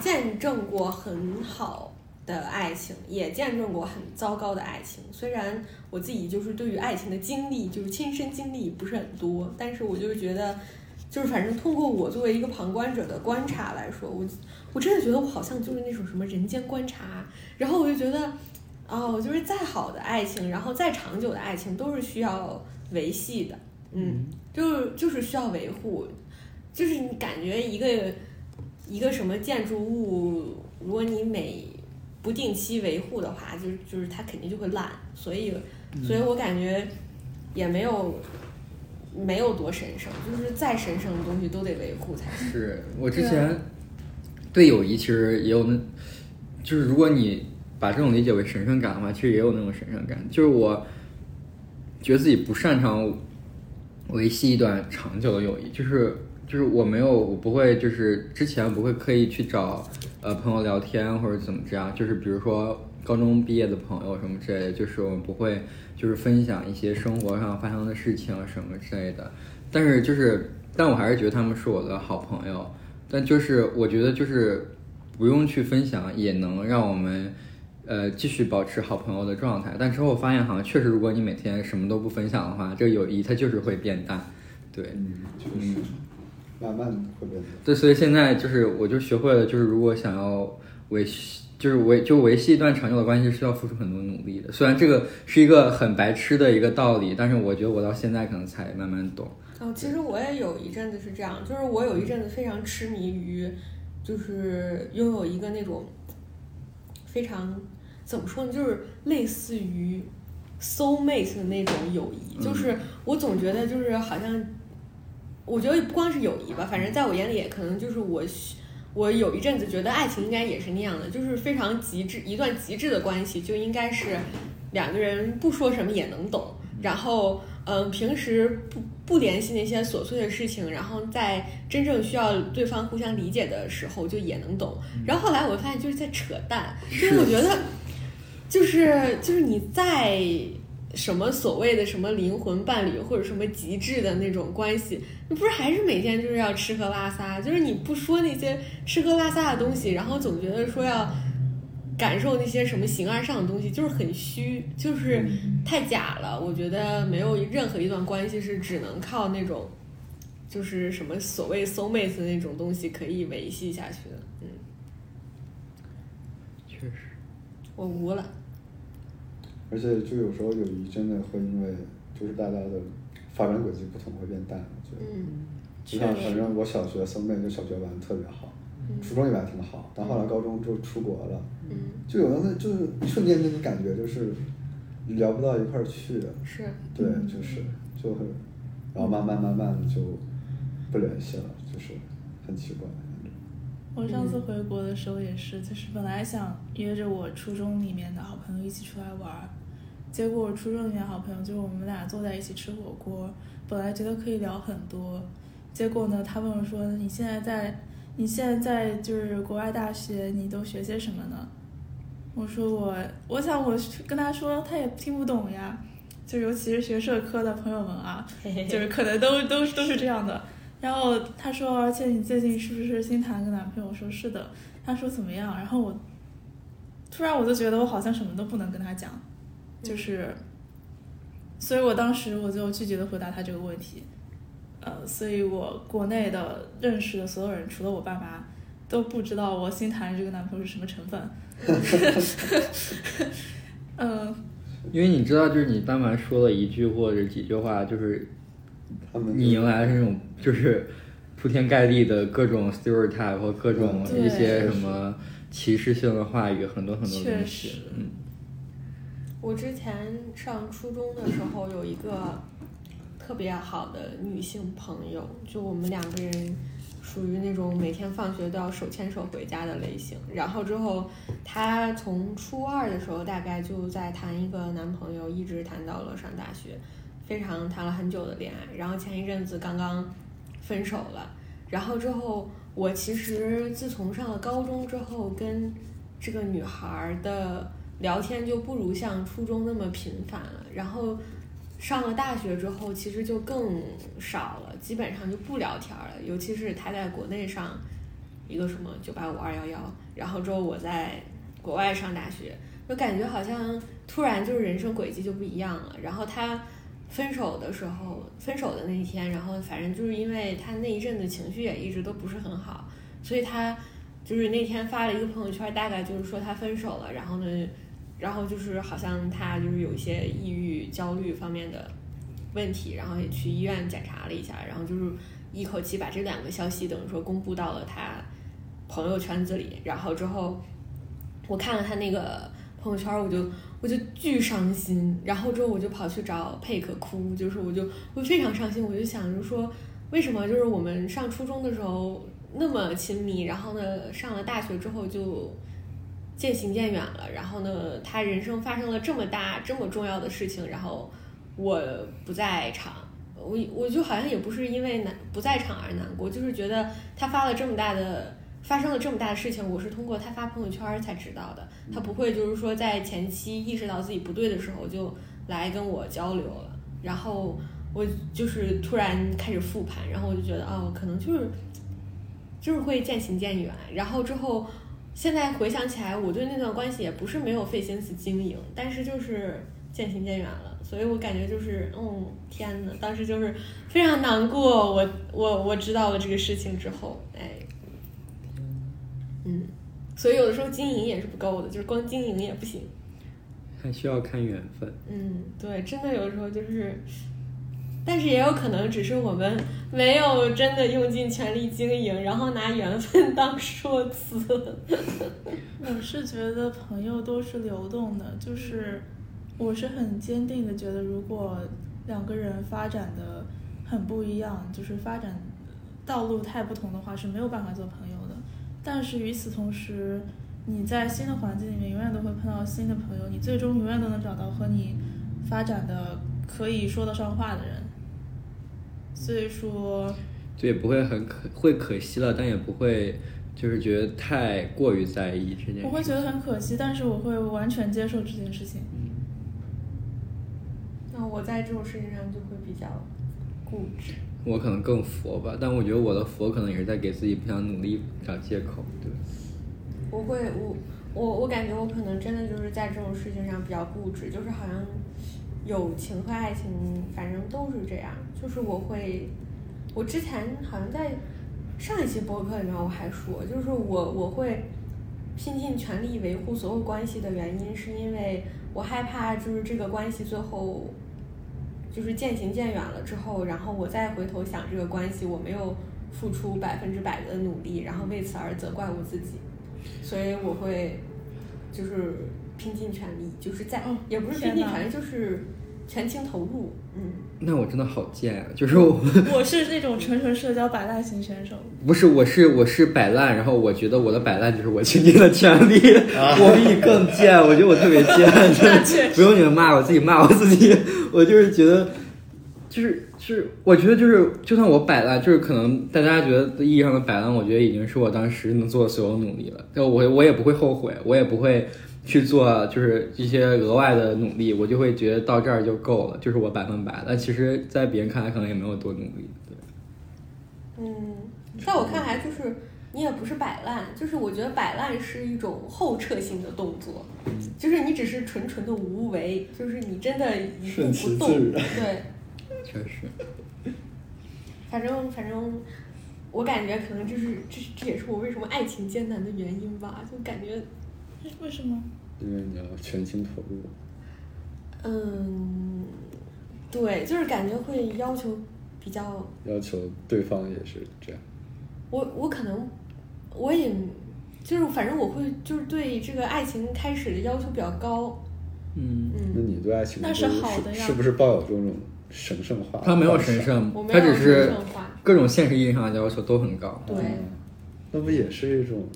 Speaker 1: 见证过很好的爱情，也见证过很糟糕的爱情。虽然我自己就是对于爱情的经历，就是亲身经历不是很多，但是我就是觉得，就是反正通过我作为一个旁观者的观察来说，我我真的觉得我好像就是那种什么人间观察。然后我就觉得，哦，就是再好的爱情，然后再长久的爱情，都是需要维系的。嗯，就是就是需要维护，就是你感觉一个一个什么建筑物，如果你每不定期维护的话，就是就是它肯定就会烂，所以所以我感觉也没有没有多神圣，就是再神圣的东西都得维护才行。
Speaker 2: 是我之前对友谊其实也有那，就是如果你把这种理解为神圣感的话，其实也有那种神圣感。就是我觉得自己不擅长维系一段长久的友谊，就是就是我没有，我不会，就是之前不会刻意去找呃朋友聊天或者怎么这样，就是比如说高中毕业的朋友什么之类的，就是我们不会就是分享一些生活上发生的事情啊什么之类的，但是就是但我还是觉得他们是我的好朋友，但就是我觉得就是不用去分享也能让我们。呃，继续保持好朋友的状态，但之后我发现，好像确实，如果你每天什么都不分享的话，这个友谊它就是会变淡，对。
Speaker 3: 嗯，就是慢慢会变得。
Speaker 2: 对，所以现在就是，我就学会了，就是如果想要维系，就是维就维系一段长久的关系，是要付出很多努力的。虽然这个是一个很白痴的一个道理，但是我觉得我到现在可能才慢慢懂。
Speaker 1: 哦，其实我也有一阵子是这样，就是我有一阵子非常痴迷于，就是拥有一个那种非常怎么说呢，就是类似于 soul mate 的那种友谊，就是我总觉得就是好像，我觉得不光是友谊吧，反正在我眼里，可能就是我需。我有一阵子觉得爱情应该也是那样的，就是非常极致，一段极致的关系就应该是两个人不说什么也能懂，然后嗯，平时不不联系那些琐碎的事情，然后在真正需要对方互相理解的时候，就也能懂。然后后来我发现就是在扯淡，因为我觉得就是就是你在什么所谓的什么灵魂伴侣或者什么极致的那种关系，你不是还是每天就是要吃喝拉撒？就是你不说那些吃喝拉撒的东西，然后总觉得说要感受那些什么形而上的东西，就是很虚，就是。
Speaker 3: 嗯
Speaker 1: 太假了，我觉得没有任何一段关系是只能靠那种，就是什么所谓 soul mate 的那种东西可以维系下去的。嗯，
Speaker 2: 确实，
Speaker 1: 我无了。
Speaker 3: 而且就有时候友谊真的会因为就是大家的发展轨迹不同会变淡，我觉得。
Speaker 1: 嗯，
Speaker 3: 就像
Speaker 1: 确实
Speaker 3: 反正我小学三妹就小学玩的特别好，
Speaker 1: 嗯
Speaker 3: 初中也玩得挺好，但后来高中就出国了，
Speaker 1: 嗯，
Speaker 3: 就有的就是瞬间给你感觉就是聊不到一块儿去，
Speaker 1: 是，
Speaker 3: 对，就是就很，然后慢慢慢慢就不联系了，就是很奇怪。
Speaker 4: 我上次回国的时候也是，就是本来想约着我初中里面的好朋友一起出来玩儿，结果我初中里面好朋友就是我们俩坐在一起吃火锅，本来觉得可以聊很多，结果呢，他问我说：“你现在在，你现在在就是国外大学，你都学些什么呢？”我说我，我想我跟他说，他也听不懂呀，就尤其是学社科的朋友们啊，
Speaker 1: 嘿嘿嘿
Speaker 4: 就是可能都都都是这样的。然后他说，而且你最近是不是新谈了个男朋友？我说是的。他说怎么样？然后我突然我就觉得我好像什么都不能跟他讲，
Speaker 1: 嗯
Speaker 4: 就是，所以我当时我就拒绝的回答他这个问题。呃，所以我国内的认识的所有人，除了我爸妈，都不知道我新谈的这个男朋友是什么成分。嗯，呃
Speaker 2: 因为你知道，就是你但凡说了一句或者几句话，就是
Speaker 3: 他们
Speaker 2: 你迎来的是那种就是铺天盖地的各种 stereotype 和各种
Speaker 4: 嗯对
Speaker 2: 一些什么歧视性的话语，很多很多
Speaker 4: 确
Speaker 2: 东
Speaker 4: 实
Speaker 2: 西。嗯，
Speaker 1: 我之前上初中的时候有一个特别好的女性朋友，就我们两个人属于那种每天放学都要手牵手回家的类型。然后之后，她从初二的时候大概就在谈一个男朋友，一直谈到了上大学，非常谈了很久的恋爱。然后前一阵子刚刚分手了。然后之后，我其实自从上了高中之后，跟这个女孩儿的聊天就不如像初中那么频繁了。然后上了大学之后，其实就更少了，基本上就不聊天了。尤其是他在国内上一个什么九八五二幺幺，然后之后我在国外上大学，就感觉好像突然就是人生轨迹就不一样了。然后他。分手的时候，分手的那一天，然后反正就是因为他那一阵子情绪也一直都不是很好，所以他就是那天发了一个朋友圈，大概就是说他分手了，然后呢，然后就是好像他就是有一些抑郁、焦虑方面的问题，然后也去医院检查了一下，然后就是一口气把这两个消息等于说公布到了他朋友圈子里，然后之后我看了他那个朋友圈，我就我就巨伤心，然后之后我就跑去找佩可哭，就是我就我非常伤心，我就想着说为什么就是我们上初中的时候那么亲密，然后呢上了大学之后就渐行渐远了，然后呢他人生发生了这么大这么重要的事情，然后我不在场。我我就好像也不是因为难不在场而难过，就是觉得他发了这么大的发生了这么大的事情，我是通过他发朋友圈儿才知道的，他不会就是说在前期意识到自己不对的时候就来跟我交流了，然后我就是突然开始复盘，然后我就觉得哦，可能就是就是会渐行渐远，然后之后现在回想起来，我对那段关系也不是没有费心思经营，但是就是渐行渐远了。所以我感觉就是，嗯，天呐，当时就是非常难过。我我我知道了这个事情之后，哎，嗯，所以有的时候经营也是不够的，就是光经营也不行。
Speaker 5: 还需要看缘分。
Speaker 1: 嗯，对，真的有的时候就是，但是也有可能只是我们没有真的用尽全力经营，然后拿缘分 当说辞。
Speaker 4: 我是觉得朋友都是流动的，就是我是很坚定的觉得，如果两个人发展的很不一样，就是发展道路太不同的话，是没有办法做朋友的。但是与此同时，你在新的环境里面永远都会碰到新的朋友，你最终永远都能找到和你发展的可以说得上话的人。所以说，
Speaker 5: 就也不会很可会可惜了，但也不会就是觉得太过于在意这件事。
Speaker 4: 我会觉得很可惜，但是我会完全接受这件事情。
Speaker 1: 那我在这种事情上就会比较固执。
Speaker 5: 我可能更佛吧，但我觉得我的佛可能也是在给自己不想努力找借口。对，
Speaker 1: 我会，我我我感觉我可能真的就是在这种事情上比较固执，就是好像友情和爱情，反正都是这样。就是我会，我之前好像在上一期播客里面我还说，就是我我会拼尽全力维护所有关系的原因，是因为我害怕就是这个关系最后就是渐行渐远了之后，然后我再回头想这个关系，我没有付出百分之百的努力，然后为此而责怪我自己，所以我会就是拼尽全力，就是在、
Speaker 4: 哦
Speaker 1: 也不是拼
Speaker 4: 天
Speaker 1: 尽
Speaker 4: 哪
Speaker 1: 全力，就是全情投入，嗯。
Speaker 5: 那我真的好贱啊！就是我
Speaker 4: 我是那种纯纯社交摆烂型选手，
Speaker 5: 不是我是我是摆烂，然后我觉得我的摆烂就是我倾尽了全力， 我比你更贱，我觉得我特别贱，
Speaker 4: 那
Speaker 5: 就是
Speaker 4: 确
Speaker 5: 不用你们骂我自己骂我自己， 我就是觉得。就是就是，我觉得就是，就算我摆烂，就是可能大家觉得意义上的摆烂，我觉得已经是我当时能做的所有努力了。但我我也不会后悔，我也不会去做就是一些额外的努力，我就会觉得到这儿就够了，就是我百分百。但其实，在别人看来，可能也没有多努力。对
Speaker 1: 嗯，在我看来，就是你也不是摆烂，就是我觉得摆烂是一种后撤性的动作，
Speaker 3: 嗯
Speaker 1: 就是你只是纯纯的无为，就是你真的一步
Speaker 3: 顺
Speaker 1: 不
Speaker 3: 其
Speaker 1: 动
Speaker 3: 自，然
Speaker 1: 对，
Speaker 5: 确实，
Speaker 1: 反正反正。我感觉可能这是这这也是我为什么爱情艰难的原因吧，就感觉
Speaker 4: 为什么？
Speaker 3: 因为你要全情投入，
Speaker 1: 嗯，对，就是感觉会要求比较，
Speaker 3: 要求对方也是这样。
Speaker 1: 我我可能我也就是反正我会就是对这个爱情开始的要求比较高，
Speaker 5: 嗯，
Speaker 3: 那
Speaker 1: 嗯，
Speaker 3: 你对爱情
Speaker 4: 那
Speaker 3: 是
Speaker 4: 是好的呀
Speaker 3: 是不是抱有这种神圣化？
Speaker 5: 他没有神，圣
Speaker 1: 我，没
Speaker 5: 他
Speaker 1: 有
Speaker 5: 只是
Speaker 1: 正化，
Speaker 5: 各种现实意义上的要求都很高，
Speaker 1: 对，
Speaker 3: 嗯那不也是一种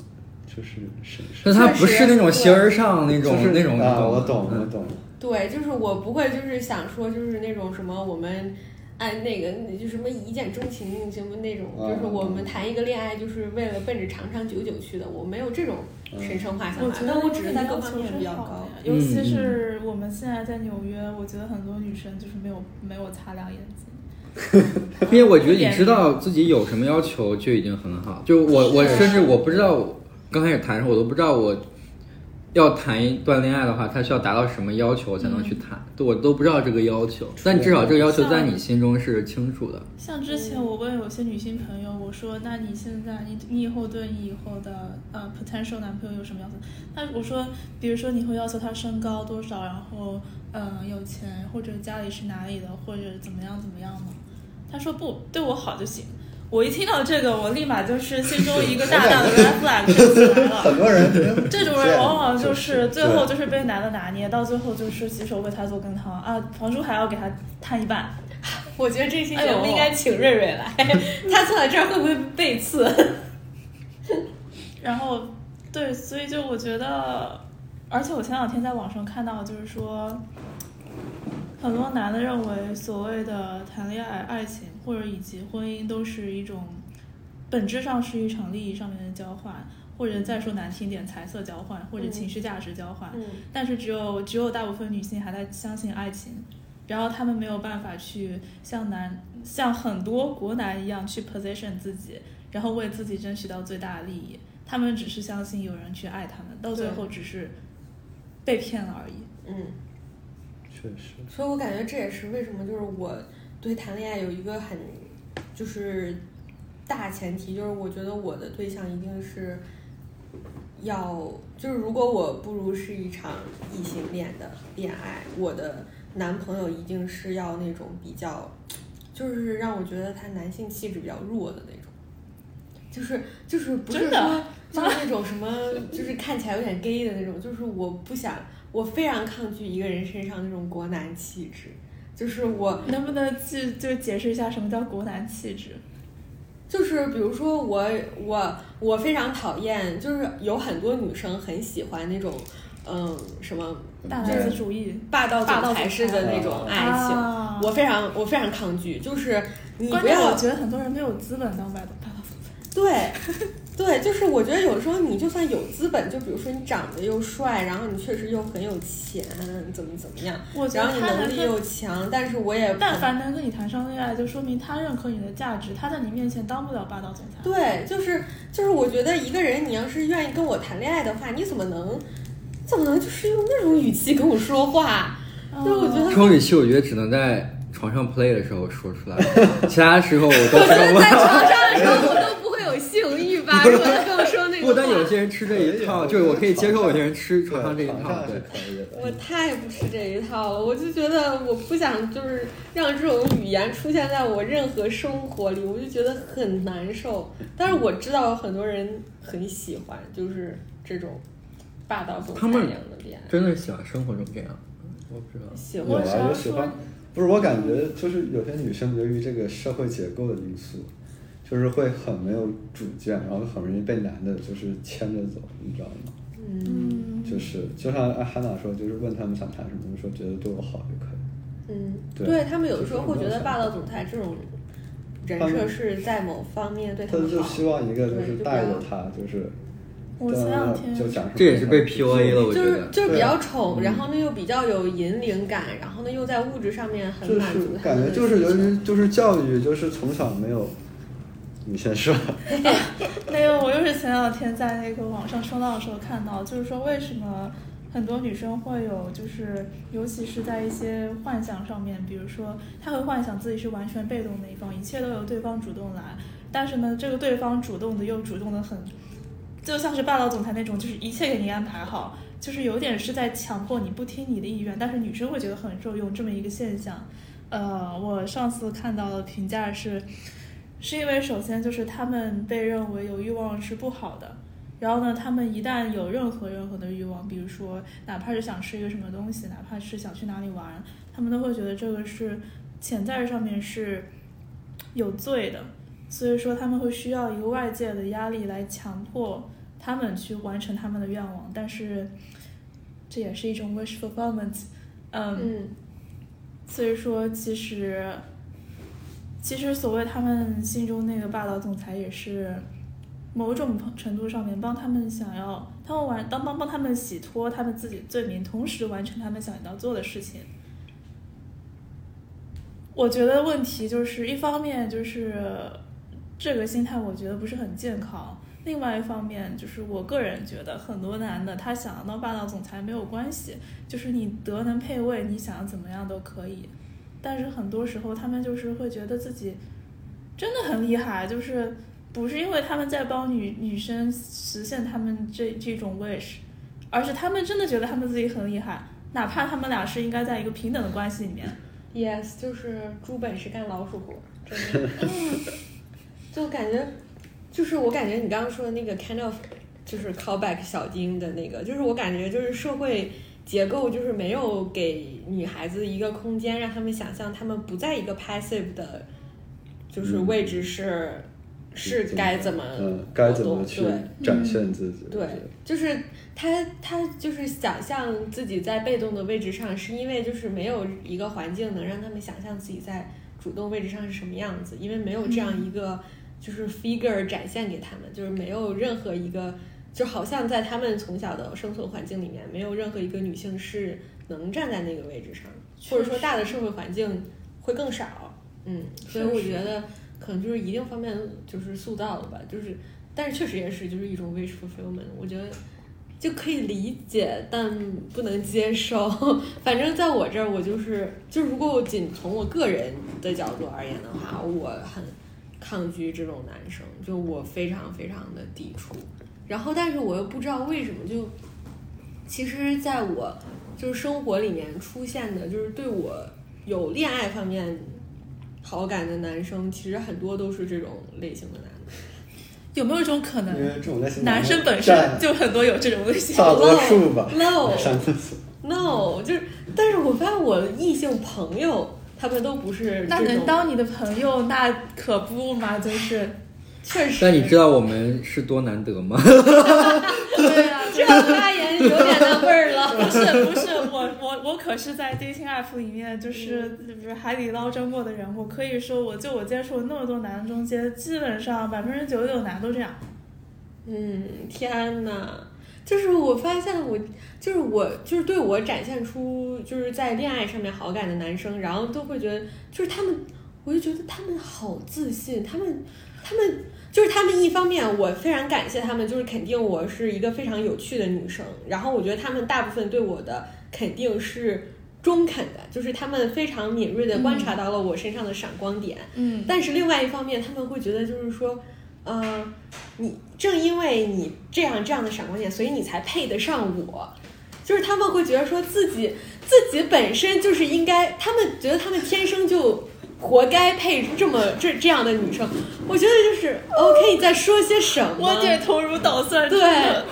Speaker 3: 就是神圣？
Speaker 5: 但他不是那种形而上那种
Speaker 3: 就是
Speaker 5: 那种
Speaker 3: 啊，
Speaker 5: 那
Speaker 3: 我
Speaker 5: 种
Speaker 3: 懂，我 懂。
Speaker 1: 对，就是我不会就是想说就是那种什么我们。按那个就什么一见钟情什么那种，
Speaker 3: 啊
Speaker 1: 就是我们谈一个恋爱就是为了奔着长长久久去的，我没有这种神圣化想
Speaker 4: 我
Speaker 1: 法
Speaker 4: 觉，得
Speaker 1: 但我只是
Speaker 4: 这个
Speaker 1: 在
Speaker 4: 要
Speaker 1: 各方
Speaker 4: 求
Speaker 1: 面
Speaker 4: 是
Speaker 1: 比较
Speaker 4: 好
Speaker 1: 高。
Speaker 4: 的呀尤其是我们现在在纽约，我觉得很多女生就是没有没有擦亮眼睛。
Speaker 5: 因为我觉得你知道自己有什么要求就已经很好。就我，我甚至我不知道，刚开始谈的时候我都不知道我要谈一段恋爱的话，他需要达到什么要求才能
Speaker 1: 嗯
Speaker 5: 去谈，对我都不知道这个要求。但至少这个要求在你心中是清楚的。
Speaker 4: 像之前我问有些女性朋友，我说：“那你现在你你以后对你以后的呃 potential 男朋友有什么要求？”那我说，比如说你会要求他身高多少，然后嗯、呃有钱，或者家里是哪里的，或者怎么样怎么样吗？他说不对我好就行。我一听到这个，我立马就是心中一个大大的 red flag 就起来了。
Speaker 3: 很多人
Speaker 4: 这种人往往就
Speaker 3: 这
Speaker 4: 是啊
Speaker 3: 样
Speaker 4: 最后就是被男的拿捏，到最后就是洗手为他做羹汤啊，房租还要给他摊一半。
Speaker 1: 我觉得这期
Speaker 4: 哎呦
Speaker 1: 节目应该请瑞瑞来， 他坐在这儿会不会被刺？
Speaker 4: 然后，对，所以就我觉得，而且我前两天在网上看到，就是说，很多男的认为所谓的谈恋爱、爱情或者以及婚姻都是一种，本质上是一场利益上面的交换，或者再说难听点，财色交换或者
Speaker 1: 嗯
Speaker 4: 情绪价值交换。
Speaker 1: 嗯，
Speaker 4: 但是只有只有大部分女性还在相信爱情，然后她们没有办法去像男像很多国男一样去 position 自己，然后为自己争取到最大的利益。她们只是相信有人去爱她们，到最
Speaker 1: 对
Speaker 4: 后只是被骗了而已。
Speaker 1: 嗯，
Speaker 3: 确实，
Speaker 1: 所以我感觉这也是为什么就是我对谈恋爱有一个很就是大前提，就是我觉得我的对象一定是要就是如果我不如是一场异性恋的恋爱，我的男朋友一定是要那种比较就是让我觉得他男性气质比较弱的那种，就是就是不是
Speaker 4: 真的
Speaker 1: 说 就是那种什么就是看起来有点 gay 的那种，就是我不想。我非常抗拒一个人身上那种国男气质，就是我
Speaker 4: 能不能去就解释一下什么叫国男气质？
Speaker 1: 就是比如说我我我非常讨厌，就是有很多女生很喜欢那种嗯什么
Speaker 4: 大
Speaker 1: 就
Speaker 4: 男
Speaker 1: 是
Speaker 4: 子主义
Speaker 1: 霸道
Speaker 4: 霸道
Speaker 1: 总
Speaker 4: 总
Speaker 1: 裁式
Speaker 4: 裁
Speaker 1: 的那种爱情，
Speaker 4: 啊
Speaker 1: 我非常我非常抗拒，就是你
Speaker 4: 关
Speaker 1: 不
Speaker 4: 键
Speaker 1: 要
Speaker 4: 我觉得很多人没有资本当 霸道霸道总裁。
Speaker 1: 对，对，就是我觉得有时候你就算有资本，就比如说你长得又帅，然后你确实又很有钱，怎么怎么样，
Speaker 4: 我觉
Speaker 1: 然后
Speaker 4: 得
Speaker 1: 你
Speaker 4: 他
Speaker 1: 能
Speaker 4: 能
Speaker 1: 力
Speaker 4: 跟
Speaker 1: 又强，但是我也不
Speaker 4: 但凡能跟你谈上恋爱，就说明他认可你的价值，他在你面前当不了霸道总裁。
Speaker 1: 对，就是就是，我觉得一个人你要是愿意跟我谈恋爱的话，你怎么能怎么能就是用那种语气跟我说话？
Speaker 4: 嗯，
Speaker 1: 就是我觉得
Speaker 5: 这。种语气我觉得只能在床上 play 的时候说出来，其他时候我都
Speaker 1: 我觉
Speaker 5: 说
Speaker 1: 得
Speaker 5: 不
Speaker 1: 在
Speaker 5: 到。
Speaker 1: 床上的时候，我都不会有性欲吧？如果他跟我说那
Speaker 5: 嗯不，
Speaker 1: 个
Speaker 5: 但有
Speaker 1: 话，
Speaker 5: 些人吃这一套，就是我可以接受有些人吃床上这一
Speaker 3: 对
Speaker 5: 套
Speaker 3: 床，上
Speaker 5: 对
Speaker 3: 是。可以的。
Speaker 1: 我太不吃这一套了。我就觉得我不想就是让这种语言出现在我任何生活里，我就觉得很难受。但是我知道有很多人很喜欢，就是这种霸道总裁
Speaker 5: 他
Speaker 1: 一
Speaker 5: 们
Speaker 1: 样的恋爱，
Speaker 5: 真的喜欢生活中这样，我不知道。
Speaker 1: 喜
Speaker 3: 有
Speaker 1: 欢
Speaker 4: 我想
Speaker 3: 啊，
Speaker 4: 要
Speaker 3: 有喜
Speaker 4: 说
Speaker 3: 欢。不是，我感觉就是有些女生由于这个社会结构的因素，就是会很没有主见，然后很容易被男的就是牵着走，你知道吗？
Speaker 1: 嗯
Speaker 4: 嗯，
Speaker 3: 就是就像阿哈娜说，就是问他们想谈什么，就说觉得对我好就可以。
Speaker 1: 嗯，
Speaker 3: 对
Speaker 1: 他们有
Speaker 3: 就是
Speaker 1: 时候
Speaker 3: 我
Speaker 1: 会
Speaker 3: 没
Speaker 1: 觉
Speaker 3: 有
Speaker 1: 得
Speaker 3: 想
Speaker 1: 霸
Speaker 3: 到
Speaker 1: 道总裁这种人
Speaker 3: 他们
Speaker 1: 设是在某方面对
Speaker 3: 他
Speaker 1: 们
Speaker 3: 就
Speaker 1: 好，
Speaker 3: 希望一个就
Speaker 1: 对
Speaker 3: 是
Speaker 1: 就
Speaker 3: 带
Speaker 1: 不
Speaker 3: 着
Speaker 1: 要
Speaker 3: 他，就是
Speaker 4: 我前两天
Speaker 3: 就讲什么
Speaker 5: 这也是被 PUA 了，我
Speaker 1: 就
Speaker 5: 觉
Speaker 1: 是
Speaker 5: 得。
Speaker 1: 就是比
Speaker 3: 对啊嗯
Speaker 1: 较宠，然后呢又比较有引领感，然后呢又在物质上面很
Speaker 3: 就
Speaker 1: 满
Speaker 3: 是
Speaker 1: 足他
Speaker 3: 感
Speaker 1: 们
Speaker 3: 觉
Speaker 1: 的
Speaker 3: 就是
Speaker 1: 需
Speaker 3: 由
Speaker 1: 求
Speaker 3: 于就是教育就是从小没有，你先说，
Speaker 4: 没有，我又是前两天在那个网上冲浪的时候看到，就是说为什么很多女生会有，就是尤其是在一些幻想上面，比如说她会幻想自己是完全被动的一方，一切都由对方主动来，但是呢，这个对方主动的又主动的很，就像是霸道总裁那种，就是一切给你安排好，就是有点是在强迫你不听你的意愿，但是女生会觉得很受用这么一个现象。呃，我上次看到的评价是，是因为首先就是他们被认为有欲望是不好的，然后呢，他们一旦有任何任何的欲望，比如说哪怕是想吃一个什么东西，哪怕是想去哪里玩，他们都会觉得这个是潜在上面是有罪的，所以说他们会需要一个外界的压力来强迫他们去完成他们的愿望，但是这也是一种 wish fulfillment，嗯
Speaker 1: 嗯，
Speaker 4: 所以说，其实，其实所谓他们心中那个霸道总裁，也是某种程度上面帮他们想要，他们完当帮帮他们洗脱他们自己的罪名，同时完成他们想要做的事情。我觉得问题就是一方面就是这个心态，我觉得不是很健康。另外一方面，就是我个人觉得，很多男的他想要当霸道总裁没有关系，就是你德能配位，你想要怎么样都可以。但是很多时候，他们就是会觉得自己真的很厉害，就是不是因为他们在帮女女生实现他们这这种 wish，而是他们真的觉得他们自己很厉害，哪怕他们俩是应该在一个平等的关系里面。
Speaker 1: Yes，就是猪本事干老鼠活，真的。就感觉，就是我感觉你刚刚说的那个 kind of，就是 callback 小丁的那个，就是我感觉就是社会结构就是没有给女孩子一个空间，让她们想象她们不在一个 passive 的，就是
Speaker 3: 嗯
Speaker 1: 位置是、是该怎么
Speaker 3: 嗯，该怎
Speaker 1: 活
Speaker 3: 么
Speaker 1: 动
Speaker 3: 去
Speaker 1: 对嗯
Speaker 3: 展现自己？
Speaker 1: 对，就是他，他就是想象自己在被动的位置上，是因为就是没有一个环境能让他们想象自己在主动位置上是什么样子，因为没有这样一个就是 figure 展现给他们，就是没有任何一个，就好像在他们从小的生存环境里面，没有任何一个女性是能站在那个位置上，或者说大的社会环境会更少。嗯，所以
Speaker 4: 是
Speaker 1: 我
Speaker 4: 是
Speaker 1: 觉得可能就是一定方面就是塑造的吧，就是，但是确实也是就是一种 wish fulfillment，我觉得就可以理解，但不能接受。 反正在我这儿，我就是就如果我仅从我个人的角度而言的话，我很抗拒这种男生，就我非常非常的抵触。然后，但是我又不知道为什么就，其实在我就是生活里面出现的，就是对我有恋爱方面好感的男生，其实很多都是这种类型的男的。
Speaker 4: 有没有一种可
Speaker 3: 因
Speaker 4: 能，
Speaker 3: 为这种类型的
Speaker 4: 嗯男生本身
Speaker 3: 占
Speaker 4: 就很多有这种类型？
Speaker 3: 大多数吧，
Speaker 1: No
Speaker 3: 上厕所
Speaker 1: no，就是，但是我发现我异性朋友他们都不是
Speaker 4: 那
Speaker 1: 这
Speaker 4: 能
Speaker 1: 种，
Speaker 4: 当你的朋友，那可不嘛，就是
Speaker 1: 确实。
Speaker 5: 但你知道我们是多难得吗？
Speaker 4: 对啊，
Speaker 1: 这个发言有点那味儿了。
Speaker 4: 不是不是，我我我可是在 dating app 里面就是就是海底捞针过的人，我可以说，我就我接触的那么多男的中间，基本上百分之九十九男都这样。
Speaker 1: 嗯，天呐，就是我发现我，就是我，就是对我展现出就是在恋爱上面好感的男生，然后都会觉得，就是他们，我就觉得他们好自信，他们，他们就是他们一方面，我非常感谢他们，就是肯定我是一个非常有趣的女生，然后我觉得他们大部分对我的肯定是中肯的，就是他们非常敏锐的观察到了我身上的闪光点，
Speaker 4: 嗯，
Speaker 1: 但是另外一方面，他们会觉得就是说，呃，你正因为你这样这样的闪光点，所以你才配得上我。就是他们会觉得说自己自己本身就是应该，他们觉得他们天生就活该配这么这这样的女生。我觉得就是哦 OK，你在说些什么？
Speaker 4: 我点头如捣蒜。
Speaker 1: 对
Speaker 4: 真的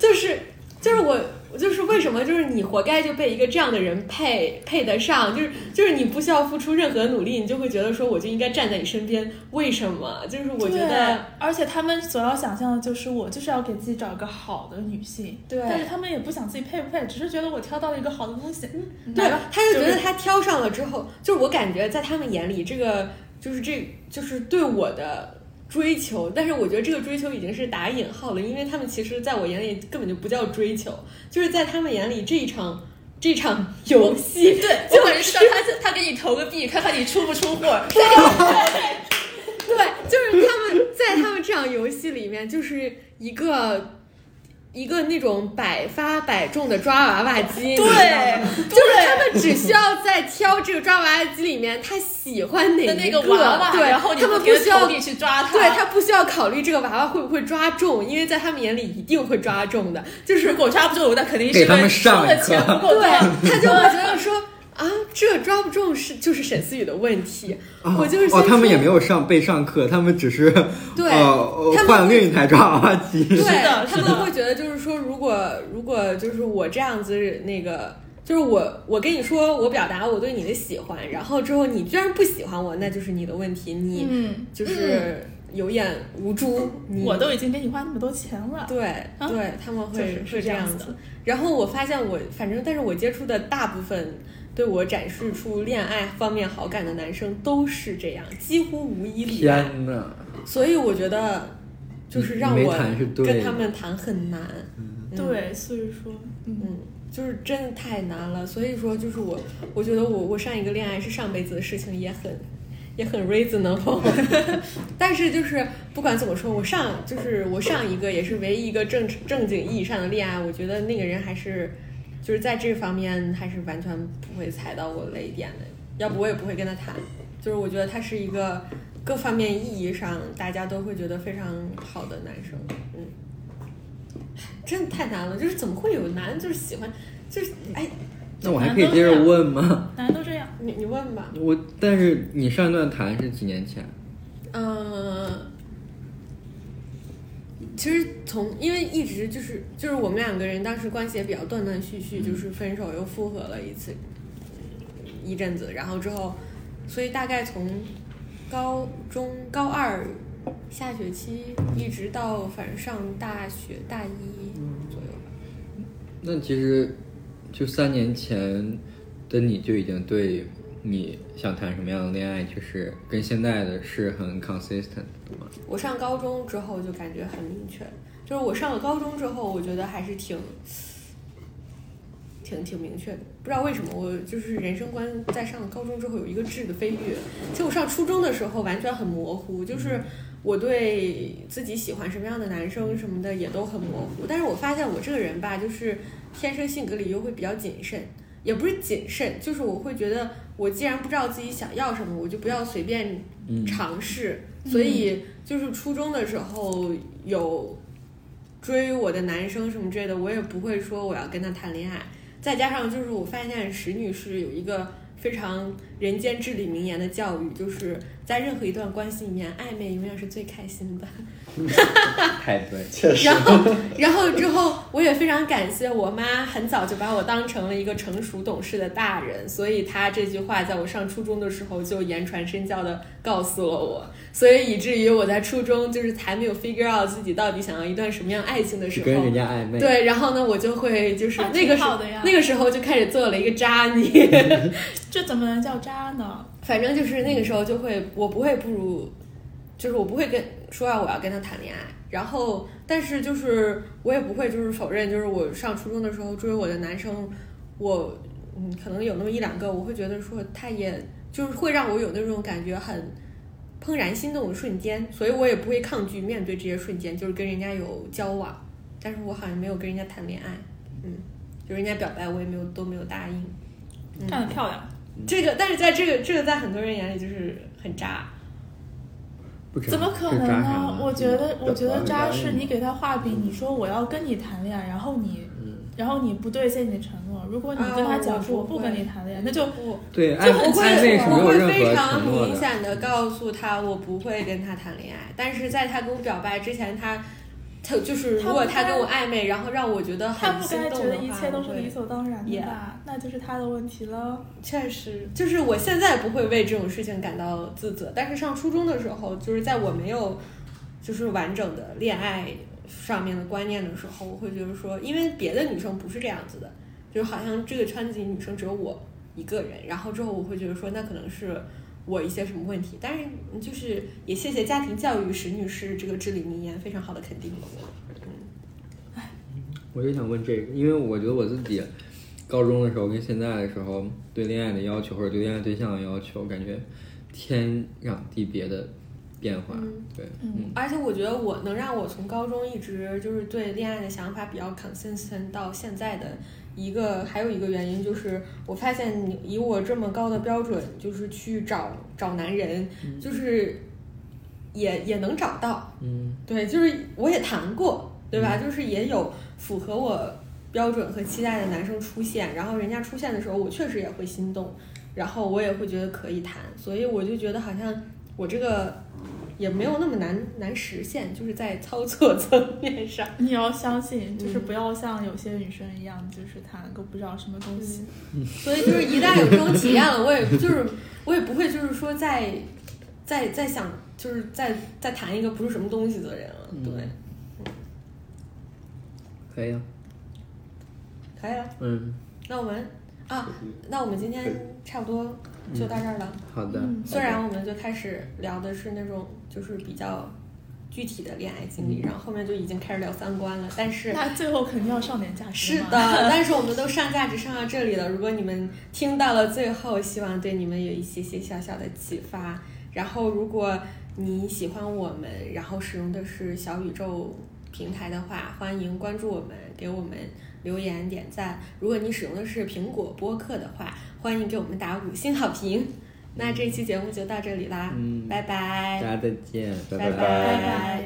Speaker 1: 就是就是我就是为什么就是你活该就被一个这样的人配配得上，就是就是你不需要付出任何努力，你就会觉得说我就应该站在你身边，为什么？就是我觉
Speaker 4: 对
Speaker 1: 得，
Speaker 4: 而且他们所要想象的就是我就是要给自己找一个好的女性，
Speaker 1: 对
Speaker 4: 但是他们也不想自己配不配，只是觉得我挑到了一个好的东西，嗯
Speaker 1: 对
Speaker 4: 来吧，
Speaker 1: 他就觉
Speaker 4: 是
Speaker 1: 得他挑上了之后，就是我感觉在他们眼里这个就是这就是对我的。追求，但是我觉得这个追求已经是打引号了，因为他们其实在我眼里根本就不叫追求，就是在他们眼里这一场这场游戏
Speaker 4: 对，
Speaker 1: 就
Speaker 4: 就本是他他给你投个币，看看你出不出货。 对，
Speaker 1: 对，就是他们在他们这场游戏里面，就是一个一个那种百发百中的抓娃娃机，你知道吗
Speaker 4: 对
Speaker 1: 就是他们只需要在挑这个抓娃娃机里面他喜欢哪一
Speaker 4: 的那个娃娃，
Speaker 1: 对，
Speaker 4: 然后你
Speaker 1: 他们不
Speaker 4: 给
Speaker 1: 需要
Speaker 4: 投。币去抓它，
Speaker 1: 对他不需要考虑这个娃娃会不会抓中，因为在他们眼里一定会抓中的，就是
Speaker 4: 如果抓不住，那肯定是
Speaker 5: 给他们
Speaker 4: 个
Speaker 5: 上
Speaker 4: 收的
Speaker 5: 一课
Speaker 4: 钱不够多，
Speaker 1: 对，他就会觉得说，啊，这抓不中是就是沈思雨的问题。
Speaker 5: 啊
Speaker 1: 我就是先
Speaker 5: 哦，他们也
Speaker 1: 说
Speaker 5: 没有上被上课，他们只是
Speaker 1: 对
Speaker 5: 呃呃
Speaker 1: 他们
Speaker 5: 换了另一台抓娃娃机。
Speaker 1: 对
Speaker 4: 的
Speaker 1: 他
Speaker 4: 是的
Speaker 1: 们会觉得就是说，如果如果就是我这样子那个。就是我，我跟你说，我表达我对你的喜欢，然后之后你居然不喜欢我，那就是你的问题，你
Speaker 4: 嗯，
Speaker 1: 就是有眼无珠。你
Speaker 4: 我都已经给你花那么多钱了，
Speaker 1: 对
Speaker 4: 啊
Speaker 1: 对，他们
Speaker 4: 就
Speaker 1: 会
Speaker 4: 是
Speaker 1: 会
Speaker 4: 是这样
Speaker 1: 子
Speaker 4: 子的。
Speaker 1: 然后我发现我反正，但是我接触的大部分对我展示出恋爱方面好感的男生都是这样，几乎无一例外。
Speaker 5: 天呐，
Speaker 1: 所以我觉得，就是让
Speaker 5: 你没
Speaker 1: 我
Speaker 5: 谈是对的
Speaker 1: 跟他们谈很难。嗯，
Speaker 4: 对，所以说，嗯，
Speaker 1: 嗯，就是真的太难了。所以说，就是我，我觉得我我上一个恋爱是上辈子的事情，也很也很 reasonable。但是就是不管怎么说，我上就是我上一个也是唯一一个正正经意义上的恋爱，我觉得那个人还是就是在这方面还是完全不会踩到我雷点的，要不我也不会跟他谈。就是我觉得他是一个各方面意义上大家都会觉得非常好的男生，嗯。真的太难了，就是怎么会有男就是喜欢，就是哎，
Speaker 5: 那我还可以接着问吗？
Speaker 4: 男人都这样，
Speaker 1: 你你问吧，
Speaker 5: 我但是你上一段谈是几年前？
Speaker 1: 嗯，其实从因为一直就是就是我们两个人当时关系也比较断断续续，就是分手又复合了一次，一阵子，然后之后，所以大概从高中高二下学期一直到反正上大学大一左右吧，
Speaker 5: 那其实就三年前的你就已经对你想谈什么样的恋爱，就是跟现在的是很 consistent 的吗？
Speaker 1: 我上高中之后就感觉很明确，就是我上了高中之后，我觉得还是挺，挺挺明确的。不知道为什么，我就是人生观在上了高中之后有一个质的飞跃。其实我上初中的时候完全很模糊，就是我对自己喜欢什么样的男生什么的也都很模糊。但是我发现我这个人吧，就是天生性格里又会比较谨慎，也不是谨慎，就是我会觉得我既然不知道自己想要什么，我就不要随便
Speaker 5: 嗯，
Speaker 1: 尝试，所以就是初中的时候有追我的男生什么之类的，我也不会说我要跟他谈恋爱。再加上就是我发现石女士有一个非常人间至理名言的教育，就是在任何一段关系里面，暧昧永远是最开心的。
Speaker 5: 太对。
Speaker 3: 确实
Speaker 1: 然后， 然后之后，我也非常感谢我妈，很早就把我当成了一个成熟懂事的大人，所以她这句话在我上初中的时候就言传身教的告诉了我，所以以至于我在初中就是还没有 figure out 自己到底想要一段什么样爱情的时
Speaker 5: 去
Speaker 1: 候，
Speaker 5: 跟人家暧昧，
Speaker 1: 对，然后呢，我就会就是
Speaker 4: 啊
Speaker 1: 那个
Speaker 4: 挺
Speaker 1: 时
Speaker 4: 好的呀
Speaker 1: 那个时候就开始做了一个渣女。
Speaker 4: 这怎么能叫渣呢？
Speaker 1: 反正就是那个时候就会，我不会步入，就是我不会跟说要我要跟他谈恋爱，然后但是就是我也不会就是否认，就是我上初中的时候追我的男生，我嗯可能有那么一两个，我会觉得说他也就是会让我有那种感觉很怦然心动的瞬间，所以我也不会抗拒面对这些瞬间，就是跟人家有交往，但是我好像没有跟人家谈恋爱，嗯，就是人家表白我也没有都没有答应。嗯
Speaker 4: 干得漂亮，
Speaker 1: 这个，但是在这个这个在很多人眼里就是很渣，
Speaker 5: 不知道
Speaker 4: 怎么可能
Speaker 5: 嗯这渣啥
Speaker 4: 呢
Speaker 5: 了？
Speaker 4: 我觉得，我觉得
Speaker 3: 嗯
Speaker 4: 渣是你给他画饼，你说我要跟你谈恋爱，然后你，
Speaker 5: 嗯
Speaker 4: 然后你不兑现你的承诺。如果你跟他
Speaker 1: 啊
Speaker 4: 讲说
Speaker 1: 我
Speaker 4: 我
Speaker 1: 不
Speaker 4: 不
Speaker 1: 会
Speaker 4: 跟你谈恋爱，那就
Speaker 1: 我
Speaker 5: 对
Speaker 1: 就
Speaker 5: 暧
Speaker 1: 我
Speaker 5: 暧
Speaker 1: 会
Speaker 5: 昧是没
Speaker 1: 我
Speaker 5: 有
Speaker 1: 会
Speaker 5: 任
Speaker 1: 非
Speaker 5: 何
Speaker 1: 常
Speaker 5: 承诺
Speaker 1: 明
Speaker 5: 的。
Speaker 1: 显的告诉他我不会跟他谈恋爱，但是在他跟我表白之前，他他就是
Speaker 4: 他
Speaker 1: 如果
Speaker 4: 不
Speaker 1: 他
Speaker 4: 该
Speaker 1: 跟我暧昧，然后让我觉得
Speaker 4: 他
Speaker 1: 很
Speaker 4: 不
Speaker 1: 心
Speaker 4: 该
Speaker 1: 动
Speaker 4: 觉
Speaker 1: 的
Speaker 4: 得
Speaker 1: 话，
Speaker 4: 一切都是
Speaker 1: 我会
Speaker 4: 理所当然的
Speaker 1: Yeah
Speaker 4: 吧？那就是他的问题了。
Speaker 1: 确实，就是我现在不会为这种事情感到自责，但是上初中的时候，就是在我没有就是完整的恋爱上面的观念的时候，我会觉得说，因为别的女生不是这样子的，就是好像这个圈子里女生只有我一个人，然后之后我会觉得说，那可能是我一些什么问题，但是嗯就是也谢谢家庭教育史女士这个至理名言非常好的肯定了我。
Speaker 5: 我就想问这个，因为我觉得我自己高中的时候跟现在的时候对恋爱的要求或者对恋爱对象的要求，感觉天壤地别的变化。
Speaker 1: 嗯
Speaker 5: 对，
Speaker 4: 嗯
Speaker 1: 而且我觉得我能让我从高中一直就是对恋爱的想法比较 consistent 到现在的一个还有一个原因就是，我发现你以我这么高的标准，就是去找找男人，就是也也能找到，
Speaker 5: 嗯，
Speaker 1: 对，就是我也谈过，对吧？就是也有符合我。标准和期待的男生出现，然后人家出现的时候，我确实也会心动，然后我也会觉得可以谈，所以我就觉得好像我这个也没有那么难难实现，就是在操作层面上。
Speaker 4: 你要相信，就是
Speaker 1: 嗯
Speaker 4: 不要像有些女生一样，就是谈个不知道什么东西。
Speaker 1: 所以就是一旦有这种体验了，我也就是我也不会就是说再再再想就是再再谈一个不是什么东西的人了。对，
Speaker 5: 可以啊，
Speaker 1: 可以了。
Speaker 5: 嗯，
Speaker 1: 那我们啊，那我们今天差不多就到这儿了。
Speaker 5: 嗯好的，
Speaker 4: 嗯
Speaker 1: 虽然我们最开始聊的是那种就是比较具体的恋爱
Speaker 5: 嗯
Speaker 1: 经历，然后后面就已经开始聊三观了，但是。
Speaker 4: 那最后肯定要上点价值。
Speaker 1: 是的，，但是我们都上价值上到这里了。如果你们听到了最后，希望对你们有一些些小小的启发。然后，如果你喜欢我们，然后使用的是小宇宙平台的话，欢迎关注我们，给我们留言点赞。如果你使用的是苹果播客的话，欢迎给我们打五星好评。那这期节目就到这里啦，
Speaker 5: 嗯
Speaker 1: 拜
Speaker 5: 大
Speaker 1: 拜，
Speaker 5: 家再见，
Speaker 3: 拜
Speaker 1: 拜
Speaker 3: 拜
Speaker 1: 拜